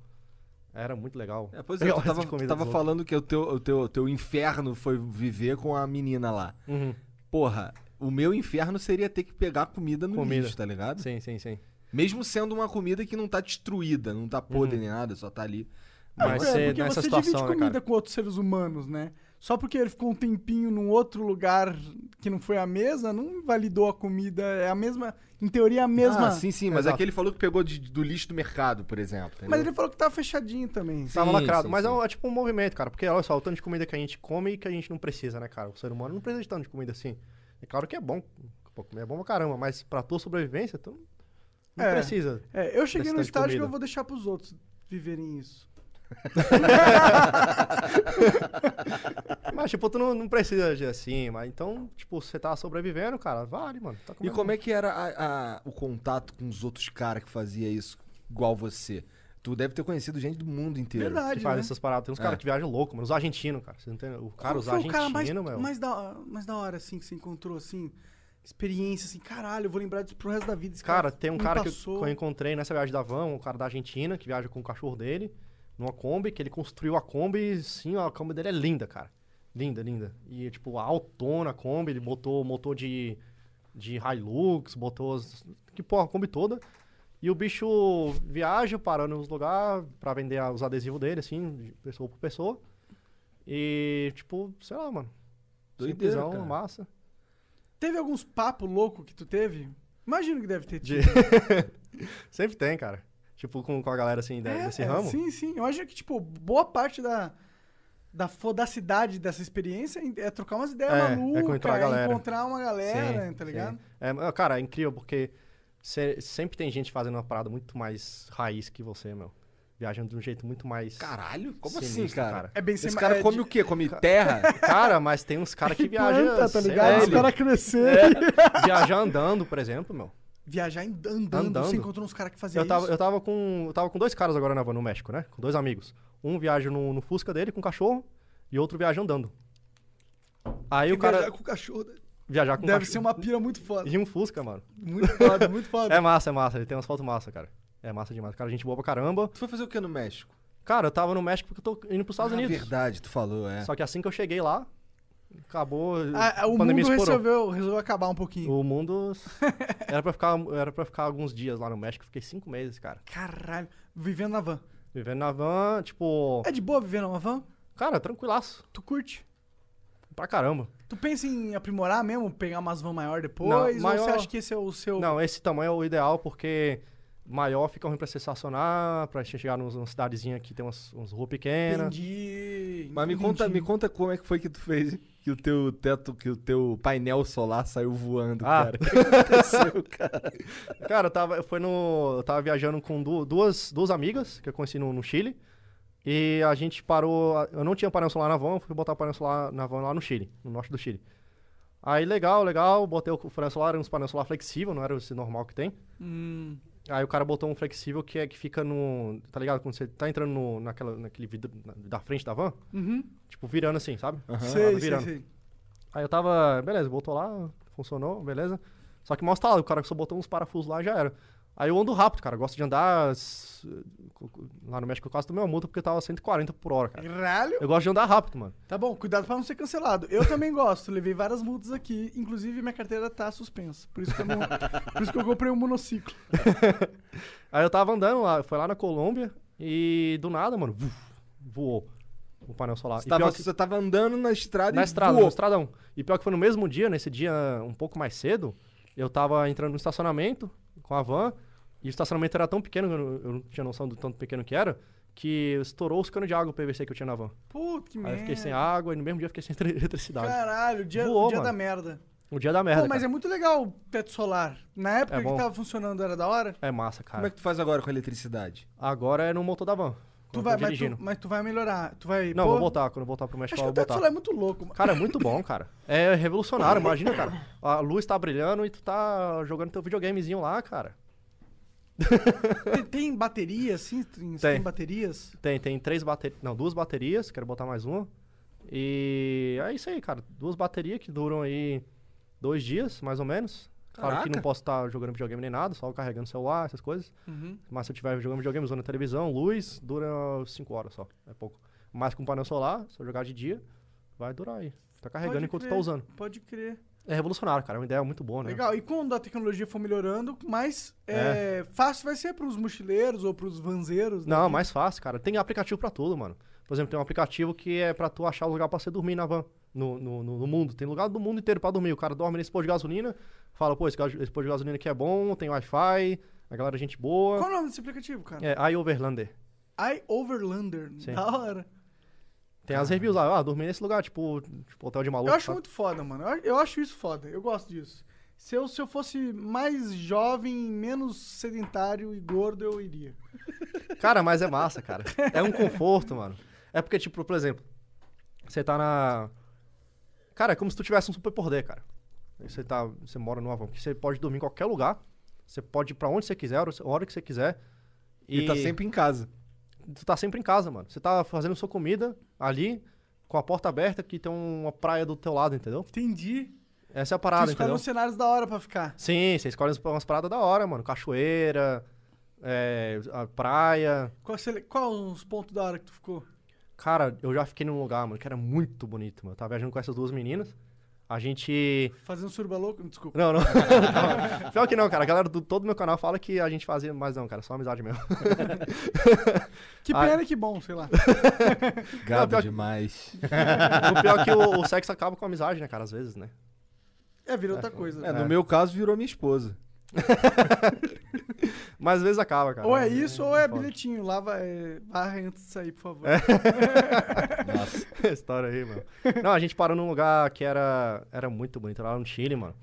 S5: Era muito legal.
S2: É, pois é,
S5: Pegar o
S2: tu
S5: resto
S2: tava,
S5: de comida
S2: tu tava
S5: dos outros.
S2: falando que o teu, o teu, teu inferno foi viver com a menina lá.
S5: Uhum.
S2: Porra, o meu inferno seria ter que pegar comida no
S5: Comida.
S2: lixo, tá ligado?
S5: Sim, sim, sim.
S2: Mesmo sendo uma comida que não tá destruída, não tá
S5: Uhum.
S2: podre nem nada, só tá ali.
S5: Mas
S3: É,
S5: você,
S3: porque
S5: nessa
S3: você
S5: situação,
S3: divide
S5: né,
S3: comida
S5: cara?
S3: com outros seres humanos, né? Só porque ele ficou um tempinho num outro lugar que não foi a mesa, não validou a comida. É a mesma. Em teoria, é a mesma.
S2: Ah, sim, sim, mas
S5: Exato.
S2: aquele falou que pegou de- do lixo do mercado, por exemplo.
S3: Mas
S2: entendeu?
S3: ele falou que tava fechadinho também.
S5: Tava
S2: Sim,
S5: lacrado.
S2: sim,
S5: mas É,
S2: sim.
S5: um- é tipo um movimento, cara. Porque olha só, o tanto de comida que a gente come e que a gente não precisa, né, cara? O ser humano não precisa de tanto de comida assim. É claro que é bom. Pô, comer é bom pra caramba, mas pra tua sobrevivência, tu Não
S3: É.
S5: precisa.
S3: É, eu cheguei
S5: desse
S3: num
S5: tanto de
S3: estágio que eu
S5: comida.
S3: vou deixar pros outros viverem isso.
S5: Mas, tipo, tu não, não precisa de assim, mas então, tipo, se você tá sobrevivendo, cara, vale, mano. Tá
S2: E
S5: comendo.
S2: como é que era a- a- o contato com os outros caras que fazia isso igual você? Tu deve ter conhecido gente do mundo inteiro.
S3: Verdade,
S5: que faz
S3: né?
S5: essas paradas. Tem uns
S2: É.
S5: caras que viajam louco, mano. Os argentinos, cara. Você não tem... O cara,
S3: Qual
S5: os
S3: foi o
S5: argentinos,
S3: cara mais,
S5: meu.
S3: mais, da, mais da hora, assim, que você encontrou, assim? Experiência, assim, caralho, eu vou lembrar disso pro resto da vida. Esse
S5: Cara, tem um
S3: me
S5: cara que eu-
S3: passou.
S5: que eu encontrei nessa viagem da van, um cara da Argentina, que viaja com o cachorro dele, numa Kombi, que ele construiu a Kombi, sim, a Kombi dele é linda, cara. Linda, linda. E, tipo, a autona a Kombi, ele botou motor de, de Hilux, botou as- que porra, a Kombi toda. E o bicho viaja parando nos lugares pra vender a- os adesivos dele, assim, de pessoa por pessoa. E, tipo, sei lá, mano.
S2: Doideira,
S5: Simplesão,
S2: cara.
S5: massa.
S3: Teve alguns papo louco que tu teve? Imagino que deve ter tido.
S5: De- Sempre tem, cara. Tipo, com, com a galera, assim, da- desse ramo.
S3: É, Sim, sim. Eu acho que, tipo, boa parte da, da fodacidade dessa experiência é trocar umas ideias
S5: É, é
S3: malucas,
S5: encontrar a galera.
S3: encontrar uma galera,
S5: Sim,
S3: tá
S5: sim.
S3: ligado?
S5: É, mas, cara, é incrível porque cê- sempre tem gente fazendo uma parada muito mais raiz que você, meu. Viajando de um jeito muito mais.
S2: Caralho, como assim,
S5: Sinistro,
S2: cara?
S5: cara.
S3: É bem
S2: Esse
S3: sema-
S2: cara
S3: é
S2: come
S3: de-
S2: o quê? Come terra?
S5: Cara, mas tem uns caras que É. viajam.
S3: Planta, tá
S5: sei
S3: ligado?
S5: lá,
S3: Espera crescer.
S5: meu, viajar andando, por exemplo, meu.
S3: Viajar em- andando,
S5: Andando.
S3: você encontrou uns caras que faziam
S5: Eu tava,
S3: isso.
S5: eu tava com. Eu tava com dois caras agora na van no México, né? Com dois amigos. Um viaja no, no Fusca dele com um cachorro e outro viaja andando. Aí o cara.
S3: Viajar com o cachorro
S5: Viajar com um
S3: deve
S5: cachorro.
S3: ser uma pira muito foda.
S5: E um Fusca, mano.
S3: Muito foda, muito foda.
S5: É massa, é massa. Ele tem umas fotos massa, cara. É massa demais. Cara, gente boa pra caramba.
S2: Tu foi fazer o que no México?
S5: Cara, eu tava no México porque eu tô indo pros Estados
S2: Ah,
S5: Unidos.
S2: verdade, tu falou, é.
S5: Só que assim que eu cheguei lá, acabou.
S3: Ah,
S5: a
S3: o mundo
S5: pandemia estourou.
S3: resolveu, resolveu acabar um pouquinho.
S5: O mundo. Era pra, ficar, era pra ficar alguns dias lá no México. Fiquei cinco meses, cara.
S3: Caralho, vivendo na van.
S5: Vivendo na van, tipo.
S3: É de boa viver numa van?
S5: Cara, tranquilaço.
S3: Tu curte?
S5: Pra caramba.
S3: Tu pensa em aprimorar mesmo? Pegar umas van maior depois?
S5: Não,
S3: Ou
S5: maior-
S3: você acha que esse é o seu...
S5: Não, esse tamanho é o ideal porque maior fica ruim pra se estacionar, pra gente chegar numa numa cidadezinha que tem umas, umas ruas pequenas.
S3: Entendi.
S2: Mas me
S3: entendi.
S2: conta, me conta como é que foi que tu fez que o teu teto, que o teu painel solar saiu voando,
S5: Ah.
S2: cara. O que aconteceu, cara?
S5: Cara, eu tava, eu fui no, eu tava viajando com du- duas, duas amigas que eu conheci no, no Chile. E a gente parou. Eu não tinha painel solar na van, eu fui botar o painel solar na van lá no Chile, no norte do Chile. Aí legal, legal, botei o painel solar, era uns painel solar flexível, não era esse normal que tem.
S3: Hum,
S5: Aí o cara botou um flexível que é que fica no. Tá ligado? Quando você tá entrando no, naquela, naquele vidro na- da frente da van,
S3: uhum.
S5: tipo virando assim, sabe? Ela
S3: sei, sei,
S5: virando.
S3: sei.
S5: Aí eu tava, beleza, botou lá, funcionou, beleza. Só que mal instalado, o cara só botou uns parafusos lá e já era. Aí eu ando rápido, cara, eu gosto de andar. s- co- co- Lá no México eu quase tomei uma multa porque eu tava 140 por hora, cara.
S3: Caralho.
S5: Eu gosto de andar rápido, mano.
S3: Tá bom, cuidado pra não ser cancelado. Eu também gosto, levei várias multas aqui, inclusive minha carteira tá suspensa. Por isso que eu, não- por isso que eu comprei um monociclo.
S5: Aí eu tava andando lá, foi lá na Colômbia e do nada, mano, vuf, voou o painel solar.
S2: Você
S5: E
S2: tava,
S5: pior que-
S2: você tava andando na estrada
S5: na
S2: e
S5: estrada,
S2: voou.
S5: no estradão. E pior que foi no mesmo dia, nesse dia um pouco mais cedo, eu tava entrando no estacionamento com a van, e o estacionamento era tão pequeno, que eu não, eu não tinha noção do tanto pequeno que era, que estourou os canos de água PVC que eu tinha na van.
S3: Puta que
S5: Aí eu
S3: merda.
S5: fiquei sem água, e no mesmo dia eu fiquei sem eletri- eletricidade.
S3: Caralho, o dia,
S5: Voou,
S3: o dia
S5: mano.
S3: da merda.
S5: O dia da merda,
S3: Pô, mas é
S5: cara.
S3: muito legal o teto solar. Na época
S5: É
S3: que
S5: bom.
S3: tava funcionando era da hora?
S5: é... massa, cara.
S2: Como é que tu faz agora com a eletricidade?
S5: Agora é no motor da van.
S3: Tu
S5: quando
S3: vai,
S5: eu tô
S3: mas,
S5: dirigindo.
S3: tu, mas tu vai melhorar. Tu vai.
S5: Não,
S3: pô,
S5: vou voltar. Quando eu voltar pro México,
S3: Acho
S5: eu
S3: que
S5: vou
S3: o teto
S5: botar.
S3: solar é muito louco, mano.
S5: Cara, é muito bom, cara. É revolucionário, imagina, cara. A luz tá brilhando e tu tá jogando teu videogamezinho lá, cara.
S3: Tem, tem bateria, assim? Tem,
S5: Tem.
S3: tem baterias?
S5: Tem, tem três baterias. Não, duas baterias, quero botar mais uma. E é isso aí, cara. Duas baterias que duram aí dois dias, mais ou menos. Claro que
S2: Caraca.
S5: não posso estar jogando videogame nem nada, só carregando celular, essas coisas.
S3: Uhum.
S5: Mas se eu estiver jogando videogame usando a televisão, luz, dura cinco horas só. É pouco. Mas com painel solar, se eu jogar de dia, vai durar aí. Tá carregando
S3: Pode
S5: enquanto
S3: crer,
S5: tá usando.
S3: Pode crer.
S5: É revolucionário, cara. É uma ideia muito boa, né?
S3: Legal. E quando a tecnologia for melhorando, mais é, fácil vai ser pros mochileiros ou pros vanzeiros. né?
S5: Não, mais fácil, cara. Tem aplicativo pra tudo, mano. Por exemplo, tem um aplicativo que é pra tu achar o lugar pra você dormir na van. No, no, no- no mundo. Tem lugar do mundo inteiro pra dormir. O cara dorme nesse posto de gasolina, fala, pô, esse, ga- esse posto de gasolina aqui é bom, tem Wi-Fi, a galera é gente boa.
S3: Qual o nome desse aplicativo, cara?
S5: É, iOverlander.
S3: iOverlander.
S5: Sim.
S3: Da hora.
S5: Tem as reviews lá, ah, dormi nesse lugar, tipo, tipo hotel de maluco.
S3: Eu acho
S5: sabe?
S3: muito foda, mano. Eu- Eu acho isso foda. Eu gosto disso. Se eu, se eu fosse mais jovem, menos sedentário e gordo, eu iria.
S5: Cara, mas é massa, cara. É um conforto, mano. É porque, tipo, por exemplo, você tá na. Cara, é como se tu tivesse um super poder, cara. Você tá. Você mora no Avon, que você pode dormir em qualquer lugar. Você pode ir pra onde você quiser, a hora- a hora que você quiser.
S2: E tá sempre em casa.
S5: Tu tá sempre em casa, mano. Você tá fazendo sua comida ali, com a porta aberta, que tem uma praia do teu lado, entendeu?
S3: Entendi.
S5: Essa é a
S3: Parado,
S5: parada,
S3: escolhe
S2: um
S5: entendeu?
S3: uns cenários da hora pra ficar.
S5: Sim, você escolhe umas- umas paradas da hora, mano. Cachoeira, é, a praia.
S3: Qual, você- qual os pontos da hora que tu ficou?
S5: Cara, eu já fiquei num lugar, mano, que era muito bonito, mano. Eu tava viajando com essas duas meninas. A gente.
S3: Fazendo surba louco? Desculpa.
S5: Não, não. Não. Pior que não, cara. A galera do todo meu canal fala que a gente fazia, mas não, cara, só amizade mesmo.
S3: Que
S5: Ah.
S3: pena, que bom, sei lá.
S5: Não,
S2: Gado
S5: pior que-
S2: demais.
S5: O pior é que o, o sexo acaba com a amizade, né, cara? Às vezes, né?
S3: É, virou outra coisa.
S2: É, no meu caso, virou minha esposa.
S5: Mas às vezes acaba, cara.
S3: Ou é isso ou é
S5: foda.
S3: bilhetinho. Lava, é, varra antes de sair, por favor.
S5: É.
S2: Nossa.
S5: Essa história aí, mano. Não, a gente parou num lugar que era, era muito bonito, lá no Chile, mano.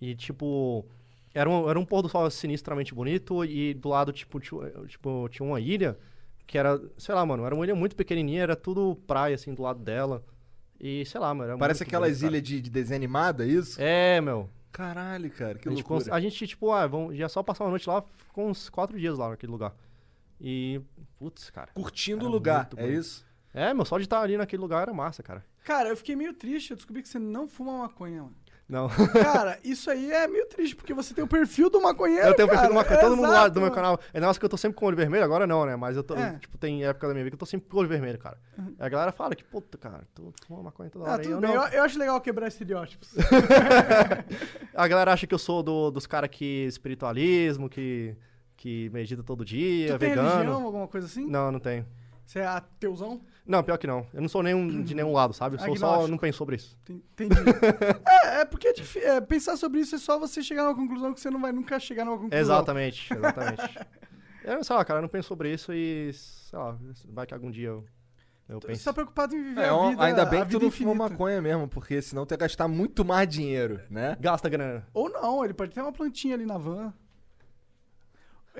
S5: E, tipo, era um, era um pôr do sol sinistramente bonito e do lado, tipo, ti- tipo, tinha uma ilha que era, sei lá, mano, era uma ilha muito pequenininha, era tudo praia, assim, do lado dela. E, sei lá, mano. era
S2: Parece
S5: muito
S2: aquelas
S5: bonito, cara.
S2: ilhas de, de desenho animado, é isso?
S5: É, meu.
S2: Caralho, cara, que
S5: a, gente,
S2: loucura.
S5: cons- a gente, tipo, ah, vamos, ia só passar uma noite lá, ficou uns quatro dias lá naquele lugar. E, putz, cara.
S2: Curtindo
S5: Era
S2: o lugar,
S5: muito
S2: é
S5: bonito.
S2: isso?
S5: É, meu, só de estar ali naquele lugar era massa, cara.
S3: Cara, eu fiquei meio triste. Eu descobri que você não fuma maconha, mano.
S5: Não.
S3: Cara, isso aí é meio triste, porque você tem o perfil do maconheiro.
S5: Eu tenho o perfil do
S3: cara.
S5: maconha, todo mundo lá
S3: Exato,
S5: do meu
S3: mano.
S5: canal. É negócio que eu tô sempre com o olho vermelho, agora não, né? Mas eu tô,
S3: É. Uhum.
S5: tipo, tem época da minha vida que eu tô sempre com o olho vermelho, cara. E a galera fala que, puta, cara, tu fuma maconha toda
S3: Ah,
S5: hora. e
S3: tudo
S5: eu
S3: bem.
S5: não.
S3: Eu, eu acho legal quebrar estereótipos.
S5: A galera acha que eu sou do- dos caras que espiritualismo, que, que medita todo dia,
S3: tu tem
S5: é vegano.
S3: religião, alguma coisa assim?
S5: Não, não tenho.
S3: Você é ateuzão?
S5: Não, pior que não. Eu não sou nenhum, de nenhum lado, sabe? Eu sou só,
S3: Uhum. Agnóstico.
S5: não penso sobre isso.
S3: Tem- Entendi. é, é porque é difí- é, pensar sobre isso é só você chegar numa conclusão que você não vai nunca chegar numa conclusão.
S5: Exatamente, exatamente. eu não sei lá, cara, eu não penso sobre isso e, sei lá, vai que algum dia eu, eu
S3: Você
S5: penso.
S3: tá preocupado em viver
S2: É,
S3: a vida.
S2: ainda
S3: a
S2: bem que tu
S3: vida
S2: não fumou
S3: infinita.
S2: maconha mesmo, porque senão tu ia gastar muito mais dinheiro, né?
S5: Gasta grana.
S3: Ou não, ele pode ter uma plantinha ali na van.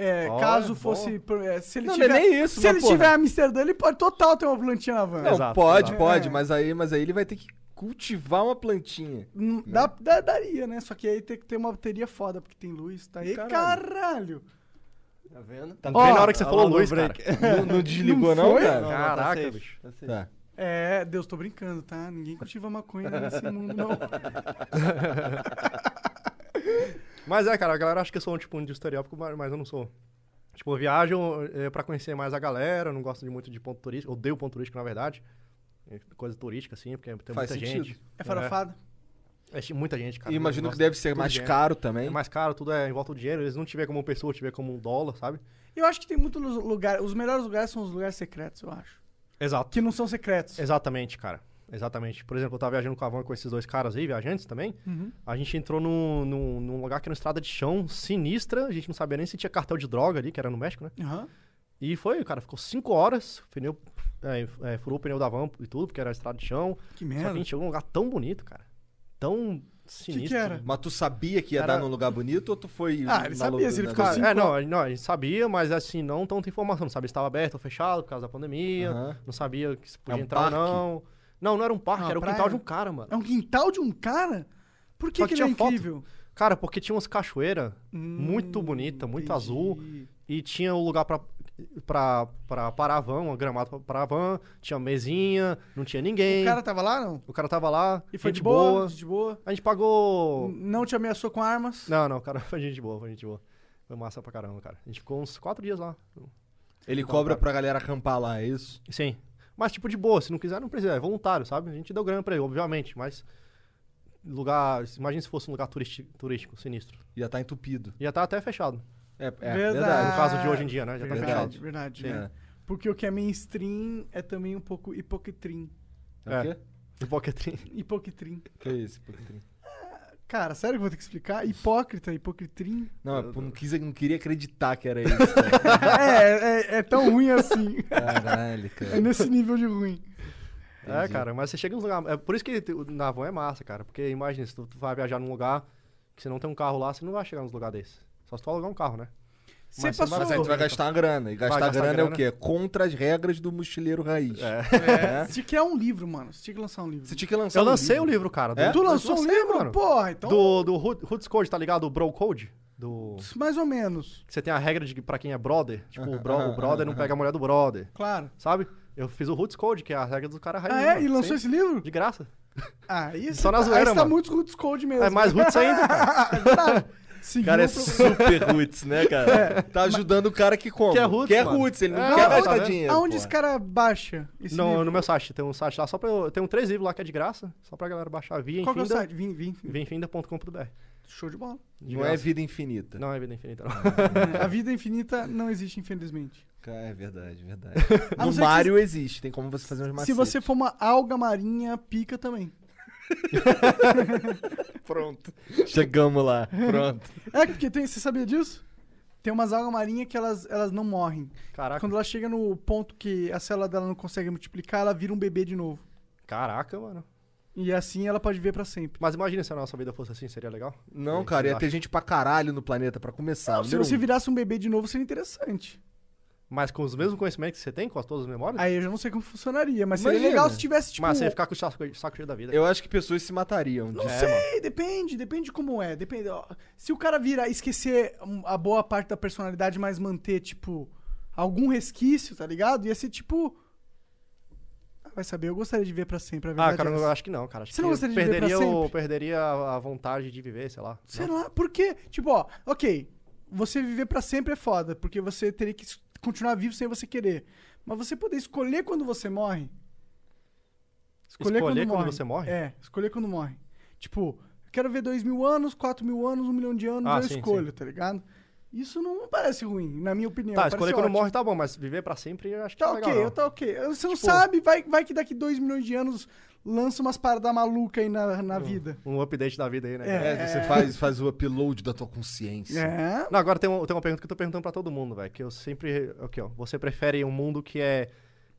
S3: É,
S5: Ó,
S3: caso
S5: é
S3: fosse. pro- é, se ele
S2: Não, não é
S3: tiver,
S2: nem isso,
S3: Se
S2: mas,
S3: ele
S2: porra.
S3: tiver Amsterdã, ele pode total ter uma plantinha na van.
S2: Não,
S5: Exato,
S2: pode,
S5: exato.
S2: pode,
S3: É.
S2: mas aí, mas aí ele vai ter que cultivar uma plantinha.
S3: Hum, Dá, dá- daria, né? Só que aí tem que ter uma bateria foda, porque tem luz, tá aí. Caralho!
S2: Caralho.
S4: Tá vendo?
S5: Tá bem na hora que você falou luz, cara.
S2: Não, não desligou não,
S3: foi?
S2: cara?
S5: Caraca,
S4: safe,
S5: bicho.
S4: Tá safe.
S2: Tá.
S3: É, Deus, tô brincando, tá? Ninguém cultiva maconha nesse mundo, não.
S5: Mas é, cara, a galera acha que eu sou um tipo um de estereótipo, mas mas eu não sou. Tipo, eu viajo é, pra conhecer mais a galera, eu não gosto de muito de ponto turístico, odeio ponto turístico, na verdade. É, Coisa turística, assim, porque tem
S2: Faz
S5: muita
S2: sentido.
S5: gente.
S3: É farofada?
S5: É, chi- muita gente, cara.
S2: E imagino
S5: Eu
S2: que
S5: gosto
S2: deve ser
S5: tudo
S2: mais
S5: de dinheiro.
S2: caro também.
S5: É mais caro, tudo é em volta do dinheiro. Eles não te veem como pessoa, te veem como um dólar, sabe?
S3: Eu acho que tem muitos lugares. Os melhores lugares são os lugares secretos, eu acho.
S5: Exato.
S3: Que não são
S2: É.
S3: secretos.
S5: Exatamente, cara. Exatamente. Por exemplo, eu tava viajando com a van com esses dois caras aí, viajantes também.
S3: Uhum.
S5: A gente entrou num, num, num lugar que era uma estrada de chão sinistra. A gente não sabia nem se tinha cartel de droga ali, que era no México, né?
S3: Aham.
S5: E foi, cara, ficou 5 horas, pneu, é, é, furou o pneu da van e tudo, porque era estrada de chão.
S3: Que
S5: Só que a
S3: merda.
S5: gente chegou num lugar tão bonito, cara. Tão sinistro.
S3: era?
S2: Mas tu sabia que ia
S5: Cara-
S2: dar num lugar bonito ou tu foi.
S3: Ah, ele
S2: na
S3: sabia,
S2: loucura,
S3: se ele
S2: na
S3: ficou
S2: doideira?
S5: Cara, é, não, a- não, a gente sabia, mas assim, não tanta informação. Não sabia se estava aberto ou fechado por causa da pandemia.
S2: Aham.
S5: Não sabia que se
S2: É um
S5: podia entrar ou
S2: parque?
S5: não. Não, não era um parque,
S3: Uma
S5: era o
S3: praia?
S5: quintal de um cara, mano.
S3: É um quintal de um cara? Por que,
S5: Só
S3: que
S5: que
S3: ele é
S5: tinha foto.
S3: incrível?
S5: Cara, porque tinha umas cachoeiras muito
S3: Hum,
S5: bonita, muito
S3: entendi.
S5: azul. E tinha um lugar pra, pra, pra parar a van, uma gramada pra parar a van. Tinha mesinha, não tinha ninguém.
S3: O cara tava lá, não?
S5: O cara tava lá,
S3: E foi
S5: gente
S3: de boa, De boa.
S5: A gente pagou.
S3: Não te ameaçou com armas?
S5: Não, não, cara, foi gente boa, foi gente boa. Foi massa pra caramba, cara. A gente ficou uns quatro dias lá.
S2: Ele cobra pra galera acampar lá, é isso?
S5: Sim. Mas, tipo, de boa, se não quiser, não precisa. É voluntário, sabe? A gente deu grana pra ele, obviamente, mas. Lugar. Imagina se fosse um lugar turisti- turístico, sinistro.
S2: Ia tá entupido.
S5: Ia tá até fechado.
S2: É, é
S3: Verdade.
S5: No caso de hoje em dia, né? Já tá fechado.
S3: Verdade, verdade. né? Porque o que é mainstream é também um pouco hipocritrim.
S2: É. É o
S5: É.
S2: quê?
S5: Hipócrita.
S3: Hipocritrim.
S2: Que isso? pô, que tri-
S3: Cara, sério que eu vou ter que explicar? Hipócrita, hipocritrim?
S2: Não, eu não, quis, eu não queria acreditar que era isso. cara.
S3: é, é, é tão ruim assim.
S2: Caralho,
S3: É
S2: cara.
S3: nesse nível de ruim.
S5: É, cara, mas você chega em uns lugares. É por isso que te- o- na van é massa, cara. Porque imagina, se tu, tu vai viajar num lugar Que você não tem um carro lá, você não vai chegar nos lugares desses. Só se tu alugar um carro, né?
S3: Você passou-
S5: vai-
S2: Mas a gente vai gastar uma grana. E
S5: Vai
S2: gastar, grana, é o
S5: grana.
S2: quê? Contra as regras do mochileiro raiz.
S3: É. Você tinha que é um livro, mano. Você tinha que lançar um livro.
S2: Você tinha que lançar
S5: Eu
S2: um
S5: lancei o livro, cara. do-
S2: É?
S3: Tu lançou um
S5: Lancei,
S3: livro?
S5: mano.
S3: Porra, então.
S5: Do, do Hood- Hoods Code, tá ligado? O Bro Code. Do...
S3: Mais ou menos.
S5: que Você tem a regra de que pra quem é brother. Tipo, o, bro-
S2: aham,
S5: o brother não
S2: aham.
S5: pega a mulher do brother.
S3: Claro.
S5: Sabe? Eu fiz o Roots Code, que é a regra do cara raiz.
S3: Ah,
S5: mano,
S3: é? E lançou
S5: sem-
S3: esse livro?
S5: De graça.
S3: Ah, isso.
S5: Só na
S3: aí você
S5: zoeira,
S3: tá
S5: mano.
S3: muito roots code mesmo. né?
S5: É mais Roots ainda, cara.
S3: Seguiu
S2: cara é
S3: o programa.
S2: super roots, né, cara? Tá ajudando o cara que compra.
S5: Que é roots,
S2: Que é
S5: mano.
S2: roots, ele não
S5: É,
S2: quer
S5: tá
S2: gastar
S5: vendo?
S2: dinheiro.
S3: Aonde
S2: pô.
S3: esse cara baixa esse
S5: No,
S3: livro?
S5: no meu site. Tem um site lá só pra. Eu tenho três livros lá que é de graça. Só pra galera baixar. Via
S3: Qual que é o
S5: Infinda.
S3: site? Vim, vim.
S5: Via Infinda.com.br.
S3: Show de bola.
S5: De
S2: Não é
S5: graça.
S2: vida infinita.
S5: Não é vida infinita, não. É.
S3: A vida infinita não existe, infelizmente.
S2: Cara, é verdade, verdade.
S3: A não
S2: no
S3: ser que
S2: Mario existe, tem como você fazer uns
S3: Se
S2: macetes.
S3: você for uma alga marinha, pica também.
S2: Pronto. Chegamos lá, pronto.
S3: É, porque tem, você sabia disso? Tem umas algas marinhas que elas, elas não morrem.
S5: Caraca.
S3: Quando ela chega no ponto que a célula dela não consegue multiplicar, ela vira um bebê de novo.
S5: Caraca, mano.
S3: E assim ela pode viver pra sempre.
S5: Mas imagina se a nossa vida fosse assim, seria legal?
S2: Não, cara, ia ter gente pra caralho no planeta pra começar.
S3: Não, se
S2: número
S3: você
S2: um.
S3: virasse um bebê de novo, seria interessante.
S5: Mas com os mesmos conhecimentos que você tem, com as todas as memórias?
S3: Aí eu já não sei como funcionaria, mas seria
S2: Imagina.
S3: legal se tivesse, tipo...
S5: mas você ia ficar com o saco, saco cheio da vida.
S2: Eu acho que pessoas se matariam.
S3: Não
S2: disso.
S3: sei, depende, depende de como é. Depende, ó, se o cara virar esquecer hum, a boa parte da personalidade, mas manter, tipo, algum resquício, tá ligado? Ia ser tipo. Ah, Vai saber, eu gostaria de ver pra sempre. A verdade
S5: ah, cara,
S3: é
S5: eu
S3: essa.
S5: acho que não, cara. Acho
S3: Você
S5: que
S3: não gostaria de viver
S5: perderia,
S3: pra
S5: o-
S3: sempre?
S5: perderia a a vontade de viver, sei lá.
S3: Sei lá, por quê? Tipo, ó, ok, você viver pra sempre é foda, porque você teria que es- continuar vivo sem você querer. Mas você poder escolher quando você morre.
S5: Escolher quando você morre?
S3: É, escolher quando morre. Tipo, eu quero ver dois mil anos, quatro mil anos, um milhão de anos,
S5: Ah,
S3: eu
S5: sim,
S3: escolho, tá ligado? Isso não parece ruim, na minha opinião.
S5: Tá,
S3: parece
S5: escolher quando
S3: ótimo.
S5: morre tá bom, mas viver pra sempre eu acho que
S3: Tá
S5: não é
S3: ok,
S5: legal, não. Tipo-
S3: eu tá ok. Você não sabe, vai, vai que daqui dois milhões de anos lança umas paradas malucas aí na, na vida.
S5: Um update da vida aí, né?
S3: É.
S5: cara?
S2: É, você faz, faz o upload da tua consciência.
S3: É,
S5: Não, agora tem, um- tem uma pergunta que eu tô perguntando pra todo mundo, velho. Que eu sempre. Aqui, ó. Você prefere um mundo que é.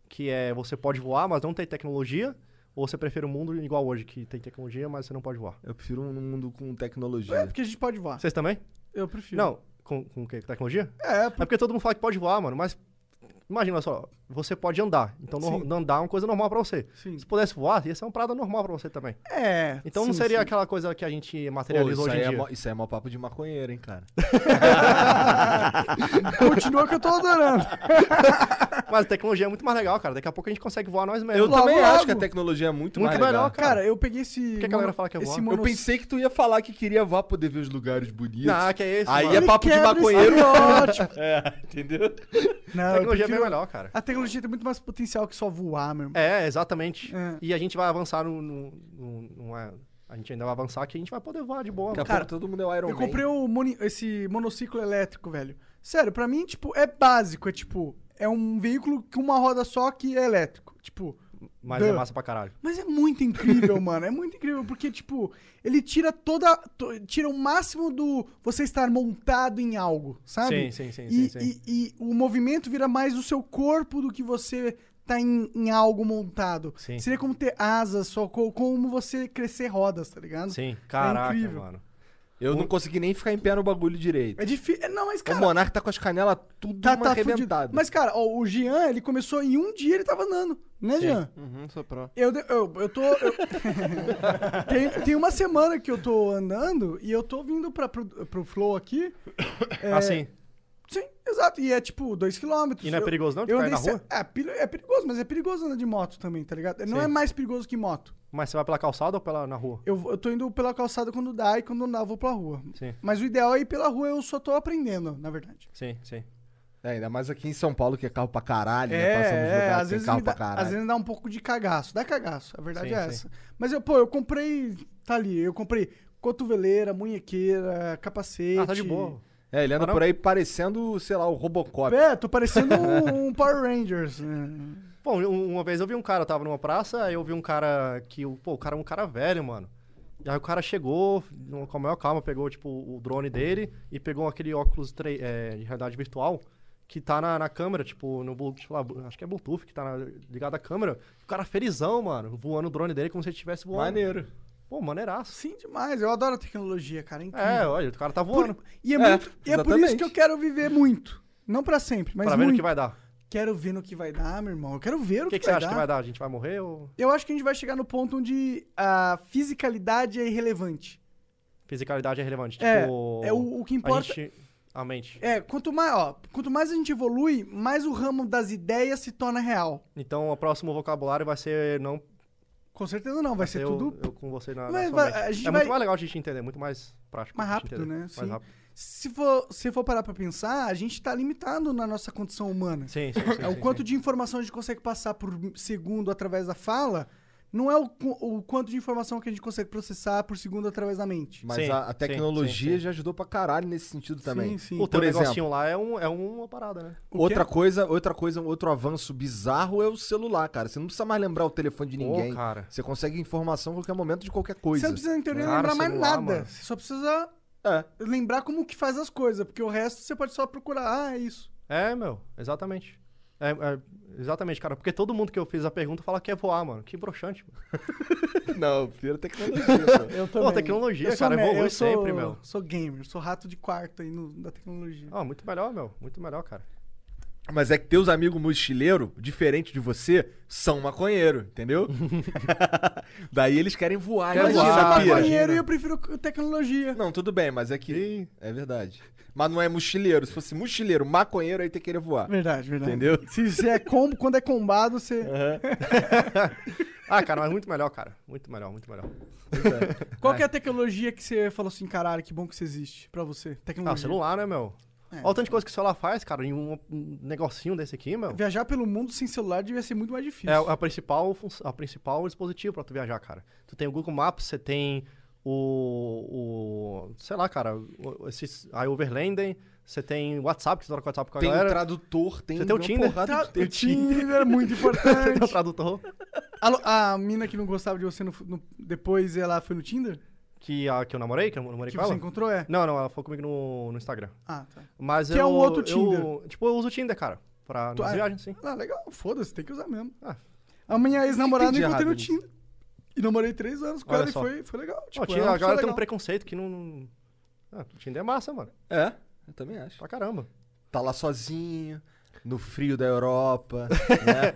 S5: Que é. Você pode voar, mas não tem tecnologia? Ou você prefere um mundo igual hoje, que tem tecnologia, mas você não pode voar?
S2: Eu prefiro um mundo com
S3: é
S2: tecnologia.
S3: porque a gente pode voar.
S5: Vocês também?
S3: Eu prefiro.
S5: Não. Com, com o quê? Tecnologia?
S3: É,
S5: É porque todo mundo fala que pode voar, mano, mas. Imagina só, você pode andar. Então, no-
S3: Sim.
S5: andar é uma coisa normal pra você.
S3: Sim.
S5: Se pudesse voar, ia ser uma parada normal pra você também.
S3: É.
S5: Então, não
S3: sim,
S5: seria
S3: sim.
S5: aquela coisa que a gente
S2: Pô,
S5: materializa
S2: isso,
S5: hoje
S2: aí
S5: em
S2: é
S5: dia.
S2: mó, isso aí é mó papo de maconheiro, hein, cara.
S3: Continua que eu tô adorando.
S5: Mas a tecnologia é muito mais legal, cara. Daqui a pouco a gente consegue voar nós mesmos.
S2: Eu também
S3: logo.
S2: acho que a tecnologia é muito,
S5: Muito
S2: mais
S5: melhor,
S2: legal.
S5: cara.
S3: Cara, eu peguei esse.
S5: que a
S3: mono-
S5: galera fala que é
S3: esse
S5: voar?
S2: Eu
S3: mono-
S2: pensei que tu ia falar que queria vá poder ver os lugares bonitos.
S5: Ah, que é isso,
S2: Aí
S5: mano.
S2: é papo de
S3: quebra
S2: maconheiro.
S3: estereótipo.
S2: É, entendeu?
S3: Não,
S5: A
S3: eu
S5: tecnologia
S3: prefiro-
S5: é bem melhor, cara.
S3: A tecnologia tem muito mais potencial que só voar, meu irmão.
S5: É, exatamente.
S3: É.
S5: E a gente vai avançar no, no- no- numa- A gente ainda vai avançar que a gente vai poder voar de boa.
S2: Daqui a
S5: mano.
S2: pouco todo mundo é o Iron
S3: Eu
S2: Man.
S3: comprei um o moni- esse monociclo elétrico, velho. Sério, pra mim, tipo, é básico. É tipo, é um veículo com uma roda só que é elétrico. Tipo,
S5: Mas é
S3: Duh.
S5: massa pra caralho.
S3: Mas é muito incrível, mano. É muito incrível, porque, tipo, ele tira toda. to- tira o máximo do você estar montado em algo, sabe?
S5: Sim, sim, sim,
S3: E,
S5: sim, sim.
S3: E, e o movimento vira mais o seu corpo do que você tá em, em algo montado.
S5: Sim.
S3: Seria como ter asas, só co- como você crescer rodas, tá ligado?
S5: Sim, caraca,
S3: incrível.
S5: mano.
S2: Eu não consegui nem ficar em pé no bagulho direito.
S3: É difícil. Não, mas,
S2: o
S3: cara.
S2: Monark tá com as canelas tudo
S3: Tá,
S2: uma
S3: tá fudido.
S2: arrebentado.
S3: Mas, cara, ó, o Jean, ele começou em um dia, ele tava andando. Né, Jean?
S4: Uhum, sou pró.
S3: Eu, de- eu, eu tô. eu- tem, tem uma semana que eu tô andando e eu tô vindo pra, pro, pro Flow aqui. É,
S5: Assim,
S3: Sim, exato. E é tipo 2km.
S5: E não é perigoso não de cair na rua?
S3: É, peri- é perigoso, mas é perigoso andar de moto também, tá ligado? Não
S5: Sim.
S3: é mais perigoso que moto.
S5: mas você vai pela calçada ou pela, na rua?
S3: Eu, vou- eu tô indo pela calçada quando dá e quando não dá eu vou pela rua.
S5: Sim.
S3: Mas o ideal é ir pela rua, eu só tô aprendendo, na verdade.
S5: Sim, sim.
S2: É, ainda mais aqui em São Paulo, que é carro pra caralho, né? Passamos
S3: É, é
S2: lugar que tem
S3: às, vezes
S2: carro
S3: me dá,
S2: pra caralho.
S3: às vezes dá um pouco de cagaço. Dá cagaço, a verdade
S5: Sim,
S3: é
S5: sim.
S3: essa. Mas eu, pô, eu comprei. Tá ali, eu comprei cotoveleira, munhequeira, capacete.
S5: Ah, tá de boa.
S2: É, ele anda
S5: Ah, não?
S2: por aí parecendo, sei lá, o Robocop.
S3: É, tô parecendo um, um Power Rangers. né?
S5: Bom, um- uma vez eu vi um cara, eu tava numa praça, aí eu vi um cara que, o- pô, o cara é um cara velho, mano. E aí o cara chegou, no- com a maior calma, pegou, tipo, o drone dele e pegou aquele óculos tre- é, de realidade virtual que tá na, na câmera, tipo, no Bluetooth, sei lá, bu- acho que é Bluetooth que tá na- ligado à câmera. O cara felizão, mano, voando o drone dele como se ele estivesse voando.
S2: Maneiro.
S5: Pô, maneiraço.
S3: Sim, demais. Eu adoro a tecnologia, cara. É, incrível.
S5: É, olha, o cara tá voando.
S3: Por- E, é muito- e é por isso que eu quero viver muito. Não pra sempre, mas
S5: pra ver
S3: muito.
S5: o que vai dar.
S3: Quero ver no que vai dar, meu irmão. Eu quero ver
S5: O
S3: o
S5: que,
S3: que,
S5: que você acha que vai dar? A gente vai morrer ou.
S3: Eu acho que a gente vai chegar no ponto onde a fisicalidade é irrelevante.
S5: Fisicalidade é relevante.
S3: É,
S5: tipo,
S3: é o- o que importa-
S5: A, gente- a mente.
S3: É, quanto mais, ó, quanto mais a gente evolui, mais o ramo das ideias se torna real.
S5: Então, o próximo vocabulário vai ser não.
S3: Com certeza não, vai, ser
S5: eu-
S3: tudo
S5: Eu, com você na, na
S3: Mas
S5: sua
S3: vai-
S5: mente.
S3: a gente
S5: é
S3: vai-
S5: muito mais legal a gente entender, muito mais prático.
S3: mais
S5: a gente
S3: rápido,
S5: entender,
S3: né?
S5: Mais
S3: Sim.
S5: rápido.
S3: Se for, se for parar pra pensar, a gente tá limitado na nossa condição humana.
S5: Sim, sim, sim,
S3: É, o
S5: sim,
S3: quanto
S5: sim.
S3: de informação a gente consegue passar por segundo através da fala não é o, qu- o quanto de informação que a gente consegue processar por segundo através da mente.
S2: Mas a, a tecnologia já ajudou pra caralho nesse sentido também.
S3: Sim, sim.
S5: O teu
S2: Por exemplo,
S5: negocinho lá é, um, é uma parada, né?
S2: outra coisa, outra coisa, um outro avanço bizarro é o celular, cara. Você não precisa mais lembrar o telefone de
S5: Pô,
S2: ninguém.
S5: cara.
S2: Você consegue informação a qualquer momento de qualquer coisa.
S3: Você não precisa, em teoria,
S2: Cara,
S3: lembrar mais
S2: celular,
S3: nada.
S2: mano.
S3: Você só precisa
S2: É.
S3: lembrar como que faz as coisas, porque o resto você pode só procurar. Ah, é isso.
S5: É, meu, exatamente. É, é, exatamente, cara. Porque todo mundo que eu fiz a pergunta fala que é voar, mano. Que broxante, mano.
S2: Não, prefiro tecnologia. pô.
S3: Eu
S5: Pô, tecnologia,
S3: Eu sou
S5: cara,
S3: me-
S5: evolui
S3: eu sou-
S5: sempre, meu.
S3: Sou gamer, sou rato de quarto aí no- da tecnologia.
S5: Ah, muito melhor, meu. Muito melhor, cara.
S2: Mas é que teus amigos mochileiro, diferente de você, são maconheiro, entendeu? Daí eles querem voar.
S5: Quer
S3: Mas eu
S2: imagina,
S5: voar,
S3: sou
S2: pira.
S3: maconheiro e eu prefiro c- tecnologia.
S2: Não, tudo bem, mas é que... É verdade. Mas não é mochileiro. Se fosse mochileiro, maconheiro, aí tem que querer voar.
S3: Verdade, verdade.
S2: Entendeu?
S3: Se você é combo, quando é combado, você.
S5: Ah, cara, mas muito melhor, cara. Muito melhor, muito melhor.
S3: Qual que é a tecnologia que você falou assim, caralho, que bom que você existe pra você? Tecnologia.
S5: Ah, celular, né, meu?
S3: É.
S5: Olha o tanto de coisa que o celular faz, cara, em um, um negocinho desse aqui, meu.
S3: Viajar pelo mundo sem celular devia ser muito mais difícil.
S5: É a principal, fun- a principal dispositivo pra tu viajar, cara. Tu tem o Google Maps, você tem o, o- sei lá, cara, o- esses, a Overlanding, você tem o WhatsApp, que você troca o WhatsApp com a
S3: um
S2: Tem um
S5: galera.
S2: tradutor, tem...
S5: Você tem o
S2: uma
S5: Tinder?
S2: porrada de-
S3: Tra-
S2: tem o Tinder.
S3: é muito importante.
S5: Tem o tradutor,
S3: Alô, a mina que não gostava de você no- no- depois ela foi no Tinder?
S5: que, a, que eu namorei, que eu namorei
S3: Que
S5: com
S3: você
S5: ela.
S3: encontrou, é?
S5: Não, não, ela foi comigo no, no Instagram.
S3: Ah, tá.
S5: Mas
S3: Que é
S5: eu,
S3: um outro
S5: eu-
S3: Tinder.
S5: tipo, eu uso o Tinder, cara, pra
S3: Tu-
S5: nas
S3: ah,
S5: viagens, sim.
S3: Ah, legal, foda-se, tem que usar mesmo.
S5: Ah.
S3: A minha ex-namorada
S2: Entendi
S3: eu encontrei no
S2: errado nisso.
S3: Tinder. E namorei três anos com
S5: Olha
S3: ela e
S5: só.
S3: foi, foi legal. Tipo,
S5: Ó, Tinder,
S3: ela é uma
S5: a galera tem
S3: pessoa
S5: um preconceito que não... Ah, o Tinder é massa, mano,
S2: É, eu também acho.
S5: pra caramba.
S2: Tá lá sozinho, no frio da Europa.
S3: legal.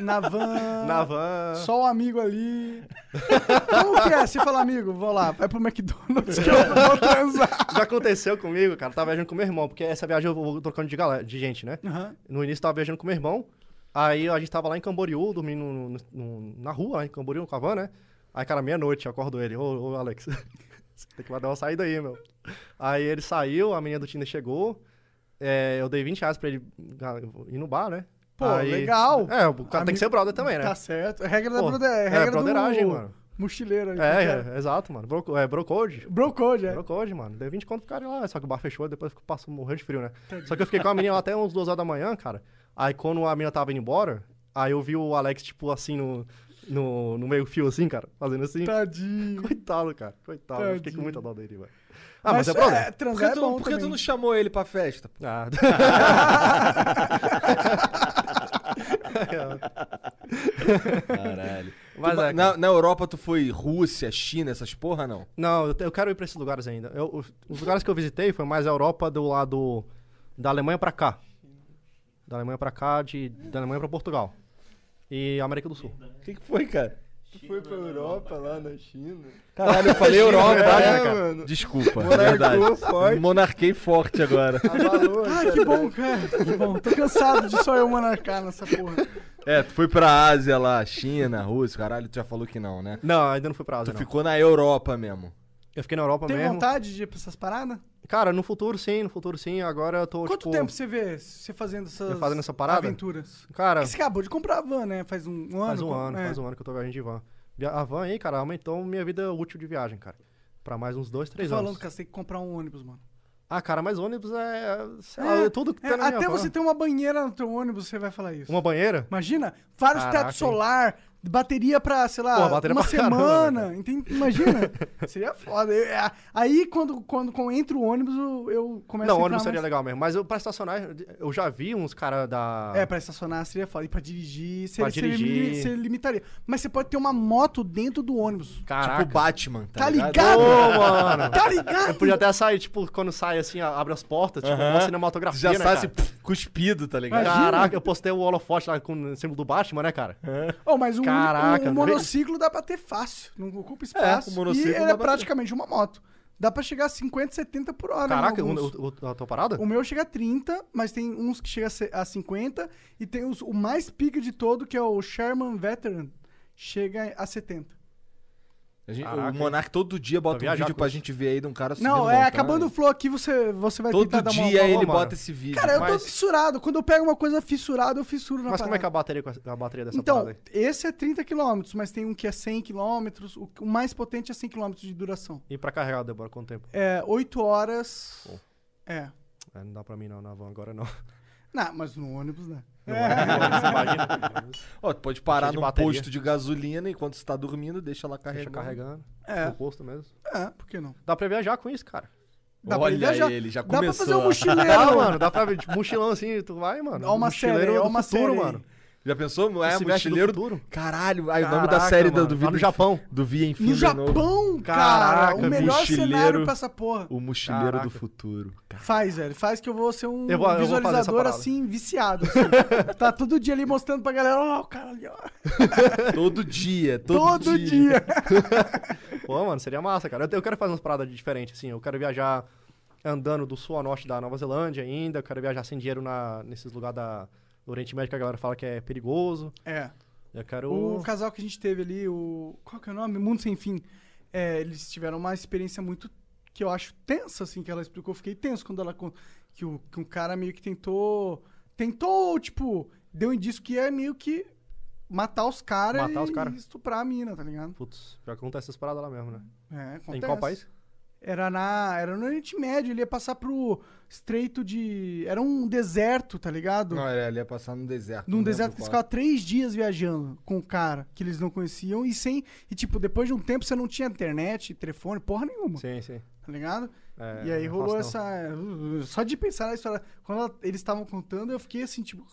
S3: Na van,
S5: Na van...
S3: só o amigo ali. Como que é? Você fala, amigo, vou lá, vai pro McDonald's que eu vou transar.
S5: Já aconteceu comigo, cara. Tava viajando com meu irmão, porque essa viagem eu vou trocando de, galera, de gente, né?
S3: Aham.
S5: No início tava viajando com meu irmão. Aí a gente tava lá em Camboriú, dormindo no- no- no- na rua, lá em Camboriú, com a van, né? Aí, cara, meia-noite, eu acordo ele. Ô, ô, Alex, você tem que dar uma saída aí, meu. Aí ele saiu, a menina do Tinder chegou. É, eu dei 20 reais pra ele ah, ir no bar, né?
S3: Pô,
S5: Aí-
S3: legal.
S5: É, o cara tem
S3: Amigo-
S5: que ser brother também, né?
S3: Tá certo. É regra da
S5: Pô,
S3: brother, é
S5: é
S3: regra
S5: brotheragem,
S3: do
S5: mano.
S3: mochileiro aí.
S5: É, é, exato, mano. Bro, é, bro code.
S3: Bro code, é.
S5: Era o Code, mano. Deu 20 conto pro cara lá. Só que o bar fechou, depois eu passo morrendo de frio, né? Só que eu fiquei com a menina lá até umas duas horas da manhã, cara. Aí quando a menina tava indo embora, aí eu vi o Alex, tipo, assim, no, no, no meio fio, assim, cara. Fazendo assim.
S3: Tadinho.
S5: Coitado, cara. Coitado. Eu
S3: Tá.
S5: fiquei
S3: Tadinho.
S5: com muita dó dele, velho. Ah, mas, é
S2: Por
S5: brother.
S2: que,
S3: transar é
S2: tu, não-
S3: bom
S2: por que tu
S3: também.
S2: não chamou ele pra festa?
S5: Ah.
S2: Caralho.
S5: Mas é,
S2: na, na Europa tu foi Rússia, China, essas porra, não?
S5: Não, eu te- eu quero ir pra esses lugares ainda. Eu- os- os lugares que eu visitei foi mais a Europa do lado da Alemanha pra cá. Da Alemanha pra cá, de, da Alemanha pra Portugal. E América do Sul.
S2: O que, que foi, cara?
S4: Foi pra Europa, lá na China.
S2: Caralho, eu falei Europa,
S5: verdade,
S2: né,
S5: cara?
S2: cara? Desculpa,
S4: Monarcou
S2: verdade.
S4: forte.
S2: Monarquei forte agora.
S5: Tá
S4: Abalou,
S3: Ah, que bom, cara. Que bom. Tô cansado de só eu monarcar nessa porra.
S2: É, tu foi pra Ásia lá, China, Rússia, caralho, tu já falou que não, né?
S5: Não, ainda não fui pra Ásia,
S2: Tu
S5: não.
S2: ficou na Europa mesmo.
S5: Eu fiquei na Europa
S3: Tem
S5: mesmo.
S3: vontade de ir pra essas paradas?
S5: Cara, no futuro sim, no futuro sim. Agora eu tô,
S3: Quanto
S5: tipo...
S3: tempo você vê você fazendo essas
S5: Eu fazendo essa parada?
S3: aventuras?
S5: Cara,
S3: Porque você acabou de comprar a van, né? Faz um ano.
S5: faz um
S3: com-
S5: ano,
S3: é.
S5: faz um ano que eu tô viajando de van. Via- A van aí, cara, aumentou minha vida útil de viagem, cara. Pra mais uns dois,
S3: Tô
S5: três anos.
S3: falando, cara, você tem que comprar um ônibus, mano.
S5: Ah, cara, mas ônibus é... Sei lá, é tudo que
S3: É,
S5: tá na minha
S3: até
S5: van.
S3: você ter uma banheira no teu ônibus, você vai falar isso.
S5: Uma banheira?
S3: Imagina, vários
S5: Caraca,
S3: teto
S5: hein?
S3: solar, Bateria pra, sei lá,
S5: Pô, bateria é
S3: uma
S5: pra
S3: semana.
S5: caramba, né,
S3: entende? Imagina. seria foda. Eu- é, aí, quando, quando, quando entra o ônibus, eu, eu começo
S5: Não,
S3: a entrar
S5: ônibus seria
S3: mais-
S5: legal mesmo. Mas eu, pra estacionar, eu já vi uns caras da.
S3: É, pra estacionar seria foda. E pra dirigir, seria,
S5: Pra dirigir.
S3: Você, limitaria. Mas você pode ter uma moto dentro do ônibus.
S5: Caraca.
S2: Tipo Batman, tá,
S3: Tá ligado?
S5: Ô, mano.
S3: Tá ligado?
S5: Eu podia até sair, tipo, quando sai assim, a- abre as portas, tipo,
S2: Aham.
S5: uma cinematografia.
S2: Já
S5: né,
S2: sai
S5: cara?
S2: assim, pff, cuspido, tá ligado?
S5: Caraca, eu postei o holofote lá com o símbolo do Batman, né, cara?
S3: Oh, mas um,
S5: Caraca, É,
S3: um
S5: velho.
S3: monociclo dá pra ter fácil. Não ocupa espaço.
S2: o monociclo
S3: e ele
S2: dá
S3: é
S2: pra
S3: praticamente uma moto. Dá pra chegar a 50, 70 por hora.
S5: Caraca, um,
S3: em
S5: o,
S3: alguns.
S5: o, o- a tua parada?
S3: Tá O meu chega a 30, mas tem uns que chega a se- a 50. E tem os- o mais pica de todo, que é o Sherman Veteran, chega a 70.
S2: A gente- o
S5: Caraca.
S2: Monark todo dia bota
S5: Pra
S2: um
S5: viajar
S2: vídeo
S5: com
S2: pra
S5: isso.
S2: gente ver aí de um cara subindo
S3: Não, é,
S2: montanha.
S3: acabando o flow aqui, você, você vai
S2: Todo
S3: tentar dar uma...
S2: dia é
S5: volta,
S2: ele
S5: mano.
S2: bota esse vídeo.
S3: Cara, eu
S5: mas-
S3: tô fissurado. Quando eu pego uma coisa fissurada, eu fissuro na
S5: Mas como
S3: parada.
S5: é que é a bateria, com essa- a bateria dessa
S3: Então,
S5: parada aí?
S3: esse é 30 km, mas tem um que é 100 km. O o mais potente é 100 km de duração.
S5: E pra carregar demora quanto tempo?
S3: É, 8 horas. É.
S5: É, não dá pra mim não, na van agora não.
S3: Não, mas no ônibus, né?
S2: Ó, tu pode parar
S5: Cheio de
S2: num
S5: bateria.
S2: posto de gasolina enquanto você tá dormindo, deixa lá
S5: Deixa
S2: carregando.
S5: carregando.
S3: É.
S5: No rosto mesmo.
S3: É, por que não?
S5: Dá pra viajar com isso, cara.
S3: Dá
S2: Olha
S3: pra viajar.
S2: ele, já
S3: Dá pra
S2: começou.
S3: fazer um
S5: Dá,
S3: mochileiro,
S5: mano. Dá pra ver, tipo, mochilão assim, tu vai, mano.
S3: Ó uma
S5: Mochileiro
S3: série aí, ó
S5: do
S3: uma
S5: futuro,
S3: série aí.
S5: mano.
S2: Já pensou? É,
S5: Esse viagem do
S2: mochileiro
S5: futuro.
S2: Caralho, aí o nome da
S5: Caraca,
S2: série do,
S5: mano.
S2: do
S5: Lá
S2: vídeo
S5: no Japão.
S2: Do Via Enfim
S3: No
S2: de novo.
S3: Japão, cara.
S5: Caraca,
S3: o melhor
S2: mochileiro.
S3: cenário pra essa porra.
S2: O mochileiro do
S5: Caraca.
S2: futuro. Cara,
S3: Faz, velho. Faz que eu vou ser um
S5: Eu vou- eu vou fazer essa
S3: visualizador,
S5: parada.
S3: assim, viciado. assim. tá todo dia ali mostrando pra galera. Ó, o cara ali, ó.
S2: todo dia, todo,
S3: Todo dia.
S5: Pô, mano, seria massa, cara. Eu, te- eu quero fazer umas paradas diferentes, assim. Eu quero viajar andando do sul ao norte da Nova Zelândia ainda. Eu quero viajar sem dinheiro na, nesses lugares da, do Oriente Médio que a galera fala que é perigoso.
S3: É.
S5: Eu quero...
S3: O casal que a gente teve ali, o. Qual que é o nome? Mundo Sem Fim. É, eles tiveram uma experiência muito. que eu acho tensa, assim, que ela explicou. Eu fiquei tenso quando ela. con- Que o, que um cara meio que tentou. Tentou, tipo, deu indício que é meio que matar os caras
S5: Matar os cara.
S3: e estuprar a mina, tá ligado?
S5: Putz, já acontece essas paradas lá mesmo, né?
S3: É, acontece.
S5: Em qual país?
S3: Era, na, era no Oriente Médio, ele ia passar pro estreito de. Era um deserto, tá ligado?
S2: Não, ele ele ia passar num deserto.
S3: Num
S2: não
S3: deserto que
S2: lembro
S3: eles
S2: qual.
S3: ficavam três dias viajando com o cara que eles não conheciam e sem. E tipo, depois de um tempo você não tinha internet, telefone, porra nenhuma,
S5: Sim, sim.
S3: tá ligado?
S5: É,
S3: e aí
S5: não
S3: rolou
S5: faço, não.
S3: essa. Só de pensar na história. Quando ela- eles estavam contando, eu fiquei assim, tipo.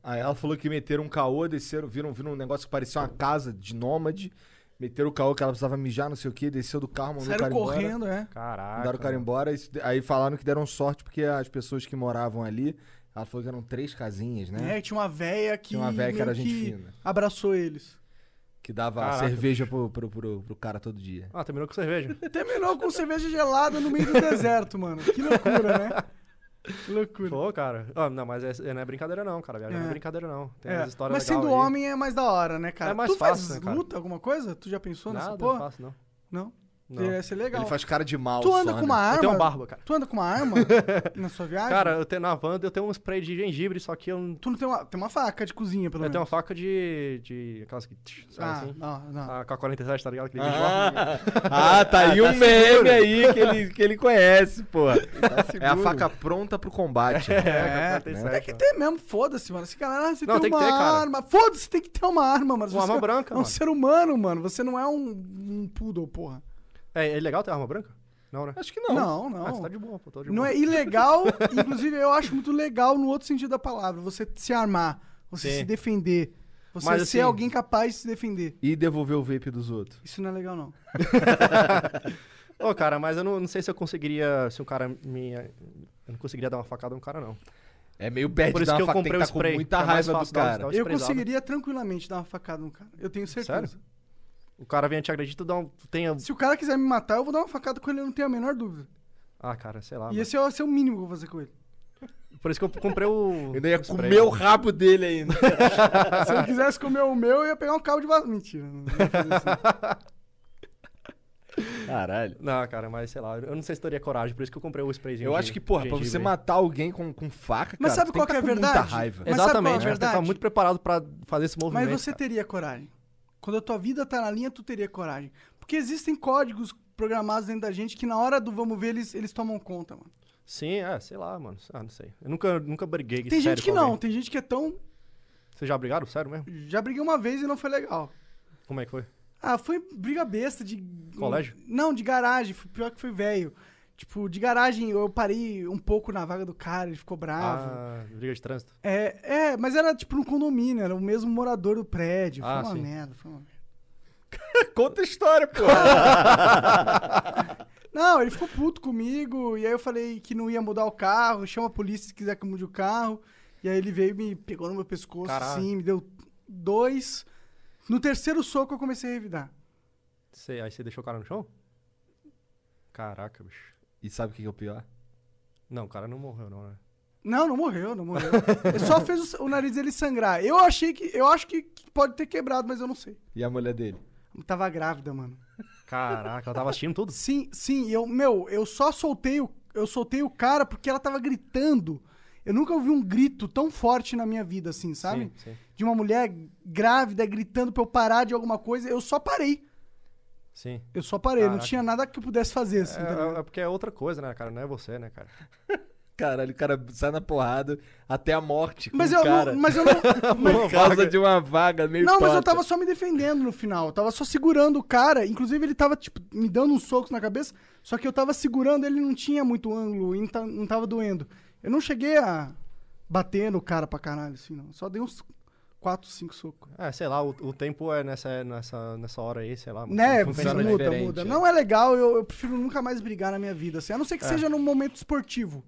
S2: Aí ela falou que meteram um caô, desceram, viram, viram um negócio que parecia uma casa de nômade. Meteram o caô que ela precisava mijar, não sei o que, desceu do carro, mandou o
S3: Saíram
S2: cara embora.
S3: correndo, é.
S5: Caraca.
S2: Mandaram o cara embora. isso- Aí falaram que deram sorte porque as pessoas que moravam ali, ela falou que eram três casinhas, né?
S3: É, tinha uma véia que.
S2: Tinha uma véia que
S3: meio
S2: era gente fina.
S3: Abraçou eles.
S2: Que dava
S5: Caraca.
S2: cerveja pro, pro, pro, pro cara todo dia.
S5: Ah, terminou com cerveja.
S3: Terminou com cerveja gelada no meio do deserto, mano. Que loucura, né? Que loucura.
S5: Pô, cara. Ah, não, mas é- não é brincadeira não, cara. Viajar não
S3: É.
S5: é brincadeira não. Tem
S3: É,
S5: umas histórias
S3: Mas
S5: legal
S3: sendo
S5: aí.
S3: homem é mais da hora, né, cara?
S5: É mais
S3: tu
S5: fácil,
S3: faz
S5: né, cara?
S3: luta, alguma coisa? Tu já pensou nessa
S5: Nada,
S3: porra? É.
S5: não faço, não.
S3: Não?
S5: Não.
S3: Ia ser legal.
S2: Ele faz cara de mal.
S3: Tu anda
S2: só,
S3: com uma
S2: né?
S3: arma?
S5: Eu tenho uma barba, cara.
S3: Tu anda com uma arma na sua viagem?
S5: um Cara, eu tenho na van, eu tenho um spray de gengibre, só que eu não
S3: Tu não tem uma, tem uma faca de cozinha, pelo
S5: Eu tenho uma
S3: menos.
S5: faca de. de aquelas que. tch, sabe
S3: Ah, é.
S5: assim?
S3: não, não.
S5: A K-47, tá ligado? Aquele bicho lá.
S2: Ah, ah, tá aí um meme aí que ele, que ele conhece, pô.
S5: Tá
S2: É a faca pronta pro combate. né?
S5: É, K-47,
S3: Tem que
S5: mano.
S3: ter mesmo, foda-se, mano. Esse cara, ah, você
S5: Não,
S3: tem,
S5: tem que
S3: uma
S5: ter, cara.
S3: arma. Foda-se, tem que ter uma arma, mano. Você
S5: Uma arma
S3: é-
S5: branca,
S3: É um
S5: mano.
S3: ser humano, mano. Você não é um, um poodle, porra.
S5: É, é legal ter arma branca? Não, né?
S2: Acho que não.
S3: É Não, não.
S5: Ah, você tá de boa, pô. Tô de
S3: Não
S5: boa.
S3: é ilegal, inclusive eu acho muito legal no outro sentido da palavra. Você se armar, você
S5: Sim.
S3: se defender, você
S5: Mas,
S3: ser
S5: assim-
S3: alguém capaz de se defender.
S2: E devolver o vape dos outros.
S3: Isso não é legal, não.
S5: Ô, cara, mas eu não, não sei se eu conseguiria. Se o cara me. Eu não conseguiria dar uma facada no cara, não.
S2: É meio bad
S5: Por isso
S2: dar
S5: que
S2: uma
S5: eu
S2: faca, tem que
S5: comprei o
S2: tá com
S5: spray.
S2: muita
S5: É mais
S2: raiva do
S5: fácil dar uns-
S2: cara.
S5: dar uns-
S3: Eu
S5: desprezado.
S3: conseguiria tranquilamente dar uma facada no cara. Eu tenho certeza.
S5: né? Sério? O cara vem te agredir, tu dá um. Tu tem.
S3: Se o cara quiser me matar, eu vou dar uma facada com ele, eu não tenho a menor dúvida.
S5: Ah, cara, sei lá.
S3: e esse é, o- esse é o mínimo que eu vou fazer com ele.
S5: mano. Por isso que eu comprei o.
S2: Eu ainda ia
S5: o spray. né?
S2: comer o rabo dele ainda.
S3: Se ele quisesse comer o meu, eu ia pegar um cabo de vaso. Mentira. não ia fazer isso, não.
S2: Caralho.
S5: Não, cara, mas sei lá. Eu não sei se teria coragem, por isso que eu comprei o sprayzinho.
S2: Eu
S5: de
S2: acho que, porra, pra
S5: gengibre
S2: você
S5: aí.
S2: matar alguém com, com faca,
S3: Mas
S2: cara,
S3: sabe
S2: você
S3: qual que é
S2: tem
S3: a
S2: que tá com
S3: verdade?
S2: Muita raiva.
S3: Mas sabe
S5: Exatamente,
S3: qual é a
S5: acho que tem que estar
S3: verdade?
S5: muito preparado pra fazer esse
S3: Mas
S5: movimento.
S3: você
S5: cara.
S3: teria coragem. Quando a tua vida tá na linha, tu teria coragem. Porque existem códigos programados dentro da gente que na hora do vamos ver, eles, eles tomam conta, mano.
S5: Sim, é, sei lá, mano. Ah, não sei. Eu nunca, nunca briguei.
S3: Tem
S5: sério
S3: gente que
S5: com
S3: não,
S5: alguém.
S3: tem gente que é tão.
S5: Vocês já brigaram? Sério mesmo?
S3: Já briguei uma vez e não foi legal.
S5: Como é que foi?
S3: Ah, foi briga besta de.
S5: Colégio?
S3: Não, de garagem. Foi pior que foi velho. Tipo, de garagem eu parei um pouco na vaga do cara, ele ficou bravo.
S5: Ah, briga de trânsito.
S3: É, é, mas era tipo no condomínio, era o mesmo morador do prédio. foi
S5: Ah,
S3: uma
S5: sim.
S3: merda, foi uma merda.
S2: Conta a história, pô.
S3: Não, ele ficou puto comigo, e aí eu falei que não ia mudar o carro, chama a polícia se quiser que eu mude o carro. E aí ele veio e me pegou no meu pescoço,
S5: Caralho.
S3: assim, me deu dois. No terceiro soco eu comecei a revidar.
S5: Você- aí você deixou o cara no chão? Caraca, bicho.
S2: E sabe o que que é o pior?
S5: Não, o cara não morreu, não, né?
S3: Não, não morreu, não morreu. Ele só fez o, o nariz dele sangrar. Eu achei que. Eu acho que, que pode ter quebrado, mas eu não sei.
S2: E a mulher dele?
S3: Eu tava grávida, mano.
S5: Caraca, ela tava assistindo tudo?
S3: Sim, sim, eu, meu, eu só soltei o, eu soltei o cara porque ela tava gritando. Eu nunca ouvi um grito tão forte na minha vida, assim, sabe?
S5: Sim, sim.
S3: De uma mulher grávida gritando pra eu parar de alguma coisa. Eu só parei.
S5: Sim.
S3: Eu só parei. Não
S5: Caraca.
S3: tinha nada que eu pudesse fazer, assim,
S5: É,
S3: tá ligado?
S5: é- é porque é outra coisa, né, cara? Não é você, né, cara?
S2: Caralho, o cara sai na porrada até a morte com
S3: Mas
S2: o
S3: eu,
S2: cara.
S3: não, mas eu não.
S2: Por causa de uma vaga meio
S3: Não, mas eu
S2: torta.
S3: tava só me defendendo no final. Eu tava só segurando o cara. Inclusive, ele tava, tipo, me dando uns socos na cabeça. Só que eu tava segurando, ele não tinha muito ângulo e não, ta- não tava doendo. Eu não cheguei a bater no cara pra caralho, assim, não. Só dei uns 4, 5 socos.
S5: É, sei lá, o, o tempo é nessa, nessa, nessa hora aí, sei lá.
S3: Né?
S5: compensa,
S2: funciona
S5: né?
S3: muda,
S2: diferente,
S3: muda.
S2: é.
S3: Não é legal, eu, eu prefiro nunca mais brigar na minha vida, assim. A não ser que
S5: É.
S3: seja num momento esportivo.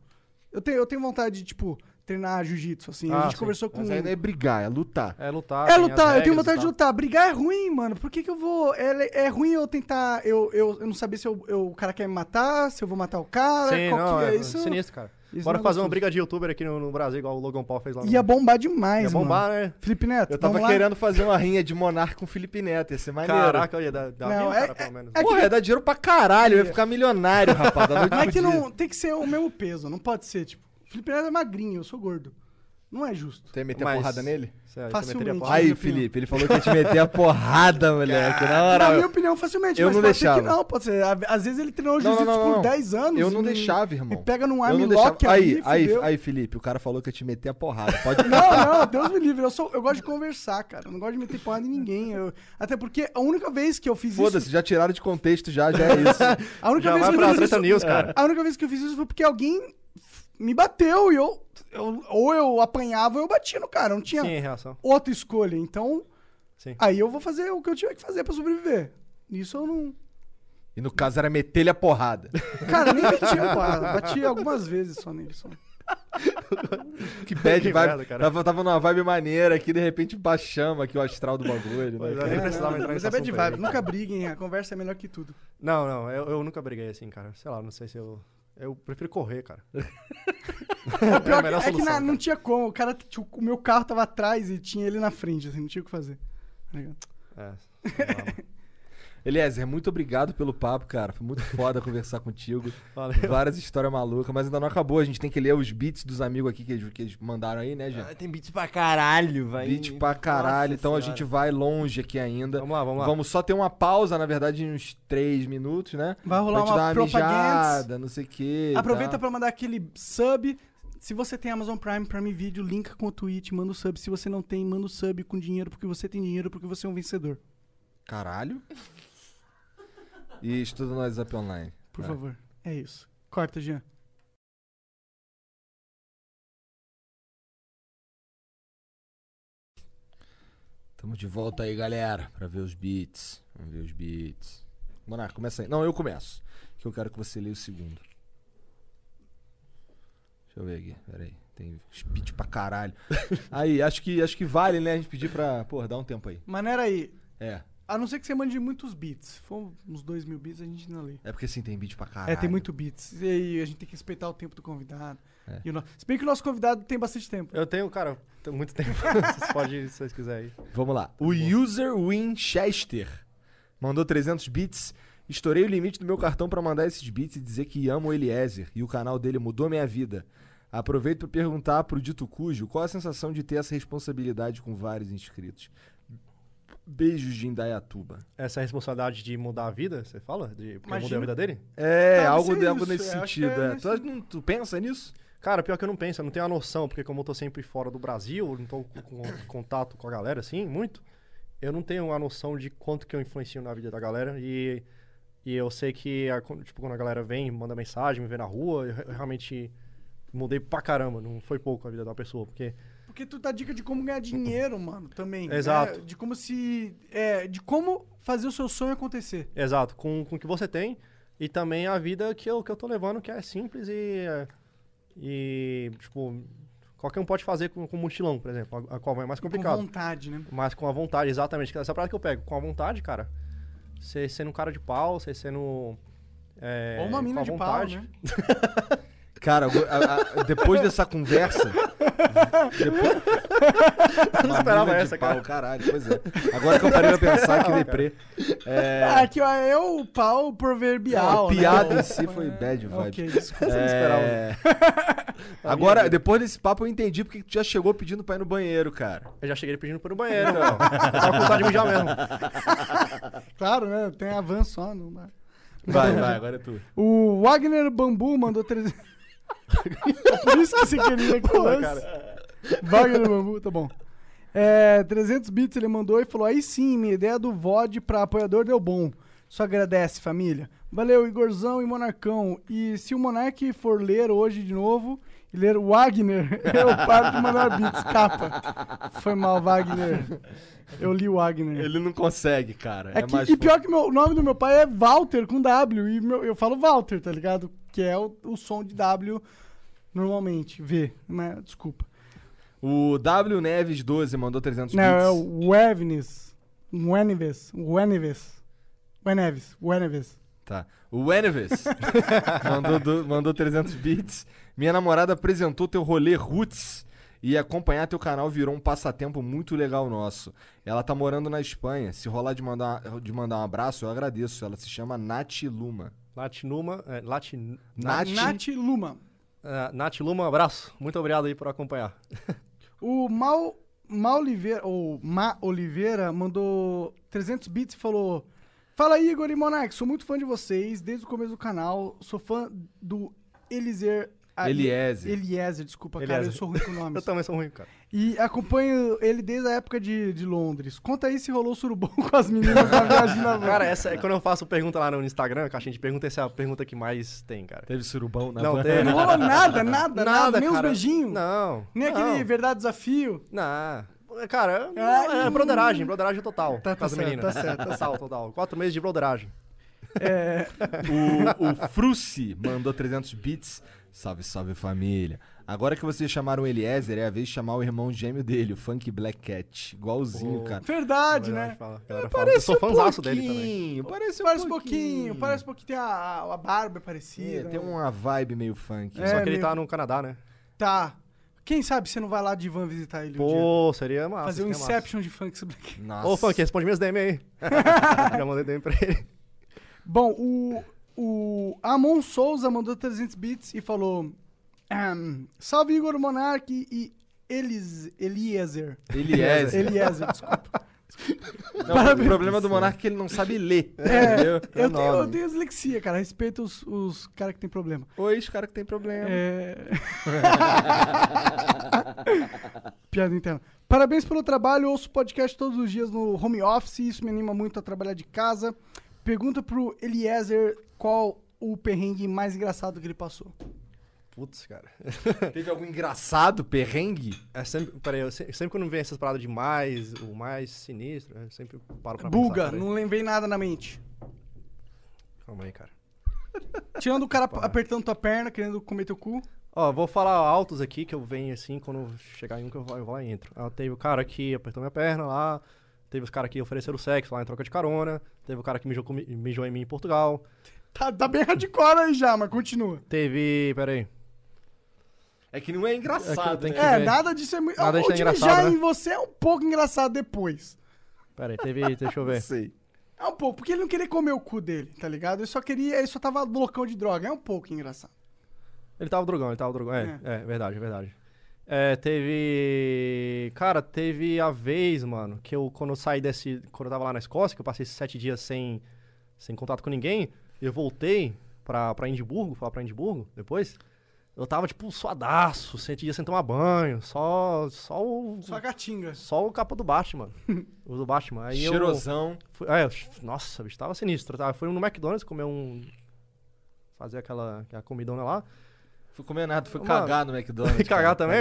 S3: Eu tenho, eu tenho vontade de, tipo, treinar jiu-jitsu, assim. a
S5: Ah,
S3: gente
S5: sim.
S3: conversou com...
S2: Mas aí não é brigar, é lutar.
S5: É lutar.
S3: É
S5: tem as
S3: lutar, eu tenho
S5: regras e
S3: vontade de
S5: tal.
S3: lutar. Brigar é ruim, mano. Por que, que eu vou. É, é ruim eu tentar. Eu, eu, eu não saber se eu- eu- o cara quer me matar, se eu vou matar o cara.
S5: Sim,
S3: qual
S5: não,
S3: que é
S5: é
S3: isso?
S5: sinistro, cara.
S3: isso
S5: Bora
S3: não é
S5: fazer uma
S3: gostoso.
S5: briga de youtuber aqui no, no Brasil, igual o Logan Paul fez lá. no-
S3: Ia bombar demais,
S5: Ia bombar, né?
S3: mano. Felipe Neto,
S2: Eu tava
S3: vamos lá?
S2: querendo fazer uma rinha de Monarca com o Felipe Neto, ia ser maneiro.
S5: Caraca, olha, dá, dá
S3: Não,
S5: mil,
S3: é-
S5: cara, pelo menos.
S3: é-
S2: Porra, ia dar dinheiro pra caralho, eu ia ficar milionário, rapaz. da noite
S3: Mas é
S2: pro
S3: que
S2: dia.
S3: não. Tem que ser o mesmo peso, não pode ser, tipo. Felipe Neto é magrinho, eu sou gordo. Não é justo.
S2: Tu ia meter a
S5: Mas-
S2: porrada nele?
S5: Você- você
S3: Facilmente.
S5: meteria porrada?
S2: Aí,
S3: minha opinião.
S2: Felipe, ele falou que ia te meter a porrada, moleque. Na moral.
S3: Na minha opinião, facilmente,
S2: eu
S3: mas
S2: não
S3: pode ser que
S2: deixava.
S3: não, pode ser. À- Às vezes ele treinou
S2: Não, não,
S3: jiu-jitsu
S2: não, não,
S3: por
S2: não.
S3: 10 anos.
S2: Eu não
S3: e me-
S2: deixava, irmão.
S3: Me pega num
S2: Eu
S3: arm
S2: não deixava.
S3: lock
S2: aí, aí,
S3: fudeu.
S2: aí, Felipe, o cara falou que ia te meter a porrada. Pode
S3: Não, não, Deus me livre. Eu, sou, eu gosto de conversar, cara. Eu não gosto de meter porrada em ninguém. Eu- até porque a única vez que eu fiz
S2: Foda-se,
S3: isso.
S2: já tiraram de contexto, já, já é isso.
S3: A única
S5: Já
S3: vez
S5: vai
S3: que
S5: pra
S3: eu fiz
S5: treta
S3: isso.
S5: news, cara.
S3: A única vez que eu fiz isso foi porque alguém me bateu e eu. eu- ou eu apanhava ou eu batia no cara. Não tinha
S5: Sim, em reação.
S3: outra escolha. Então.
S5: Sim.
S3: Aí eu vou fazer o que eu tiver que fazer pra sobreviver. Isso eu não.
S2: E no caso era meter-lhe a porrada.
S3: Cara, nem batia, porra. Bati algumas vezes só nele. Só.
S2: Que bad vibe.
S5: Que merda, cara.
S2: tava, tava numa vibe maneira aqui, de repente baixamos aqui o astral do bagulho. Né,
S5: Pois é,
S2: cara?
S5: nem precisava entrar
S3: Mas
S5: nesse
S3: é bad
S5: assunto aí.
S3: vibe. Nunca briguem, a conversa é melhor que tudo.
S5: Não, não, eu, eu nunca briguei assim, cara. Sei lá, não sei se eu. Eu prefiro correr, cara.
S3: O pior
S5: a melhor
S3: que- é que
S5: solução,
S3: na- não
S5: cara.
S3: tinha como. O cara, tinha- o meu carro tava atrás e tinha ele na frente, assim, não tinha o que fazer. Tá ligado?
S5: É. sei lá, mano.
S2: Eliezer, muito obrigado pelo papo, cara. Foi muito foda conversar contigo.
S5: Valeu.
S2: Várias histórias malucas, mas ainda não acabou. A gente tem que ler os beats dos amigos aqui que eles, que eles mandaram aí, né, Jean?
S4: Ah, tem beat pra caralho, vai.
S2: Beats pra caralho, então a gente vai longe aqui ainda.
S5: Vamos lá, vamos lá.
S2: Vamos só ter uma pausa, na verdade, de uns três minutos, né?
S3: Vai rolar
S2: pra te
S3: uma
S2: dar uma
S3: propagandas.
S2: mijada, tá? não sei o quê. e
S3: Aproveita
S2: tal.
S3: pra mandar aquele sub. Se você tem Amazon Prime, Prime Video, linka com o Twitch, manda o sub. Se você não tem, manda o sub com dinheiro, porque você tem dinheiro, porque você é um vencedor.
S2: Caralho. E estuda no WhatsApp online.
S3: Por
S2: É.
S3: favor. É isso. Corta, Jean.
S2: Tamo de volta aí, galera, pra ver os beats. Vamos ver os beats. Monarca, começa aí. Não, eu começo. Que eu quero que você leia o segundo. Deixa eu ver aqui, peraí. Tem uns beats pra caralho. aí, acho que, acho que vale, né, a gente pedir pra. Pô, dá um tempo aí.
S3: Maneira aí.
S2: É.
S3: A não ser que você mande muitos bits. Se for uns dois mil bits, a gente ainda lê.
S2: É porque assim tem beat pra caralho.
S3: É, tem muito bits. E aí a gente tem que respeitar o tempo do convidado.
S2: É.
S3: E o no- Se bem que o nosso convidado tem bastante tempo.
S5: Eu tenho, cara, tenho muito tempo. Vocês podem, se vocês quiserem.
S2: Vamos lá. O user Winchester mandou 300 bits. Estourei o limite do meu cartão pra mandar esses bits e dizer que amo o Eliezer e o canal dele mudou minha vida. Aproveito pra perguntar pro Dito Cujo qual a sensação de ter essa responsabilidade com vários inscritos. Beijos de Indaiatuba.
S5: Essa é responsabilidade de mudar a vida, você fala? De, porque eu mudei a
S3: Imagino.
S5: vida dele?
S2: É,
S3: Deve
S2: algo,
S3: ser
S2: algo
S3: isso,
S2: nesse
S3: é, acho que
S2: sentido.
S3: é
S2: é.
S3: nesse-
S2: Tu, acha- não- tu pensa nisso?
S5: Cara, pior que eu não penso, eu não tenho a noção, porque como eu tô sempre fora do Brasil, eu não tô com com contato com a galera assim, muito. eu não tenho a noção de quanto que eu influencio na vida da galera e, e eu sei que, a- quando- tipo, quando a galera vem, manda mensagem, me vê na rua, eu re- eu realmente mudei pra caramba, não foi pouco a vida da pessoa, porque...
S3: Porque tu dá dica de como ganhar dinheiro, mano, também. né?
S5: Exato.
S3: De como se. É, de como fazer o seu sonho acontecer.
S5: Exato, com, com o que você tem e também a vida que eu, que eu tô levando, que é simples e, é, e tipo, qualquer um pode fazer com, com mochilão, por exemplo, a, a qual vai é mais complicado.
S3: Com vontade, né?
S5: Mas com a vontade, exatamente. que Essa parada que eu pego, com a vontade, cara. Você sendo um cara de pau, você sendo. É,
S3: Ou uma mina
S5: com
S3: de
S5: a
S3: pau,
S5: vontade.
S3: né?
S2: Cara, eu- a- a- depois dessa conversa. Depois... Uma
S5: esperava
S2: mina de
S5: essa,
S2: pau,
S5: cara.
S2: Caralho, pois é. Agora que eu parei pra pensar, que
S5: Não,
S2: deprê. É,
S3: Ah, aqui ó, é o pau proverbial.
S2: a
S5: É,
S3: né?
S2: piada em si foi bad vibe.
S3: Ok, desculpa.
S5: Você não
S2: É... Agora, depois desse papo, eu entendi porque tu já chegou pedindo pra ir no banheiro, cara.
S5: Eu já cheguei pedindo por um banheiro, meu. Eu tava com vontade de mijar mesmo.
S3: Claro, né? Tem avanço só. Não dá.
S2: Vai,
S3: Então, né?
S2: vai, agora é tu.
S3: O Wagner Bambu mandou 300. É Por isso que você queria que eu lance. Wagner Bambu, tá bom. É, 300 bits ele mandou e falou: aí sim, minha ideia do VOD pra apoiador deu bom. Só agradece, família. Valeu, Igorzão e Monarcão. E se o Monark for ler hoje de novo e ler Wagner, eu paro de mandar bits. Capa. Foi mal, Wagner. Eu li o Wagner.
S2: Ele não consegue, cara.
S3: É
S2: É,
S3: que-
S2: mais
S3: e pior que meu- o nome do meu pai é Walter com W. E meu- eu falo Walter, tá ligado? Que é o, o som de W normalmente. V, mas desculpa.
S2: O W Neves 12 mandou 300
S3: Não,
S2: bits.
S3: é o Wevnis. Wenives. Wenives. Weneves. Weneves.
S2: Tá. O Enevis mandou, do- mandou 300 bits. Minha namorada apresentou teu rolê Roots e acompanhar teu canal virou um passatempo muito legal nosso. Ela tá morando na Espanha. Se rolar de mandar, de mandar um abraço, eu agradeço. Ela se chama Nath Luma.
S5: Latinuma. É, Latin,
S2: Nath,
S3: Nath Luma.
S5: é, Nath Luma, abraço. Muito obrigado aí por acompanhar.
S3: O Mal, Mal Oliveira, ou Ma Oliveira, mandou 300 bits e falou: Fala Igor e Monark, sou muito fã de vocês desde o começo do canal, sou fã do Elizer. ah,
S2: Eliezer.
S3: Eliezer, desculpa, cara, eu
S5: Eliezer.
S3: sou ruim com
S5: Eu
S3: nomes.
S5: também sou ruim, cara.
S3: e acompanho ele desde a época de, de Londres. Conta aí se rolou surubom com as meninas na viagem na van.
S5: Cara, essa é quando eu faço pergunta lá no Instagram, caixinha de pergunta, essa é a pergunta que mais tem, cara.
S2: Teve surubão na
S5: Não,
S2: van?
S5: tem.
S3: Não rolou nada, nada, nada, nem uns
S5: cara.
S3: beijinhos,
S5: Não.
S3: nem
S5: não.
S3: aquele verdade desafio.
S5: Não. Cara,
S3: Ai.
S5: é, é broderagem, broderagem total.
S3: Tá, tá
S5: com as
S3: certo,
S5: meninas.
S3: tá certo, tá
S5: Total, total. Quatro meses de broderagem.
S3: É,
S2: O, o Fruci mandou 300 bits. Salve, salve família. Agora que vocês chamaram o Eliezer, é a vez de chamar o irmão gêmeo dele, o Funk Black Cat. Igualzinho, cara.
S3: verdade, né? um
S5: Fala, a galera fala. Eu sou fãzaço dele também.
S2: Parece,
S3: Parece um pouquinho, parece um pouquinho. Tem a, a, a barba é parecida.
S2: É, tem uma vibe meio funk.
S5: Só
S3: É,
S5: que ele
S3: meio-
S5: tá no Canadá, né?
S3: Tá. Quem sabe você não vai lá de van visitar ele um dia?
S5: Pô, seria
S2: tá,
S5: massa.
S3: Fazer um
S5: seria massa.
S3: Inception de Funk Black.
S2: Nossa.
S5: Ô, Funk, responde minhas DM aí. Já mandei DM pra ele.
S3: Bom, o, o Amon Souza mandou 300 bits e falou... "Ahem, Salve Igor Monark e Elis, Eliezer.
S2: Eliezer.
S3: Eliezer, desculpa.
S2: é, assim. Não, o problema do é Monark é que ele não sabe ler. entendeu?
S3: É, Eu, tenho,
S2: nome.
S3: eu tenho dislexia, cara. Respeito os, os caras que tem problema.
S2: Oi, os caras que tem problema.
S3: É... Piada interna. Parabéns pelo trabalho, ouço podcast todos os dias no home office, isso me anima muito a trabalhar de casa. Pergunta pro Eliezer qual o perrengue mais engraçado que ele passou.
S5: Putz, cara.
S2: Teve algum engraçado, perrengue?
S5: É sempre, peraí, eu se- sempre quando vem essas paradas de mais, o mais sinistro, eu sempre paro pra
S3: Buga,
S5: pensar. peraí.
S3: não lembrei nada na mente.
S5: Calma aí, cara.
S3: Tirando o cara apertando tua perna, querendo comer teu cu.
S5: Ó, vou falar altos aqui, que eu venho assim, quando chegar em um que eu vou, eu vou lá e entro. Ah, teve o cara que apertou minha perna lá, teve os caras que ofereceram sexo lá em troca de carona, teve o cara que mijou, comi- mijou em mim em Portugal,
S3: Tá, tá bem hardcore aí já, mas continua.
S5: teve... peraí.
S2: É que não é engraçado,
S5: tem
S2: né?
S5: que
S3: É,
S5: ver.
S3: nada disso é muito.
S5: Nada
S3: o
S5: disso é
S3: de mijar
S5: engraçado, né?
S3: em você é um pouco engraçado depois.
S5: Peraí, teve... deixa eu ver.
S2: sei.
S3: É um pouco, porque ele não queria comer o cu dele, tá ligado? Ele só queria, ele só tava loucão de droga. É um pouco engraçado.
S5: Ele tava drogão, ele tava drogão. É, é, verdade, é verdade. É, teve. Cara, teve a vez, mano, que eu, quando eu saí desse. Quando eu tava lá na Escócia, que eu passei sete dias sem, sem contato com ninguém, eu voltei pra, pra Edimburgo, fui lá pra Edimburgo depois. Eu tava, tipo, suadaço, sentia sem tomar banho, só. Só o.
S3: Só a caatinga.
S5: Só o capa do Batman. o do Batman. Aí eu-
S2: Cheirosão.
S5: fui- é, eu- nossa, bicho, tava sinistro. Tá? Fui no McDonald's comer um. Fazer aquela, aquela comidona lá.
S2: Fui comer nada, fui
S5: Mano,
S2: cagar no McDonald's.
S5: Fui cagar também?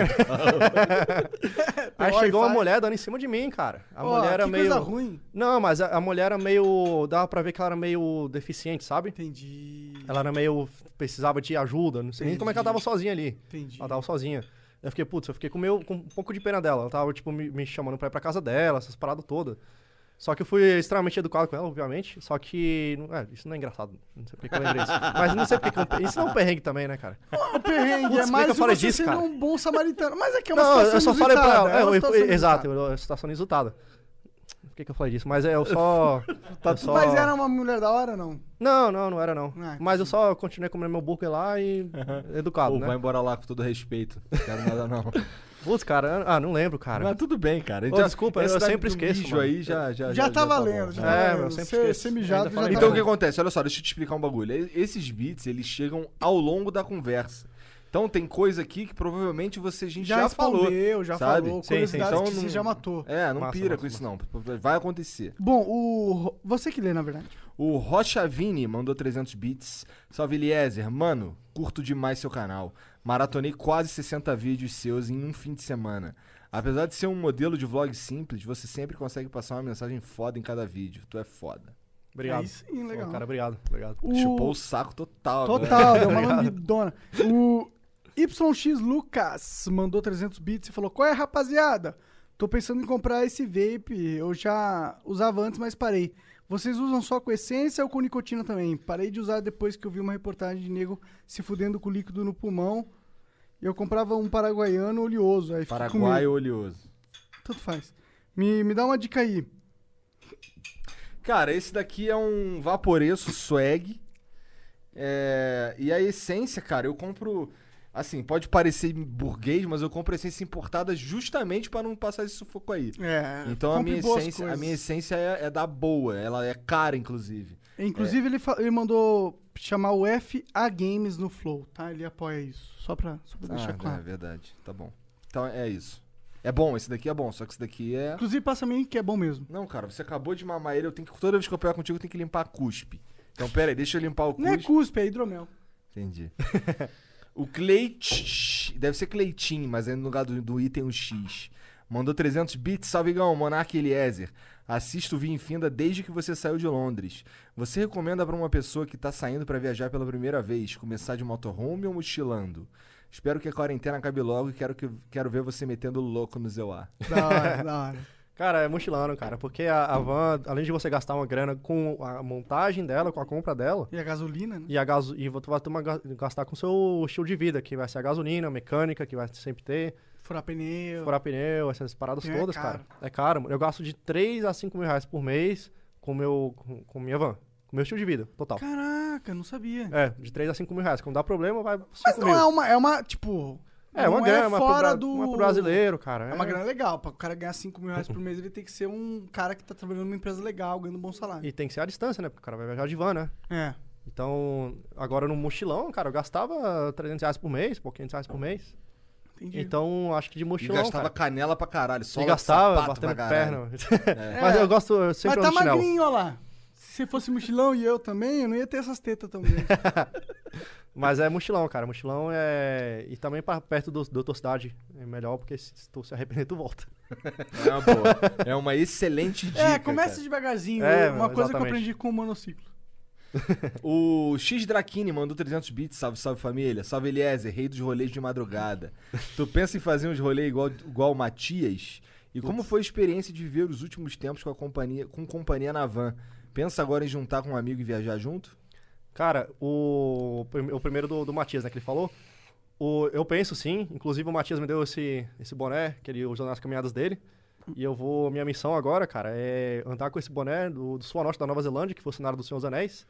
S5: Aí
S3: Pelo
S5: chegou uma
S3: Wi-Fi.
S5: mulher dando em cima de mim, cara. A
S3: Ó,
S5: mulher era
S3: que
S5: meio.
S3: coisa ruim.
S5: Não, mas a, a mulher era meio. Dava pra ver que ela era meio deficiente, sabe?
S3: Entendi.
S5: Ela era meio. precisava de ajuda. Não sei nem como é que ela tava sozinha ali.
S3: Entendi.
S5: Ela tava sozinha. Eu fiquei, putz, eu fiquei com, meu, com um pouco de pena dela. Ela tava, tipo, me, me chamando pra ir pra casa dela, essas paradas todas. Só que eu fui extremamente educado com ela, obviamente. Só que. não- é, isso não é engraçado. Não sei porque que eu lembrei isso. Mas não sei porque. que eu- Isso não é um perrengue também, né, cara?
S3: O perrengue
S5: Putz,
S3: é
S5: como é
S3: mais
S5: que eu
S3: você
S5: falei disso,
S3: sendo
S5: cara?
S3: um bom samaritano. Mas é que é uma
S5: Não,
S3: situação
S5: eu só falei pra
S3: inusitada,
S5: ela. É,
S3: uma
S5: eu- eu-
S3: situação
S5: exato,
S3: inusitada.
S5: eu- é situação inusitada. Por que, que eu falei disso? Mas é, eu só. eu só...
S3: Tá Mas era uma mulher da hora, não?
S5: Não, não, não era não.
S3: Ah,
S5: Mas eu só continuei comendo meu burger lá e. Educado,
S2: Pô,
S5: né?
S2: vai embora lá com todo respeito. Não quero nada, não.
S5: Putz, cara, ah, não lembro, cara.
S2: Mas tudo bem, cara. Então,
S5: Ô, desculpa, eu sempre esqueço,
S2: Mijo
S5: mano.
S2: aí já, já,
S3: Já tá
S2: bom. né?
S3: valendo, já tá
S5: É,
S3: valendo.
S5: eu sempre
S3: Ser-
S5: esqueço.
S3: ser mijado
S5: Ainda falei-
S3: já
S2: Então
S3: tá
S2: o que
S3: bom.
S2: acontece? Olha só, deixa eu te explicar um bagulho. E- Esses beats, eles chegam ao longo da conversa. Então tem coisa aqui que provavelmente você a gente já,
S3: Já
S2: falou.
S3: respondeu, já
S2: sabe?
S3: falou,
S5: Sim, sim.
S3: curiosidades
S2: Então
S3: que você
S2: não-
S3: já matou.
S2: É, não
S5: Massa,
S2: pira
S5: massa,
S2: com isso não. Vai acontecer.
S3: Bom, o... Ro- Você que lê, na verdade.
S2: O Rocha Vini mandou 300 bits. Salve Eliezer, mano, curto demais seu canal. Maratonei quase 60 vídeos seus em um fim de semana. Apesar de ser um modelo de vlog simples, você sempre consegue passar uma mensagem foda em cada vídeo. Tu é foda.
S5: Obrigado.
S3: Aí sim, legal.
S5: Pô, cara, obrigado, obrigado.
S3: O-
S2: Chupou o saco total. agora.
S3: Total, deu
S2: Tá
S3: uma lambidona. O YX Lucas mandou 300 bits e falou: Qual é, rapaziada? Tô pensando em comprar esse vape. Eu já usava antes, mas parei. Vocês usam só com essência ou com nicotina também? Parei de usar depois que eu vi uma reportagem de nego se fudendo com líquido no pulmão. E eu comprava um paraguaiano oleoso. Aí fiquei com
S2: Paraguai
S3: medo.
S2: oleoso.
S3: Tanto faz. Me, me dá uma dica aí.
S2: Cara, esse daqui é um vaporeço swag. É, E a essência, cara, eu compro. Assim, pode parecer burguês, mas eu compro essência importada justamente pra não passar esse sufoco aí.
S3: É,
S2: Então a
S3: compre
S2: minha,
S3: boas
S2: essência, a
S3: coisas.
S2: minha essência é, é da boa, ela é cara, inclusive.
S3: Inclusive,
S5: É.
S3: ele, fa- ele mandou chamar o FA Games no Flow, tá? Ele apoia isso. Só pra, só pra deixar
S2: Ah, É
S3: claro.
S2: verdade, tá bom. Então é isso. É bom, esse daqui é bom, só que esse daqui é.
S3: Inclusive, passa mim que é bom mesmo.
S2: Não, cara, você acabou de mamar ele, eu tenho que. Toda vez que eu pegar contigo, eu tenho que limpar a cuspe. Então, pera aí, deixa eu limpar o cuspe.
S3: Não é cuspe, é hidromel.
S2: Entendi. o Cleit. Deve ser Cleitinho, mas aí no lugar do, do i tem um X. Mandou 300 bits, salvigão, Monark Eliezer. Assisto Via Infinda desde que você saiu de Londres. Você recomenda pra uma pessoa que tá saindo pra viajar pela primeira vez, começar de motorhome ou mochilando? Espero que a quarentena acabe logo e quero, que, quero ver você metendo louco no Zeuá.
S3: Da hora, da hora.
S5: Cara, é mochilando, cara, porque a, a van, além de você gastar uma grana com a montagem dela, com a compra dela,
S3: E a gasolina, né?
S5: e, a gaso, e tu vai ter uma ga- gastar com o seu estilo de vida, que vai ser a gasolina, a mecânica, que vai sempre ter,
S3: Furar pneu.
S5: furar pneu, essas paradas
S3: É
S5: todas,
S3: caro.
S5: cara. É caro, mano. Eu gasto de 3 a 5 mil reais por mês com meu, com, com minha van, com meu estilo de vida, total.
S3: Caraca, não sabia.
S5: É, de 3 a 5 mil reais. Quando dá problema, vai 5
S3: Mas
S5: mil.
S3: não é uma, é uma, tipo...
S5: É, uma
S3: não
S5: grana, uma pro
S3: fora
S5: bra-
S3: do...
S5: uma pro brasileiro, cara.
S3: É uma grana legal. Pra o cara ganhar 5 mil reais por mês, ele tem que ser um cara que tá trabalhando numa empresa legal, ganhando um bom salário.
S5: E tem que ser à distância, né? Porque o cara vai viajar de van, né?
S3: É.
S5: Então, agora no mochilão, cara, eu gastava 300 reais por mês, pô, 500 reais por mês.
S3: Entendi.
S5: Então, acho que de
S2: E
S5: mochilão,
S2: gastava
S5: cara.
S2: canela pra caralho, só
S5: E gastava,
S2: sapato pra
S5: batendo
S2: caralho.
S5: perna. Mas eu gosto, eu
S3: Mas
S5: sempre
S3: tá
S5: ando de chinelo.
S3: magrinho, ó lá. Se você fosse mochilão e eu também, eu não ia ter essas tetas tão grandes.
S5: Mas é mochilão, cara. Mochilão é... E também pra perto do, da tua cidade é melhor, porque se, se tu se arrepender, tu volta.
S2: É uma boa. É uma excelente dica.
S3: é, começa
S2: cara.
S3: devagarzinho.
S5: É,
S3: uma coisa que eu
S5: exatamente.
S3: aprendi com o monociclo.
S2: O X Drakini mandou 300 bits, salve, salve família. Salve Eliezer, rei dos rolês de madrugada. tu pensa em fazer uns rolês igual, igual o Matias? E como foi a experiência de viver os últimos tempos com a companhia, com companhia na van? Pensa agora em juntar com um amigo e viajar junto?
S5: Cara, o, prim- o primeiro do, do Matias, né, que ele falou. O, eu penso sim. Inclusive, o Matias me deu esse, esse boné que ele usou nas caminhadas dele. E eu vou. Minha missão agora, cara, é andar com esse boné do, do Sul ao Norte da Nova Zelândia, que foi o cenário do Senhor dos Anéis.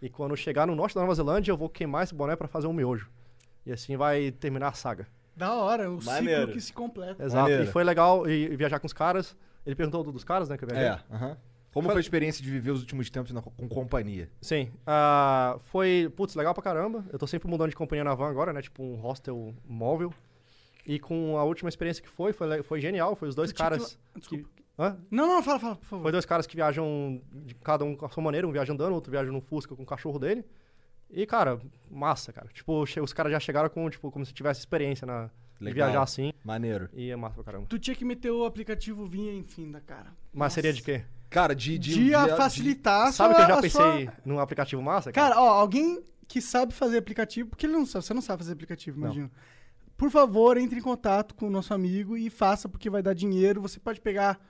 S5: E quando chegar no norte da Nova Zelândia, eu vou queimar esse boné pra fazer um miojo. E assim vai terminar a saga.
S3: Da hora, o
S2: Maneiro.
S3: ciclo que se completa.
S5: Exato.
S2: Maneiro.
S5: E foi legal e, e viajar com os caras. Ele perguntou do- dos caras, né? Que eu viajei.
S2: É, aham. Como foi a experiência de viver os últimos tempos na- com companhia?
S5: Sim. ah, foi, putz, legal pra caramba. Eu tô sempre mudando de companhia na van agora, né? Tipo um hostel móvel. E com a última experiência que foi, foi, le- foi genial. Foi os dois
S3: Tu tinha que
S5: caras.
S3: lá-
S5: Que,
S3: Desculpa.
S5: Hã?
S3: Não, não, fala, fala, por favor.
S5: Foi dois caras que viajam, de cada um com a sua maneira, um viaja andando, outro viaja num Fusca com o cachorro dele. E, cara, massa, cara. Tipo, che- os caras já chegaram com, tipo, como se tivesse experiência na, de
S2: Legal.
S5: viajar assim.
S2: Maneiro.
S5: E é massa pra caramba.
S3: Tu tinha que meter o aplicativo vinha em fim da cara.
S5: Mas seria de quê?
S2: Cara, de. de,
S3: De,
S2: de- de-
S3: facilitar a
S5: Sabe o que eu já
S3: sua- a sua-
S5: pensei num aplicativo massa, cara?
S3: Cara, ó, alguém que sabe fazer aplicativo, porque ele não sabe, você não sabe fazer aplicativo, imagino. Por favor, entre em contato com o nosso amigo e faça, porque vai dar dinheiro. Você pode pegar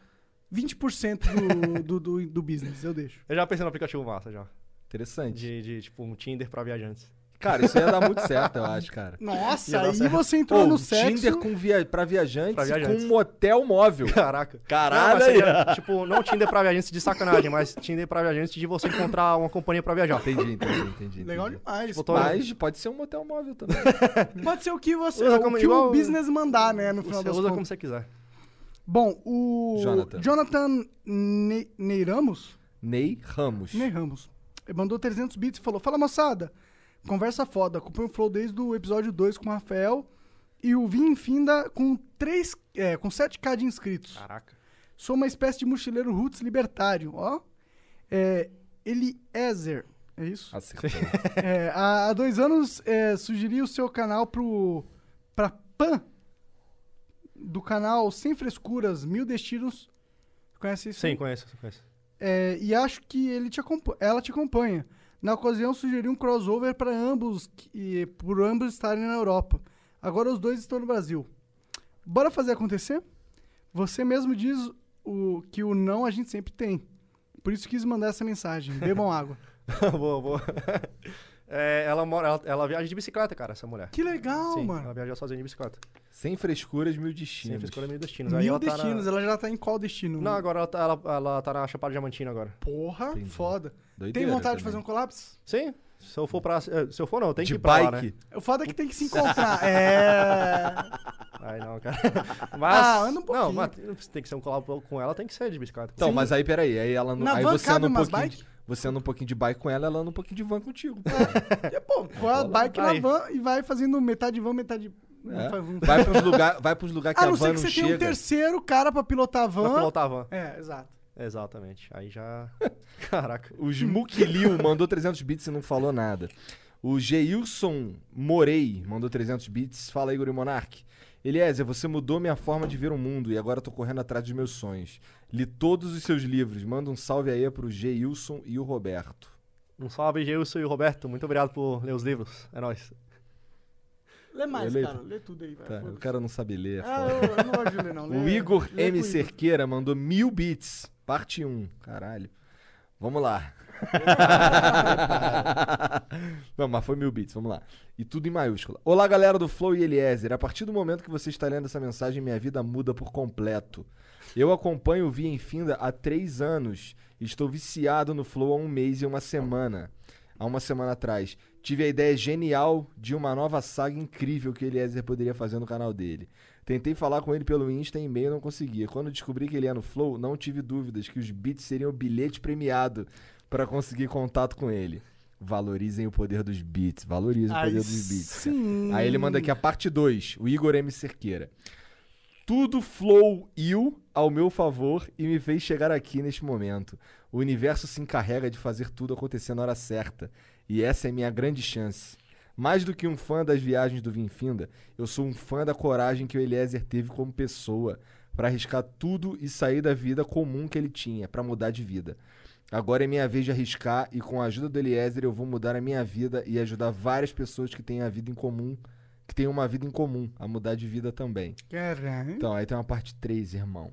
S3: 20% do, do, do, do business, eu deixo.
S5: Eu já pensei num aplicativo massa, já.
S2: Interessante.
S5: De, de, tipo, um Tinder pra viajantes.
S2: Cara, isso ia dar muito certo, eu acho, cara.
S3: Nossa,
S5: Ia dar
S3: aí
S5: certo.
S3: você entrou
S2: Pô,
S3: no
S2: um Tinder
S3: sexo.
S2: com via... pra, viajantes
S5: Pra
S2: e
S5: viajantes.
S2: com um motel móvel.
S5: Caraca.
S2: Caralho,
S5: mas seria,
S2: aí.
S5: tipo, não Tinder pra viajantes de sacanagem, mas Tinder pra viajantes de você encontrar uma companhia pra viajar.
S2: Entendi, entendi, entendi.
S3: Legal
S2: entendi.
S3: demais.
S5: Tipo, tô-
S2: Mas pode ser um motel móvel também.
S3: Pode ser o que você,
S5: Usa
S3: o,
S5: como-
S3: que o
S5: igual-
S3: business mandar, né, no final
S5: Você
S3: das
S5: usa como
S3: contas.
S5: você quiser.
S3: Bom, o
S2: Jonathan.
S3: Jonathan Ne- Neiramos,
S2: Ney Ramos.
S3: Neiramos ele mandou 300 bits e falou, fala moçada, conversa foda, acompanho o Flow desde o episódio 2 com o Rafael e o Vim Finda com, 3, é, com 7k de inscritos.
S5: Caraca.
S3: Sou uma espécie de mochileiro roots libertário, ó. É, Eliezer, é isso?
S2: Acertou.
S3: É, há, há dois anos é, sugeri o seu canal pro, pra Pan, do canal Sem Frescuras, Mil Destinos. Conhece isso?
S5: Sim, conheço, conheço.
S3: É, e acho que ele te acompa- ela te acompanha. Na ocasião, sugeri um crossover para ambos, que- por ambos estarem na Europa. Agora os dois estão no Brasil. Bora fazer acontecer? Você mesmo diz o que o não a gente sempre tem. Por isso quis mandar essa mensagem. Bebam água.
S5: boa, boa. É, ela, mora, ela, ela viaja de bicicleta, cara, essa mulher.
S3: Que legal,
S5: Sim,
S3: mano.
S5: ela viaja sozinha de bicicleta.
S2: Sem frescuras, mil destinos.
S5: Sempre escolhe meio destinos. Aí
S3: Mil
S5: ela tá na-
S3: destinos, ela já tá em qual destino?
S5: Não, agora ela tá, ela, ela tá na Chapada Diamantina agora.
S3: Porra,
S2: Entendi.
S3: foda.
S2: Doideira
S3: tem vontade
S2: também.
S3: de fazer um colapso?
S5: Sim, se eu for pra... eh, Se eu for, não, tem que
S2: De
S5: ir pra lá,
S2: bike.
S5: né?
S3: O foda é que tem que se encontrar. é.
S5: Ai, não, cara. Mas...
S3: Ah, anda um
S5: Não,
S3: pouquinho.
S5: mas tem que ser um collab com ela, tem que ser de bicicleta.
S2: Então,
S5: Sim.
S2: mas aí peraí, aí ela não.
S3: Na
S2: aí
S3: van
S2: você
S3: cabe
S2: anda um
S3: umas
S2: pouquinho.
S3: bike?
S2: de- Você anda um pouquinho de bike com ela, ela anda um pouquinho de van contigo. pô.
S3: E, pô, com a bike na
S5: Aí.
S3: van e vai fazendo metade van, metade.
S2: É.
S3: Não faz um-
S2: Vai pros lugares vai pros lugar que
S3: a
S2: a
S3: não
S2: van
S3: ser
S2: não
S3: que você
S2: chega.
S3: tenha um terceiro cara pra pilotar a
S5: Pra
S3: van.
S5: pilotar a van.
S3: É, exato.
S5: Exatamente. Aí já... Caraca.
S2: O Smookiliu mandou 300 bits e não falou nada. O Geilson Morei mandou 300 bits. Fala, Igor e Monark. Eliezer, você mudou minha forma de ver o mundo e agora tô correndo atrás dos meus sonhos. Li todos os seus livros. Manda um salve aí pro Geilson e o Roberto.
S5: Um salve, Gilson e Roberto. Muito obrigado por ler os livros. É nóis.
S3: Lê mais,
S2: Eleito.
S3: cara. Lê tudo aí, vai.
S2: Tá, o
S3: Ah, foda-se.
S2: cara não sabe ler, é
S3: Ah,
S2: foda.
S3: eu, eu não gosto de ler, não.
S2: O
S3: Lê-
S2: Igor
S3: lê com
S2: M.
S3: o Igor.
S2: Cerqueira mandou mil bits, parte 1. Caralho. Vamos lá. Não, mas foi mil bits, vamos lá. E tudo em maiúscula. Olá, galera do Flow e Eliezer. A partir do momento que você está lendo essa mensagem, minha vida muda por completo. Eu acompanho o Via Infinda há três anos. Estou viciado no Flow há um mês e uma semana. Há uma semana atrás. Tive a ideia genial de uma nova saga incrível que o Eliezer poderia fazer no canal dele. Tentei falar com ele pelo Insta e e-mail não conseguia. Quando descobri que ele é no Flow, não tive dúvidas que os bits seriam o bilhete premiado para conseguir contato com ele. Valorizem o poder dos bits. Valorizem o
S3: Aí
S2: poder dos bits. cara.
S3: sim.
S2: Aí ele manda aqui a parte 2, o Igor M. Cerqueira. Tudo flow you ao meu favor e me fez chegar aqui neste momento. O universo se encarrega de fazer tudo acontecer na hora certa. E essa é minha grande chance. Mais do que um fã das viagens do Vinfinda, eu sou um fã da coragem que o Eliezer teve como pessoa para arriscar tudo e sair da vida comum que ele tinha, para mudar de vida. Agora é minha vez de arriscar e com a ajuda do Eliezer eu vou mudar a minha vida e ajudar várias pessoas que têm a vida em comum, que têm uma vida em comum, a mudar de vida também.
S3: Caralho.
S2: Então, aí tem uma parte 3, irmão.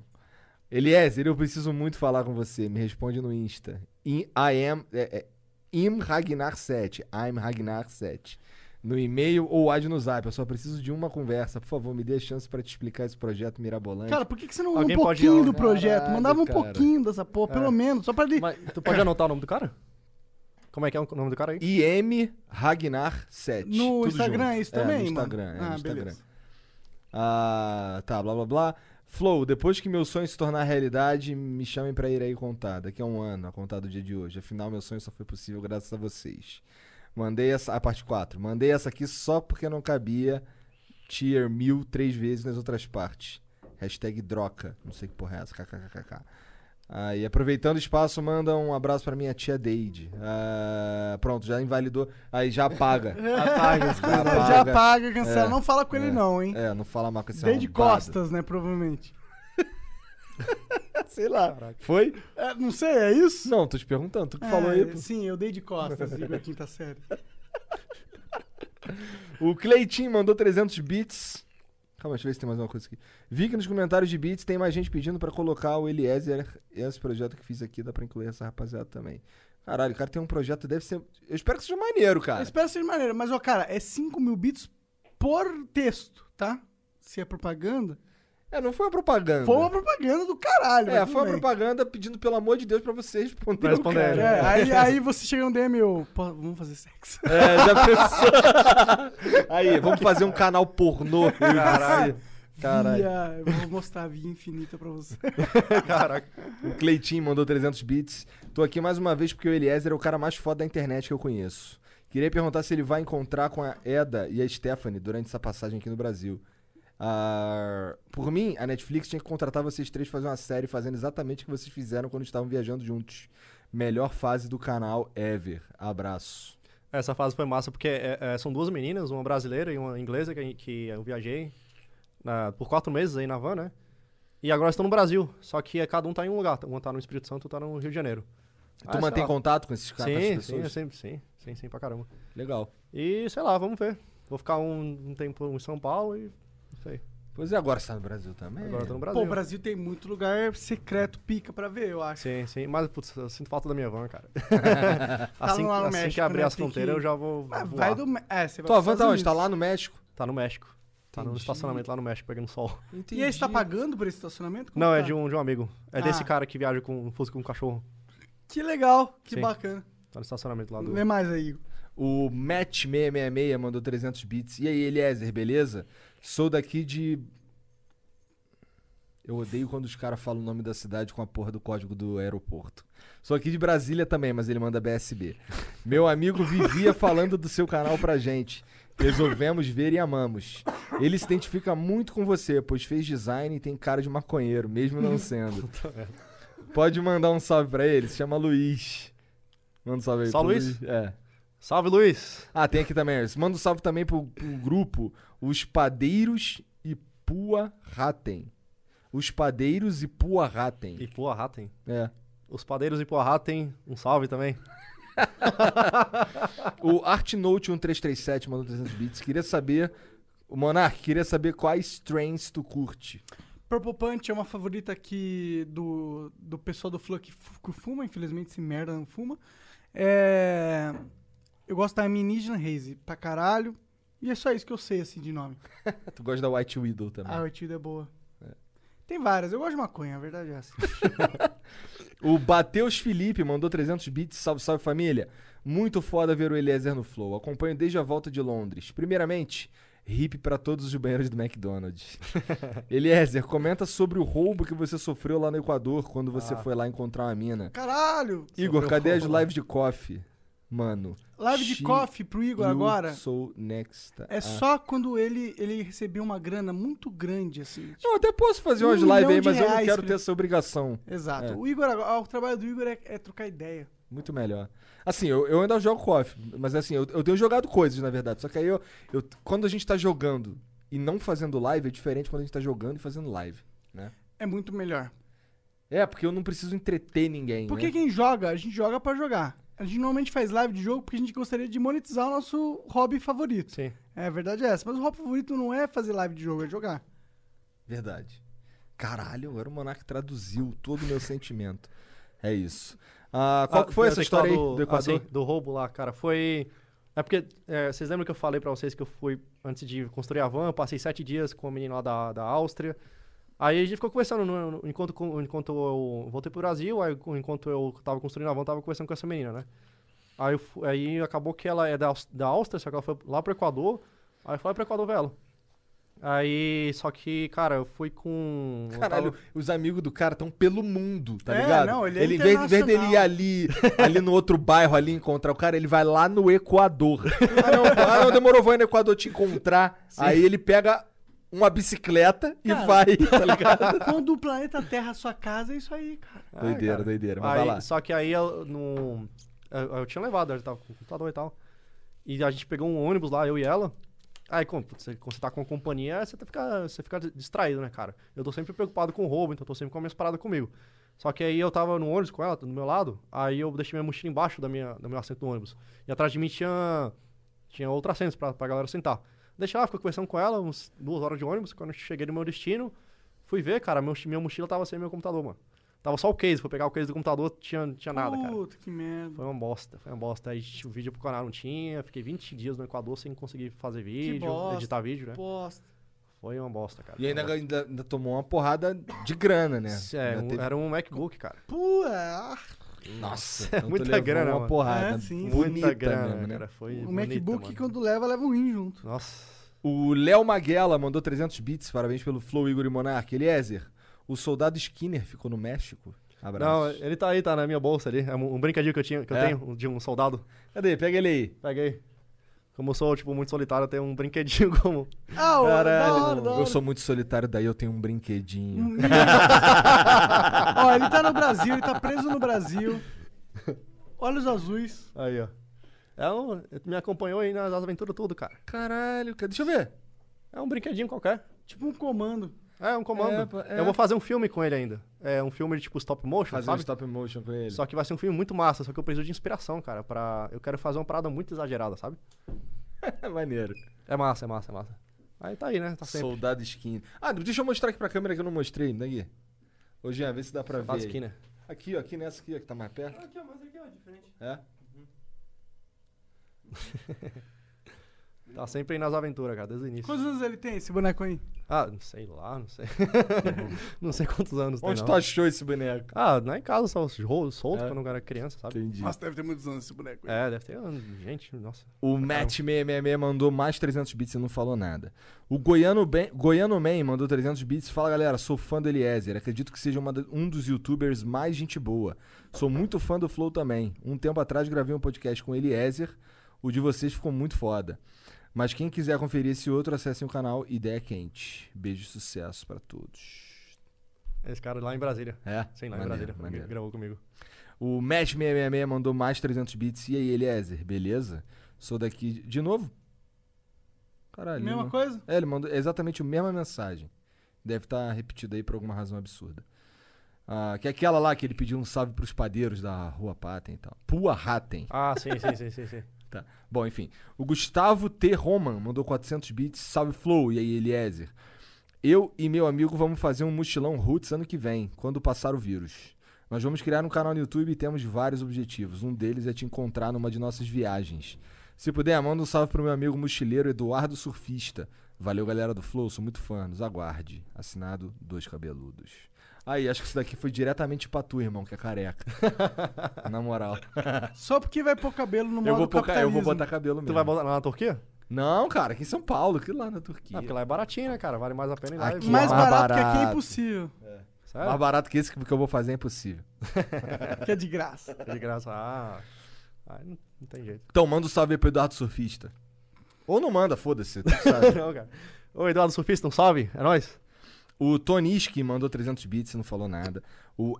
S2: Eliezer, eu preciso muito falar com você. Me responde no Insta. Im- I am, é, é, Im Ragnar 7. I'm Ragnar 7. No e-mail ou ad no zap. Eu só preciso de uma conversa. Por favor, me dê a chance pra te explicar esse projeto mirabolante.
S3: Cara, por que, que você não manda um
S5: Alguém pode ir
S3: pouquinho
S5: lá.
S3: do projeto?
S2: Caralho,
S3: Mandava um
S2: né, cara. É.
S3: pouquinho dessa porra, pelo menos. Só pra ele.
S5: Mas tu pode anotar o nome do cara? Como é que é o nome do cara aí?
S2: IM Ragnar 7.
S3: No Instagram é isso
S2: é,
S3: também,
S2: no
S3: mano?
S2: Instagram, é,
S3: Ah,
S2: no Instagram.
S3: beleza.
S2: Ah, tá, blá blá blá. Flow, depois que meu sonho se tornar realidade, me chamem pra ir aí contar. Daqui a um ano, a contar do dia de hoje. Afinal, meu sonho só foi possível graças a vocês. Mandei essa. A parte 4. Mandei essa aqui só porque não cabia tier mil três vezes nas outras partes. Hashtag droca. Não sei que porra é essa. KKKKK. Ah, e aproveitando o espaço, manda um abraço pra minha tia Deide. Ah, pronto, já invalidou. Aí já apaga.
S3: Apaga esse cara. É, Já apaga, cancela.
S2: É,
S3: Não fala com ele
S2: é.
S3: não, hein?
S2: É, não fala mal com esse
S3: Dei de
S2: arrombado.
S3: costas, né? Provavelmente.
S2: Sei lá. Foi?
S3: É, não sei, é isso? É,
S2: Não, tô te perguntando.
S3: Ah,
S2: Tu que falou aí. pô. Tá.
S3: Sim, eu dei de costas, Igor, quinta série.
S2: O Cleitinho mandou 300 bits. Calma, deixa eu ver se tem mais uma coisa aqui. Vi que nos comentários de bits tem mais gente pedindo pra colocar o Eliezer. Esse projeto que fiz aqui dá pra incluir essa rapaziada também. Caralho, o cara tem um projeto, deve ser. Eu espero que seja maneiro,
S3: Eu
S2: cara.
S3: espero ser maneiro, mas, ó, cara, é 5 mil bits por texto, tá? Se é propaganda.
S2: É, não foi uma propaganda.
S3: Foi uma propaganda do caralho,
S2: É,
S3: mas tudo
S2: foi uma
S3: bem.
S2: propaganda pedindo, pelo amor de Deus, pra você responder. né?
S5: Pra responder,
S2: cara.
S3: É, aí, aí você chega um DM, eu, pô, vamos fazer sexo.
S2: É, já pensou? Aí, vamos fazer um canal pornô. Caralho. Caralho.
S3: Via- eu vou mostrar a via infinita pra você.
S2: O Cleitinho mandou 300 bits. Tô aqui mais uma vez porque o Eliezer é o cara mais foda da internet que eu conheço. Queria perguntar se ele vai encontrar com a Eda e a Stephanie durante essa passagem aqui no Brasil. Ah, por mim, a Netflix tinha que contratar vocês três pra fazer uma série fazendo exatamente o que vocês fizeram quando estavam viajando juntos. Melhor fase do canal ever. Abraço.
S5: Essa fase foi massa, porque é, é, são duas meninas, uma brasileira e uma inglesa, que, que eu viajei na- por quatro meses aí na van, né? E agora estão no Brasil, só que é, cada um tá em um lugar. Uma tá no Espírito Santo, outra tá no Rio de Janeiro.
S2: Tu
S5: Ah, sei
S2: mantém
S5: lá.
S2: contato com esses caras? com essas
S5: Sim, sim,
S2: pessoas?
S5: eu sempre, sim, sim, sim, pra caramba.
S2: Legal.
S5: E sei lá, vamos ver. Vou ficar um, um tempo em São Paulo e. Não sei.
S2: Pois é, agora você tá no Brasil também.
S5: Agora eu tô no
S3: Pô,
S5: Brasil.
S3: o Brasil tem muito lugar secreto pica pra ver, eu acho.
S5: Sim, sim. Mas, putz, eu sinto falta da minha van, cara. assim
S3: lá no
S5: assim que
S3: México,
S5: abrir
S3: né?
S5: as
S3: Tem
S5: fronteiras,
S3: que-
S5: eu já vou.
S3: Mas
S5: voar.
S3: vai do. Me- É, você vai
S2: Tua
S3: pros
S2: van tá
S3: Estados
S2: onde? Tá
S3: Unidos.
S2: lá no México?
S5: Tá no México. Tá no estacionamento lá no México, pegando sol.
S3: E aí, você tá pagando por esse estacionamento? Como
S5: Não, é
S3: tá?
S5: de um, de um amigo. É
S3: Ah.
S5: desse cara que viaja com um Fusca com um cachorro.
S3: Que legal, que
S5: Sim.
S3: bacana.
S5: Tá no estacionamento lá do.
S3: Lê mais aí. Igor.
S2: O Matt666 mandou 300 bits. E aí, Eliezer, beleza? Sou daqui de. Eu odeio quando os caras falam o nome da cidade com a porra do código do aeroporto. Sou aqui de Brasília também, mas ele manda BSB. Meu amigo vivia falando do seu canal pra gente. Resolvemos ver e amamos. Ele se identifica muito com você, pois fez design e tem cara de maconheiro, mesmo não sendo.
S5: Tá
S2: Pode mandar um salve pra ele, se chama Luiz. Manda um salve aí
S5: Só
S2: pro
S5: Luiz?
S2: É.
S5: Salve, Luiz!
S2: Ah, tem aqui também. Ernest. Manda um salve também pro, pro grupo Os Padeiros e Pua Ratem. Os Padeiros e Pua Ratem.
S5: E Poa Ratem.
S2: É.
S5: Os padeiros e Poa Ratem, um salve também.
S2: O ArtNote1337 mandou 300 bits. Queria saber... O Monark, queria saber quais trends tu curte.
S3: Purple Punch é uma favorita aqui do, do pessoal do Fla que, fu- que fuma, infelizmente esse merda não fuma. É, eu gosto da Aminigen Haze pra caralho. E é só isso que eu sei, assim, de nome.
S2: É, Tu gosta da White Widow também.
S3: A Ortido é boa. Tem várias, eu gosto de maconha, a verdade é essa.
S2: O Bateus Felipe mandou 300 bits. Salve, salve família. Muito foda ver o Eliezer no Flow. Acompanho desde a volta de Londres. Primeiramente, hip pra todos os banheiros do McDonald's. Eliezer, comenta sobre o roubo que você sofreu lá no Equador quando
S3: Ah.
S2: você foi lá encontrar uma mina.
S3: Caralho!
S2: Igor, cadê as lives de coffee? Mano.
S3: Live de
S2: She-
S3: coffee pro Igor
S2: you
S3: agora
S2: Sou next.
S3: é
S2: Ah.
S3: só quando ele, ele receber uma grana muito grande, assim. tipo,
S2: Não, até posso fazer
S3: Um
S2: umas lives
S3: milhão
S2: aí,
S3: de
S2: mas eu não
S3: reais,
S2: quero
S3: filho.
S2: ter essa obrigação.
S3: Exato.
S2: É.
S3: O Igor agora- o trabalho do Igor é, é trocar ideia.
S2: Muito melhor. Assim, eu, eu ainda jogo KOF, mas assim, eu, eu tenho jogado coisas, na verdade. Só que aí eu, eu- Quando a gente tá jogando e não fazendo live, é diferente quando a gente tá jogando e fazendo live, né?
S3: É muito melhor.
S2: É, porque eu não preciso entreter ninguém.
S3: Porque
S2: né?
S3: quem joga, a gente joga pra jogar. A gente normalmente faz live de jogo porque a gente gostaria de monetizar o nosso hobby favorito.
S5: Sim.
S3: É, a verdade é essa. Mas o hobby favorito não é fazer live de jogo, é jogar.
S2: Verdade. Caralho, agora o Monark traduziu todo o meu sentimento. É isso. Ah, qual
S5: Ah,
S2: que foi
S5: eu
S2: essa
S5: tenho que falar
S2: história aí
S5: do,
S2: do Equador?
S5: ah, sim, do roubo lá, cara. Foi. É porque. é, vocês lembram que eu falei pra vocês que eu fui. Antes de construir a van, eu passei sete dias com a menina lá da, da Áustria. Aí a gente ficou conversando no- no- enquanto, com- enquanto eu voltei pro Brasil, aí com- enquanto eu tava construindo a van, eu tava conversando com essa menina, né? Aí, eu fu- aí acabou que ela é da, Aus- da Áustria, só que ela foi lá pro Equador. Aí eu falei pro Equador, velho. Aí, só que, cara, eu fui com. eu
S2: Caralho,
S5: tava-
S2: os amigos do cara estão pelo mundo, tá
S3: É,
S2: ligado?
S3: não, ele é
S2: em vez- em vez dele ir
S3: internacional.
S2: ali, ali no outro bairro, ali encontrar o cara, ele vai lá no Equador. ah, não, ah, não, demorou, vai no Equador te encontrar. Aí ele pega uma bicicleta
S3: Cara.
S2: e vai, tá ligado?
S3: Quando o planeta Terra é sua casa, é isso aí, cara.
S5: Ah,
S2: doideira,
S5: cara.
S2: doideira, mas
S5: Aí-
S2: vai lá.
S5: Só que aí eu não. Eu, eu tinha levado, eu tava com o computador e tal. E a gente pegou um ônibus lá, eu e ela. Aí, como putz, você, quando você tá com a companhia, você tá- fica, você fica distraído, né, cara? Eu tô sempre preocupado com roubo, então eu tô sempre com as minhas paradas comigo. Só que aí eu tava no ônibus com ela, do meu lado, aí eu deixei minha mochila embaixo da minha, do meu assento do ônibus. E atrás de mim tinha, tinha outro assento pra, pra galera sentar. Deixei lá, ficou conversando com ela, uns duas horas de ônibus. Quando eu cheguei no meu destino, fui ver, cara, meu, minha mochila tava sem meu computador, mano. Tava só o case, fui pegar o case do computador, tinha, tinha nada, cara.
S3: Puta, que merda.
S5: Foi uma bosta, foi uma bosta. Aí o vídeo pro canal não tinha, fiquei 20 dias no Equador sem conseguir fazer vídeo,
S3: bosta,
S5: editar vídeo, né?
S3: Bosta.
S5: Foi uma bosta, cara.
S2: E ainda,
S5: Foi uma
S2: ainda, ainda tomou uma porrada de grana, né?
S5: bosta. É,
S2: Ainda
S5: um-
S2: teve-
S5: era um MacBook, cara.
S3: Pô, ah,
S2: Nossa,
S5: é
S2: então tu
S5: muita
S2: levou
S5: grana,
S2: Uma
S5: mano.
S2: porrada.
S3: É, sim,
S2: bonita
S5: Muita grana,
S2: mesmo, né?
S5: cara. Foi
S3: o
S5: bonita,
S3: MacBook,
S5: mano.
S3: quando leva, leva o Win junto.
S5: Nossa.
S2: O Léo Maguela mandou 300 bits, parabéns pelo Flow Igor e Monark. Eliezer, o soldado Skinner ficou no México?
S5: Não,
S2: Abraço.
S5: ele tá aí, tá na minha bolsa ali. É um um brinquedinho que eu, tinha, que eu
S2: É?
S5: tenho um- de um soldado.
S2: Cadê? Pega ele aí.
S5: Peguei. Como eu sou, tipo, muito solitário, eu tenho um brinquedinho como...
S3: Ah, o- da hora, da
S2: eu
S3: hora.
S2: sou muito solitário, daí eu tenho um brinquedinho.
S3: Ó, ele tá no Brasil, ele tá preso no Brasil. Olhos azuis.
S5: Aí, ó. É um... Me acompanhou aí nas aventuras tudo, cara.
S2: Caralho, cara, deixa eu ver.
S5: É um brinquedinho qualquer.
S3: Tipo um comando.
S5: É, um comando.
S2: É, é.
S5: Eu vou fazer um filme com ele ainda. É um filme de tipo stop motion,
S2: Fazer um
S5: sabe?
S2: stop motion com ele.
S5: Só que vai ser um filme muito massa, só que eu preciso de inspiração, cara, pra... Eu quero fazer uma parada muito exagerada, sabe?
S2: É maneiro.
S5: É massa, é massa, é massa. Aí tá aí, né? Tá sempre.
S2: Soldado Skinner. Ah, deixa eu mostrar aqui pra câmera que eu não mostrei, daqui. Ô, Jean, vê se dá pra
S5: Soldado
S2: ver. aí.
S5: Skinner.
S2: Aqui, ó, aqui nessa aqui, ó, que tá mais perto.
S4: Aqui, ó, mostra aqui, ó, de frente.
S2: É?
S5: Tá sempre aí nas aventuras, cara, desde o início.
S3: Quantos anos ele tem, esse boneco aí?
S5: Ah, não sei lá, não sei. não sei quantos anos tem,
S2: Onde
S5: não.
S2: tu achou esse boneco?
S5: Ah, lá em casa, só os rolos soltos
S2: É.
S5: quando eu era criança, sabe?
S2: Entendi.
S3: Nossa, deve ter muitos anos esse boneco aí.
S5: É, deve ter... um- Gente, nossa.
S2: O Matt666 mandou mais 300 bits e não falou nada. O Goiano, ben, Goiano Man mandou 300 bits. Fala galera, sou fã do Eliezer. Acredito que seja uma da- um dos youtubers mais gente boa. Sou muito fã do Flow também. Um tempo atrás gravei um podcast com o Eliezer. O de vocês ficou muito foda. Mas quem quiser conferir esse outro, acessem o canal Ideia Quente. Beijo e sucesso pra todos.
S5: Esse cara lá em Brasília.
S2: É?
S5: Sim, lá
S2: Maneiro,
S5: em Brasília.
S2: maneiro.
S5: Gravou comigo.
S2: O Match666 mandou mais 300 bits. E aí, Eliezer, beleza? Sou daqui de novo? Caralho.
S3: Mesma
S2: né?
S3: coisa?
S2: É, ele mandou exatamente a mesma mensagem. Deve estar repetida aí por alguma razão absurda. Ah, que é aquela lá que ele pediu um salve pros padeiros da Rua Patem e tal. Pua Ratem.
S5: Ah, sim, sim, sim, sim, sim.
S2: Tá. Bom, enfim. O Gustavo T. Roman mandou 400 bits. Salve Flow. E aí, Eliezer? Eu e meu amigo vamos fazer um mochilão Roots ano que vem, quando passar o vírus. Nós vamos criar um canal no YouTube e temos vários objetivos. Um deles é te encontrar numa de nossas viagens. Se puder, manda um salve pro meu amigo mochileiro Eduardo Surfista. Valeu, galera do Flow, sou muito fã, nos aguarde. Assinado Dois Cabeludos. Aí, acho que isso daqui foi diretamente pra tu, irmão, que é careca. Na moral.
S3: Só porque vai pôr cabelo no modo
S2: Eu vou, pôr ca- eu
S3: capitalismo.
S2: vou botar cabelo mesmo.
S5: Tu vai botar lá na Turquia?
S2: Não, cara, aqui em São Paulo, que lá na
S5: Ah,
S2: Turquia.
S5: porque lá é baratinho, né, cara? Vale mais a pena ir lá. e
S2: Aqui
S5: voar.
S3: Mais
S2: Mais
S3: barato, que aqui é
S2: barato.
S3: impossível.
S5: Sério?
S2: Mais barato que esse que que eu vou fazer é impossível.
S3: Que é de graça.
S5: De graça. Ah, ah não, não tem jeito.
S2: Então, manda um salve aí pro Eduardo Surfista. Ou não manda, foda-se, tu que sabe.
S5: não, cara. Ô, Eduardo Surfista, um salve. É nóis.
S2: o Toniski mandou 300 bits, não falou nada. O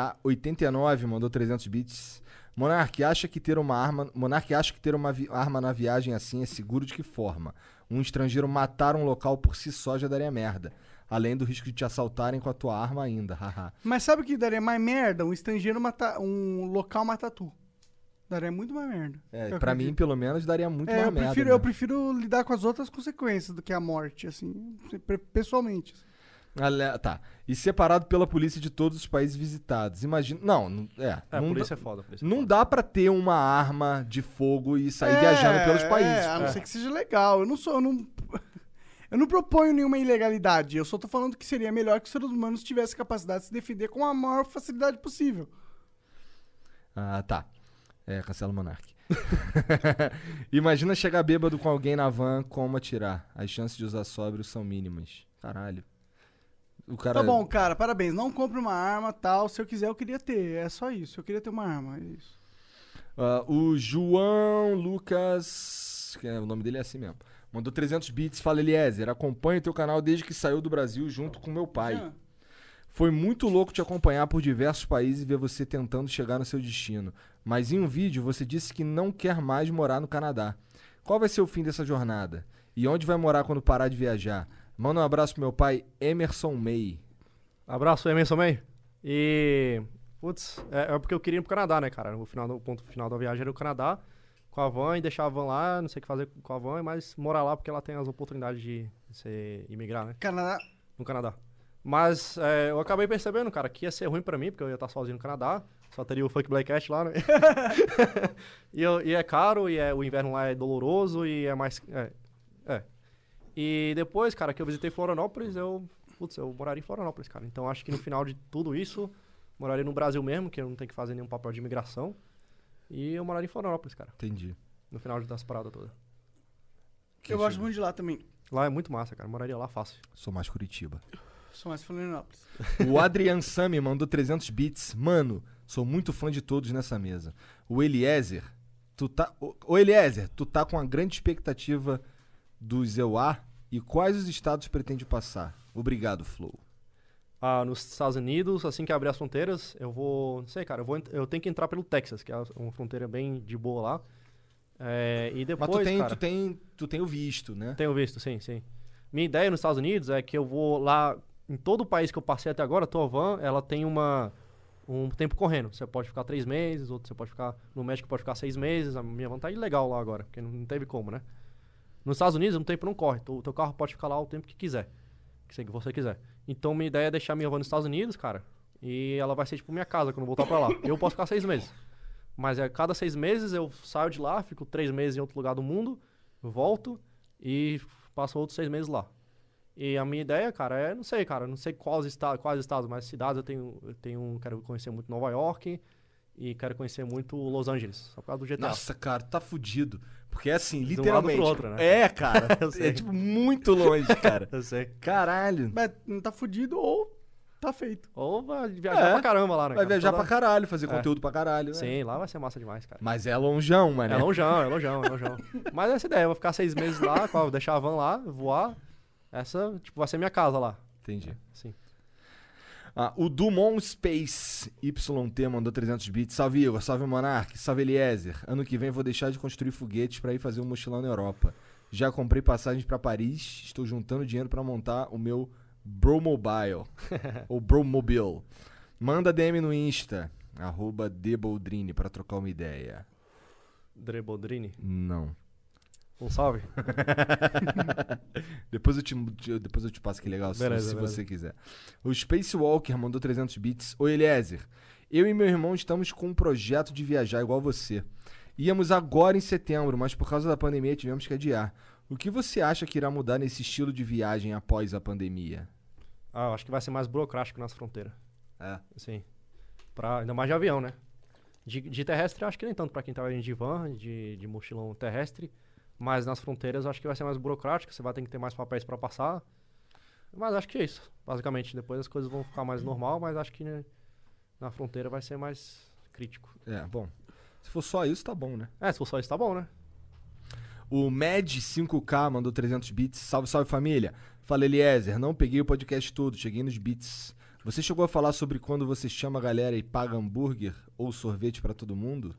S2: FSA89 mandou 300 bits. Monark acha que ter uma arma, Monark acha que ter uma vi- arma na viagem assim é seguro de que forma? Um estrangeiro matar um local por si só já daria merda. Além do risco de te assaltarem com a tua arma ainda, haha.
S3: Mas sabe o que daria mais merda? Um estrangeiro matar. Um local matar tu. Daria muito mais merda.
S2: É,
S3: Eu
S2: pra mim,
S3: acredito.
S2: pelo menos, daria muito
S3: É,
S2: mais
S3: eu
S2: merda.
S3: prefiro,
S2: né?
S3: eu prefiro lidar com as outras consequências do que a morte, assim, pe- pessoalmente.
S2: Ale- Tá. E separado pela polícia de todos os países visitados. Imagina. Não, não- é.
S5: É,
S2: não
S5: polícia
S2: dá,
S5: é foda. Polícia é
S2: não
S5: foda.
S2: dá pra ter uma arma de fogo tá, e sair
S3: É,
S2: viajando pelos países.
S3: É, a não
S2: É.
S3: ser que seja legal. Eu não sou, eu não. Eu não proponho nenhuma ilegalidade. Eu só tô falando que seria melhor que os seres humanos tivessem capacidade de se defender com a maior facilidade possível.
S2: Ah, tá. É, cancela o Monark. Imagina chegar bêbado com alguém na van, como atirar. As chances de usar sóbrio são mínimas. Caralho. O cara...
S3: Tá bom, cara, parabéns. Não compre uma arma tal. Se eu quiser, eu queria ter. É só isso. Eu queria ter uma arma. É isso.
S2: Ah, o João Lucas. que é- O nome dele é assim mesmo. Mandou 300 bits. Fala, Eliezer. Acompanho teu canal desde que saiu do Brasil junto com meu pai.
S3: Ah.
S2: Foi muito louco te acompanhar por diversos países e ver você tentando chegar no seu destino. Mas em um vídeo você disse que não quer mais morar no Canadá. Qual vai ser o fim dessa jornada? E onde vai morar quando parar de viajar? Manda um abraço pro meu pai, Emerson May.
S5: Abraço, Emerson May. E. Putz, é, é porque eu queria ir pro Canadá, né, cara? O, final do- o ponto final da viagem era o Canadá, com a van e deixar a van lá, não sei o que fazer com a van, mas morar lá porque ela tem as oportunidades de você imigrar, né?
S3: Canadá.
S5: No Canadá. Mas é, eu acabei percebendo, cara, que ia ser ruim pra mim, porque eu ia estar sozinho no Canadá, só teria o Funk Black Cat lá, né? e, eu- e é caro, e é- o inverno lá é doloroso, e é mais. É, é. E depois, cara, que eu visitei Florianópolis, eu. Putz, eu moraria em Florianópolis, cara. Então acho que no final de tudo isso, moraria no Brasil mesmo, que eu não tenho que fazer nenhum papel de imigração. E eu moraria em Florianópolis, cara.
S2: Entendi.
S5: No final das paradas todas.
S3: eu gosto muito de lá também.
S5: Lá é muito massa, cara. Moraria lá fácil.
S2: Sou mais Curitiba.
S3: Sou mais Florianópolis.
S2: O Adrian Sami mandou 300 bits. Mano, sou muito fã de todos nessa mesa. O Eliezer, tu tá. o- Ô Eliezer, tu tá com uma grande expectativa do ZEUA e quais os estados pretende passar? Obrigado, Flow.
S5: Ah, nos Estados Unidos, assim que abrir as fronteiras, eu vou. Não sei, cara. Eu, vou, ent- eu tenho que entrar pelo Texas, que é uma fronteira bem de boa lá. É, e depois.
S2: Mas tu tem,
S5: cara,
S2: tu, tem, tu tem o visto, né?
S5: Tenho visto, sim, sim. Minha ideia nos Estados Unidos é que eu vou lá em todo o país que eu passei até agora, a tua van, ela tem uma um tempo correndo. Você pode ficar três meses, outro você pode ficar no México pode ficar seis meses. A minha van tá legal lá agora, porque não- não teve como, né? Nos Estados Unidos, o tempo não corre. O teu carro pode ficar lá o tempo que quiser, que sei que você quiser. Então minha ideia é deixar minha van nos Estados Unidos, cara, e ela vai ser tipo minha casa quando eu voltar pra lá. Eu posso ficar seis meses. Mas a cada seis meses eu saio de lá, fico três meses em outro lugar do mundo, volto e passo outros seis meses lá. E a minha ideia, cara, é, não sei, cara, não sei quais estados, quais estados, mas cidades eu tenho, eu tenho, um, quero conhecer muito Nova York e quero conhecer muito Los Angeles, só por causa do GTA.
S2: Nossa, cara, tá fudido. Porque é assim,
S5: De um
S2: literalmente.
S5: lado pro outro, né?
S2: É, cara.
S5: Eu
S2: é
S5: sei.
S2: tipo muito longe, cara.
S5: Eu sei.
S2: Caralho.
S3: Mas não tá fudido ou tá feito.
S5: Ou vai viajar
S2: É,
S5: pra caramba lá, né?
S2: Vai
S5: cara?
S2: viajar
S5: Toda-
S2: pra caralho, fazer
S5: É.
S2: conteúdo pra caralho. né?
S5: Sim, lá vai ser massa demais, cara.
S2: Mas é longeão, mano.
S5: É longeão, é longeão, é longeão. Mas essa ideia, eu vou ficar seis meses lá, qual- deixar a van lá, voar. Essa, tipo, vai ser minha casa lá.
S2: Entendi.
S5: Sim.
S2: Ah, o Dumont Space YT mandou 300 bits. Salve Igor, salve Monark, salve Eliezer. Ano que vem vou deixar de construir foguetes pra ir fazer um mochilão na Europa. Já comprei passagens pra Paris, estou juntando dinheiro pra montar o meu Bromobile. ou Bromobile. Manda DM no Insta, arroba Deboldrine, pra trocar uma ideia.
S5: Drebodrini.
S2: Não.
S5: Um salve.
S2: Depois eu te, te- depois eu te passo que legal, se-
S5: Beleza,
S2: se
S5: beleza.
S2: você quiser. O Space Walker mandou 300 bits. Oi, Eliezer. Eu e meu irmão estamos com um projeto de viajar igual você. Íamos agora em setembro, mas por causa da pandemia tivemos que adiar. O que você acha que irá mudar nesse estilo de viagem após a pandemia?
S5: Ah, eu acho que vai ser mais burocrático nas fronteiras.
S2: É.
S5: Sim. Pra, ainda mais de avião, né? De, de terrestre, eu acho que nem tanto pra quem tá indo de van, de, de mochilão terrestre. Mas nas fronteiras, eu acho que vai ser mais burocrático. Você vai ter que ter mais papéis pra passar. Mas acho que é isso, basicamente. Depois as coisas vão ficar mais normal, mas acho que né, na fronteira vai ser mais crítico.
S2: É, bom. Se for só isso, tá bom, né?
S5: É, se for só isso, tá bom, né?
S2: O Med5K mandou 300 bits. Salve, salve família. Fala, Eliezer. Não peguei o podcast todo, cheguei nos bits. Você chegou a falar sobre quando você chama a galera e paga hambúrguer ou sorvete pra todo mundo?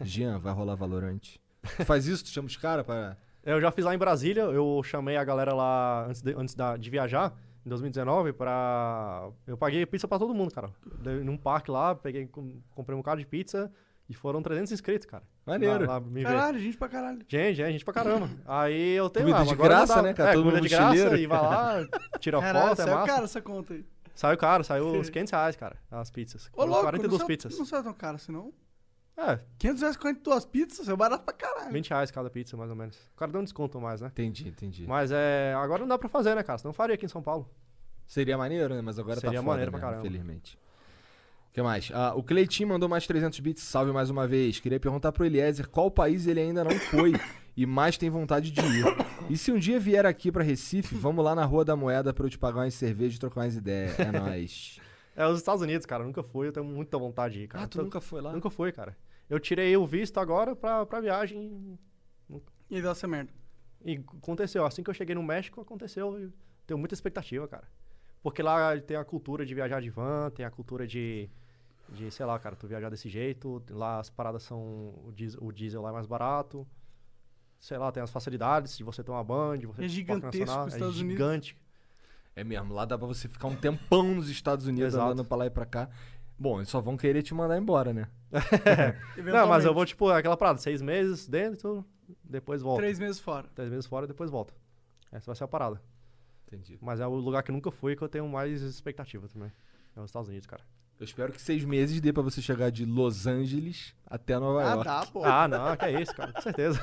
S2: Jean, vai rolar valorante. Tu Faz isso, tu chama os caras pra.
S5: É, Eu já fiz lá em Brasília, eu chamei a galera lá antes de, antes da- de viajar, em 2019, pra. Eu paguei pizza pra todo mundo, cara. Dei Num parque lá, peguei, com- comprei um bocado de pizza e foram 300 inscritos, cara.
S2: Maneiro.
S5: Lá, lá me ver.
S3: Caralho, gente pra caralho.
S5: Gente, gente, gente pra caramba. Aí eu tenho
S2: Comida
S5: lá,
S2: de
S5: mas agora
S2: graça,
S5: dá-
S2: né, cara?
S5: É,
S2: Todo
S5: comida
S2: mundo
S5: de graça
S2: mochileiro.
S5: e vai lá, tira
S3: Caralho,
S5: foto, é
S3: saiu
S5: massa.
S3: cara essa conta aí.
S5: Saiu caro, saiu uns 500 reais, cara, as pizzas.
S3: Ô, louco,
S5: 42
S3: não saiu,
S5: pizzas.
S3: Não saiu tão caro assim, não.
S5: É,
S3: 542 pizzas, é barato pra caralho.
S5: 20 reais cada pizza, mais ou menos. O cara deu um desconto mais, né?
S2: Entendi, entendi.
S5: Mas é. Agora não dá pra fazer, né, cara? Senão eu faria aqui em São Paulo.
S2: Seria maneiro, né? Mas agora tá
S5: Seria
S2: foda,
S5: maneiro pra
S2: né?
S5: caramba.
S2: Infelizmente. O que mais? Ah, o Cleitinho mandou mais 300 bits. Salve mais uma vez. Queria perguntar pro Eliezer qual país ele ainda não foi e mais tem vontade de ir. E se um dia vier aqui pra Recife, vamos lá na Rua da Moeda pra eu te pagar umas cervejas e trocar umas ideias. É nóis.
S5: É os Estados Unidos, cara. eu Nunca fui. Eu tenho muita vontade de ir, cara.
S2: Ah, tu
S5: Eu tô-
S2: nunca foi lá?
S5: Nunca fui, cara. Eu tirei o visto agora pra, pra viagem
S3: E deu essa merda.
S5: e aconteceu. Assim que eu cheguei no México, aconteceu. e Tenho muita expectativa, cara. Porque lá tem a cultura de viajar de van, tem a cultura de, de sei lá, cara, tu viajar desse jeito. Lá as paradas são... O diesel, o diesel lá é mais barato. Sei lá, tem as facilidades de você tomar banho, de você...
S3: É gigantesco os Estados
S5: é
S3: Unidos.
S5: gigante.
S2: É mesmo, lá dá pra você ficar um tempão nos Estados Unidos
S5: Exato.
S2: andando pra lá e pra cá. Bom, eles só vão querer te mandar embora, né?
S5: Não, mas eu
S3: Eventualmente.
S5: vou, tipo, aquela parada. Seis meses dentro, depois volta.
S3: Três meses fora.
S5: Três meses fora, depois volta. Essa vai ser a parada.
S2: Entendi.
S5: Mas é o lugar que eu nunca fui que eu tenho mais expectativa também. É os Estados Unidos, cara.
S2: Eu espero que seis meses dê pra você chegar de Los Angeles até Nova
S3: Ah,
S2: York.
S3: dá, pô.
S5: Ah, não, que é isso, cara. Com certeza.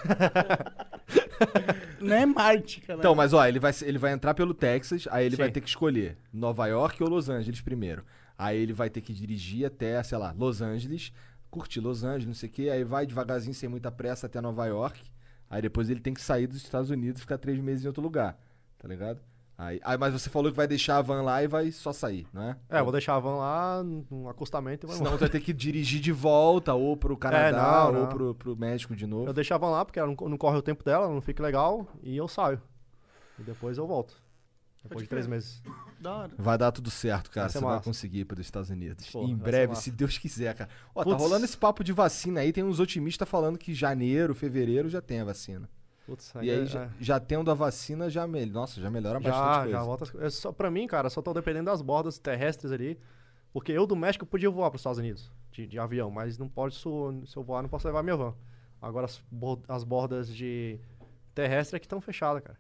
S3: Não é Marte, cara.
S2: Então, mas ó, ele vai, ele vai entrar pelo Texas, aí ele
S5: Né? Sim.
S2: vai ter que escolher Nova York ou Los Angeles primeiro. Aí ele vai ter que dirigir até, sei lá, Los Angeles, curtir Los Angeles, não sei o quê, aí vai devagarzinho, sem muita pressa, até Nova York. Aí depois ele tem que sair dos Estados Unidos e ficar três meses em outro lugar, tá ligado? Aí, aí, mas você falou que vai deixar a van lá e vai só sair, não é?
S5: É, eu vou deixar a van lá num acostamento e vou
S2: Senão
S5: embora.
S2: tu vai ter que dirigir de volta, ou pro Canadá,
S5: É, não,
S2: ou
S5: não.
S2: pro, pro México de novo.
S5: Eu deixo a van lá porque ela não, co- não corre o tempo dela, não fica legal, e eu saio. E depois eu volto. Depois de três meses.
S3: Da hora.
S2: Vai dar tudo certo, cara.
S5: Vai ser
S2: Você vai
S5: massa.
S2: conseguir ir para os Estados Unidos.
S5: Pô,
S2: em
S5: vai ser
S2: breve,
S5: massa.
S2: se Deus quiser, cara. Ó, tá
S5: Putz.
S2: rolando esse papo de vacina aí. Tem uns otimistas falando que janeiro, fevereiro já tem a vacina.
S5: Putz,
S2: e aí,
S5: é-
S2: já,
S5: é.
S2: já tendo a vacina, já melhora. Nossa, já melhora bastante
S5: Já,
S2: coisa.
S5: já volta. as co- é Só, pra mim, cara, só tô dependendo das bordas terrestres ali. Porque eu do México podia voar pros Estados Unidos de, de avião, mas não pode, se eu, se eu voar, não posso levar minha van. Agora as, bor- as bordas de terrestre é que estão fechadas, cara.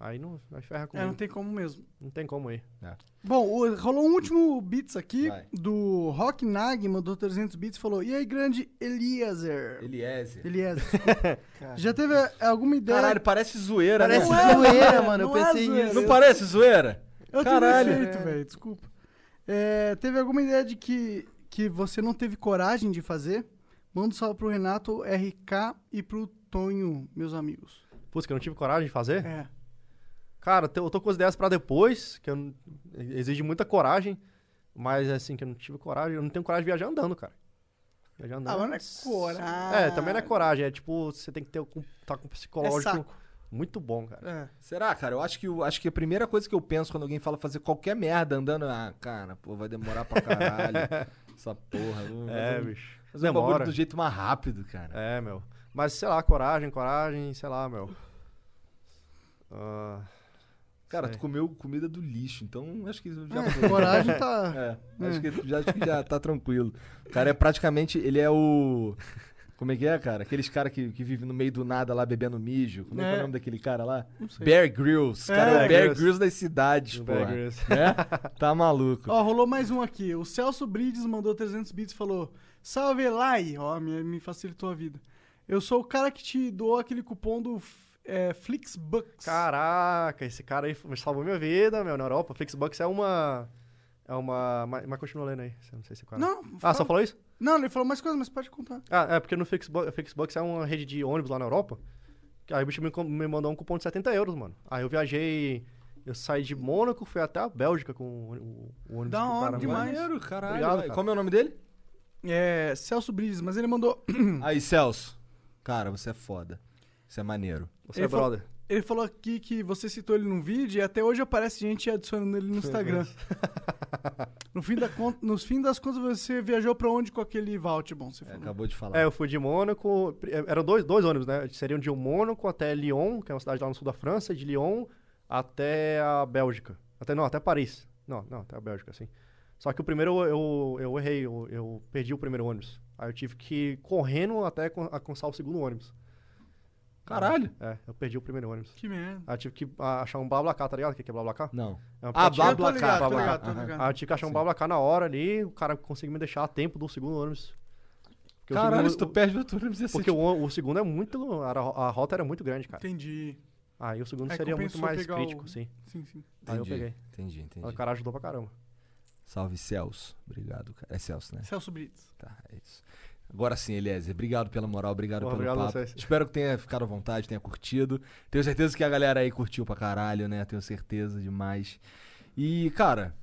S5: Aí não, aí ferra
S3: É,
S5: comigo.
S3: não
S5: não, tem...
S3: tem como mesmo.
S5: como ir.
S3: Bom, o- rolou um último bits aqui
S2: Vai.
S3: do Rock Nag, mandou 300 bits e falou: E aí, grande Eliezer?
S2: Eliezer.
S3: Eliezer. Já teve é, alguma ideia?
S2: Caralho, parece zoeira,
S4: Parece
S2: né?
S3: é,
S4: zoeira,
S3: mano,
S4: mano. Eu
S3: não é
S4: pensei
S3: zoeira.
S4: nisso.
S2: Não parece zoeira?
S3: eu
S2: caralho.
S3: tenho defeito, velho, desculpa. É, teve alguma ideia de que, que você não teve coragem de fazer? Manda um salve pro Renato, RK e pro Tonho, meus amigos.
S5: Putz, que eu não tive coragem de fazer?
S3: É.
S5: Cara, eu tô- eu tô com as ideias pra depois, que eu não- exige muita coragem, mas assim, que eu não tive coragem, eu não tenho coragem de viajar andando, cara. Viajar andando.
S3: Ah, mas não é
S5: s-
S3: coragem.
S5: É, também não é coragem, é tipo, você tem que ter com- tá com um psicológico
S3: É saco.
S5: muito bom, cara.
S3: É.
S2: Será, cara? Eu acho que, o- acho que a primeira coisa que eu penso quando alguém fala fazer qualquer merda andando, ah, cara, pô, vai demorar pra caralho. essa porra. vamos
S5: É,
S2: fazer um-
S5: bicho.
S2: Fazer um bagulho
S5: Demora.
S2: do jeito mais rápido, cara.
S5: É, meu. Mas sei lá, coragem, coragem, sei lá, meu. Ah,
S2: cara,
S5: sei.
S2: tu comeu comida do lixo, então acho que já
S3: É, coragem tá.
S2: É, acho que já, acho que já tá tranquilo. O cara é praticamente. Ele é o. Como é que é, cara? Aqueles caras que, que vivem no meio do nada lá bebendo mijo. Como é, que é
S3: É.
S2: o nome daquele cara lá?
S3: Não sei.
S2: Bear Grylls. Cara, é,
S5: Bear
S2: o Bear
S5: Grylls.
S2: Grylls das cidades, pô.
S5: Bear Grylls.
S2: Né? Tá maluco.
S3: Ó, rolou mais um aqui. O Celso Brides mandou 300 bits e falou: Salve Elai! Ó, me, me facilitou a vida. Eu sou o cara que te doou aquele cupom do F- é, Flixbucks.
S5: Caraca, esse cara aí f- salvou minha vida, meu, na Europa. Flixbox é uma. É uma. Mas, mas continua lendo aí. Não sei se o cara.
S3: Não,
S5: Ah,
S3: fala-
S5: só falou isso?
S3: Não, ele falou mais coisas, mas pode contar.
S5: Ah, é porque no Flixbox, Flixbox é uma rede de ônibus lá na Europa. que Aí o bicho me, com- me mandou um cupom de 70 euros, mano. Aí eu viajei. Eu saí de Mônaco, fui até a Bélgica com o, o- o ônibus
S3: Da
S5: que o
S3: hora
S5: cara
S3: demais.
S2: Maneiro, caralho.
S5: Obrigado, cara.
S2: Como é o nome dele?
S3: É, Celso Brides, mas ele mandou.
S2: Aí, Celso. Cara, você é foda. Você é maneiro.
S5: Você
S3: Ele
S5: é brother.
S3: Ele falou aqui que você citou ele num vídeo e até hoje aparece gente adicionando ele no Instagram. no fim da conta, nos fim das contas, você viajou pra onde com aquele voucher? Bom, você
S2: É,
S3: falou.
S2: acabou de falar.
S5: É, eu fui de Mônaco. pri- eh, Eram dois, dois ônibus, né? Seriam de Mônaco até Lyon, que é uma cidade lá no sul da França, e de Lyon até a Bélgica. Até não, até Paris. Não, não, até a Bélgica, sim. Só que o primeiro eu, eu errei, eu, eu perdi o primeiro ônibus. Aí eu tive que ir correndo até con- alcançar o segundo ônibus.
S2: Caralho.
S5: É, eu perdi o primeiro ônibus.
S3: Que merda.
S5: Aí eu tive que ah, achar um BlaBlaCar, tá ligado? O que que é BlaBlaCar?
S2: Não.
S5: É um
S2: Ah,
S5: aplicativo.
S2: Blá,
S3: Eu tô
S2: blá,
S3: ligado,
S2: cá,
S3: tô
S2: blá,
S3: ligado,
S2: blá.
S3: tô ligado.
S5: Aí eu tive que achar um BlaBlaCar na hora ali, o cara conseguiu me deixar a tempo do segundo ônibus. Porque o
S2: Caralho,
S5: segundo-
S2: se tu perde o turno, você
S5: porque o, o segundo é muito. A, a rota era muito grande, cara.
S3: Entendi.
S5: Aí o segundo
S3: Aí
S5: seria muito
S3: compensou
S5: mais
S3: pegar
S5: crítico,
S3: o-
S5: sim.
S3: Sim, sim.
S5: Aí eu peguei.
S2: Entendi, entendi.
S5: O cara ajudou pra caramba.
S2: Salve Celso. Obrigado, cara. É Celso, né?
S3: Celso Brits.
S2: Tá, é isso. Agora sim, Eliezer, obrigado pela moral, obrigado
S5: Porra,
S2: pelo
S5: obrigado a
S2: papo.
S5: vocês.
S2: Espero que tenha ficado à vontade, tenha curtido. Tenho certeza que a galera aí curtiu pra caralho, né? Tenho certeza demais. E, cara,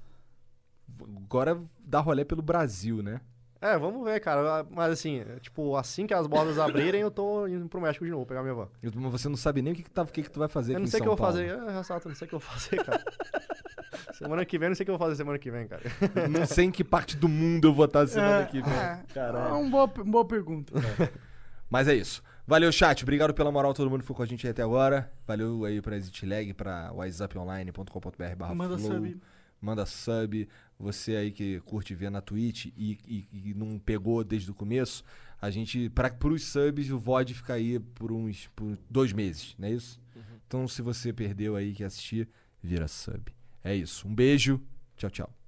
S2: agora dá rolê pelo Brasil, né?
S5: É, vamos ver, cara. Mas assim, é, tipo, assim que as bordas abrirem, eu tô indo pro México de novo, pegar minha van.
S2: Eu- mas Você não sabe nem o que, que, tá- o que, que tu vai fazer
S5: Eu
S2: aqui
S5: não sei
S2: em
S5: o que
S2: São
S5: eu vou fazer.
S2: Paulo.
S5: É, ressalto, eu não sei o que eu vou fazer, cara. semana que vem, eu não sei o que eu vou fazer semana que vem, cara.
S2: Não sei em que parte do mundo eu vou estar semana
S3: É,
S2: que vem.
S3: é.
S2: Caralho.
S3: É uma boa, uma boa pergunta.
S2: Mas é isso. Valeu, chat. Obrigado pela moral, todo mundo que ficou com a gente aí até agora. Valeu aí pra ExitLag, pra whatsapponline.com.br barra
S3: Manda
S2: flow.
S3: sub.
S2: Manda sub. Você aí que curte ver na Twitch e, e- e não pegou desde o começo, a gente, pra, pros subs, o VOD fica aí por uns por dois meses, não é isso? Então, se você perdeu aí que assistir, vira sub. É isso. Um beijo. Tchau, tchau.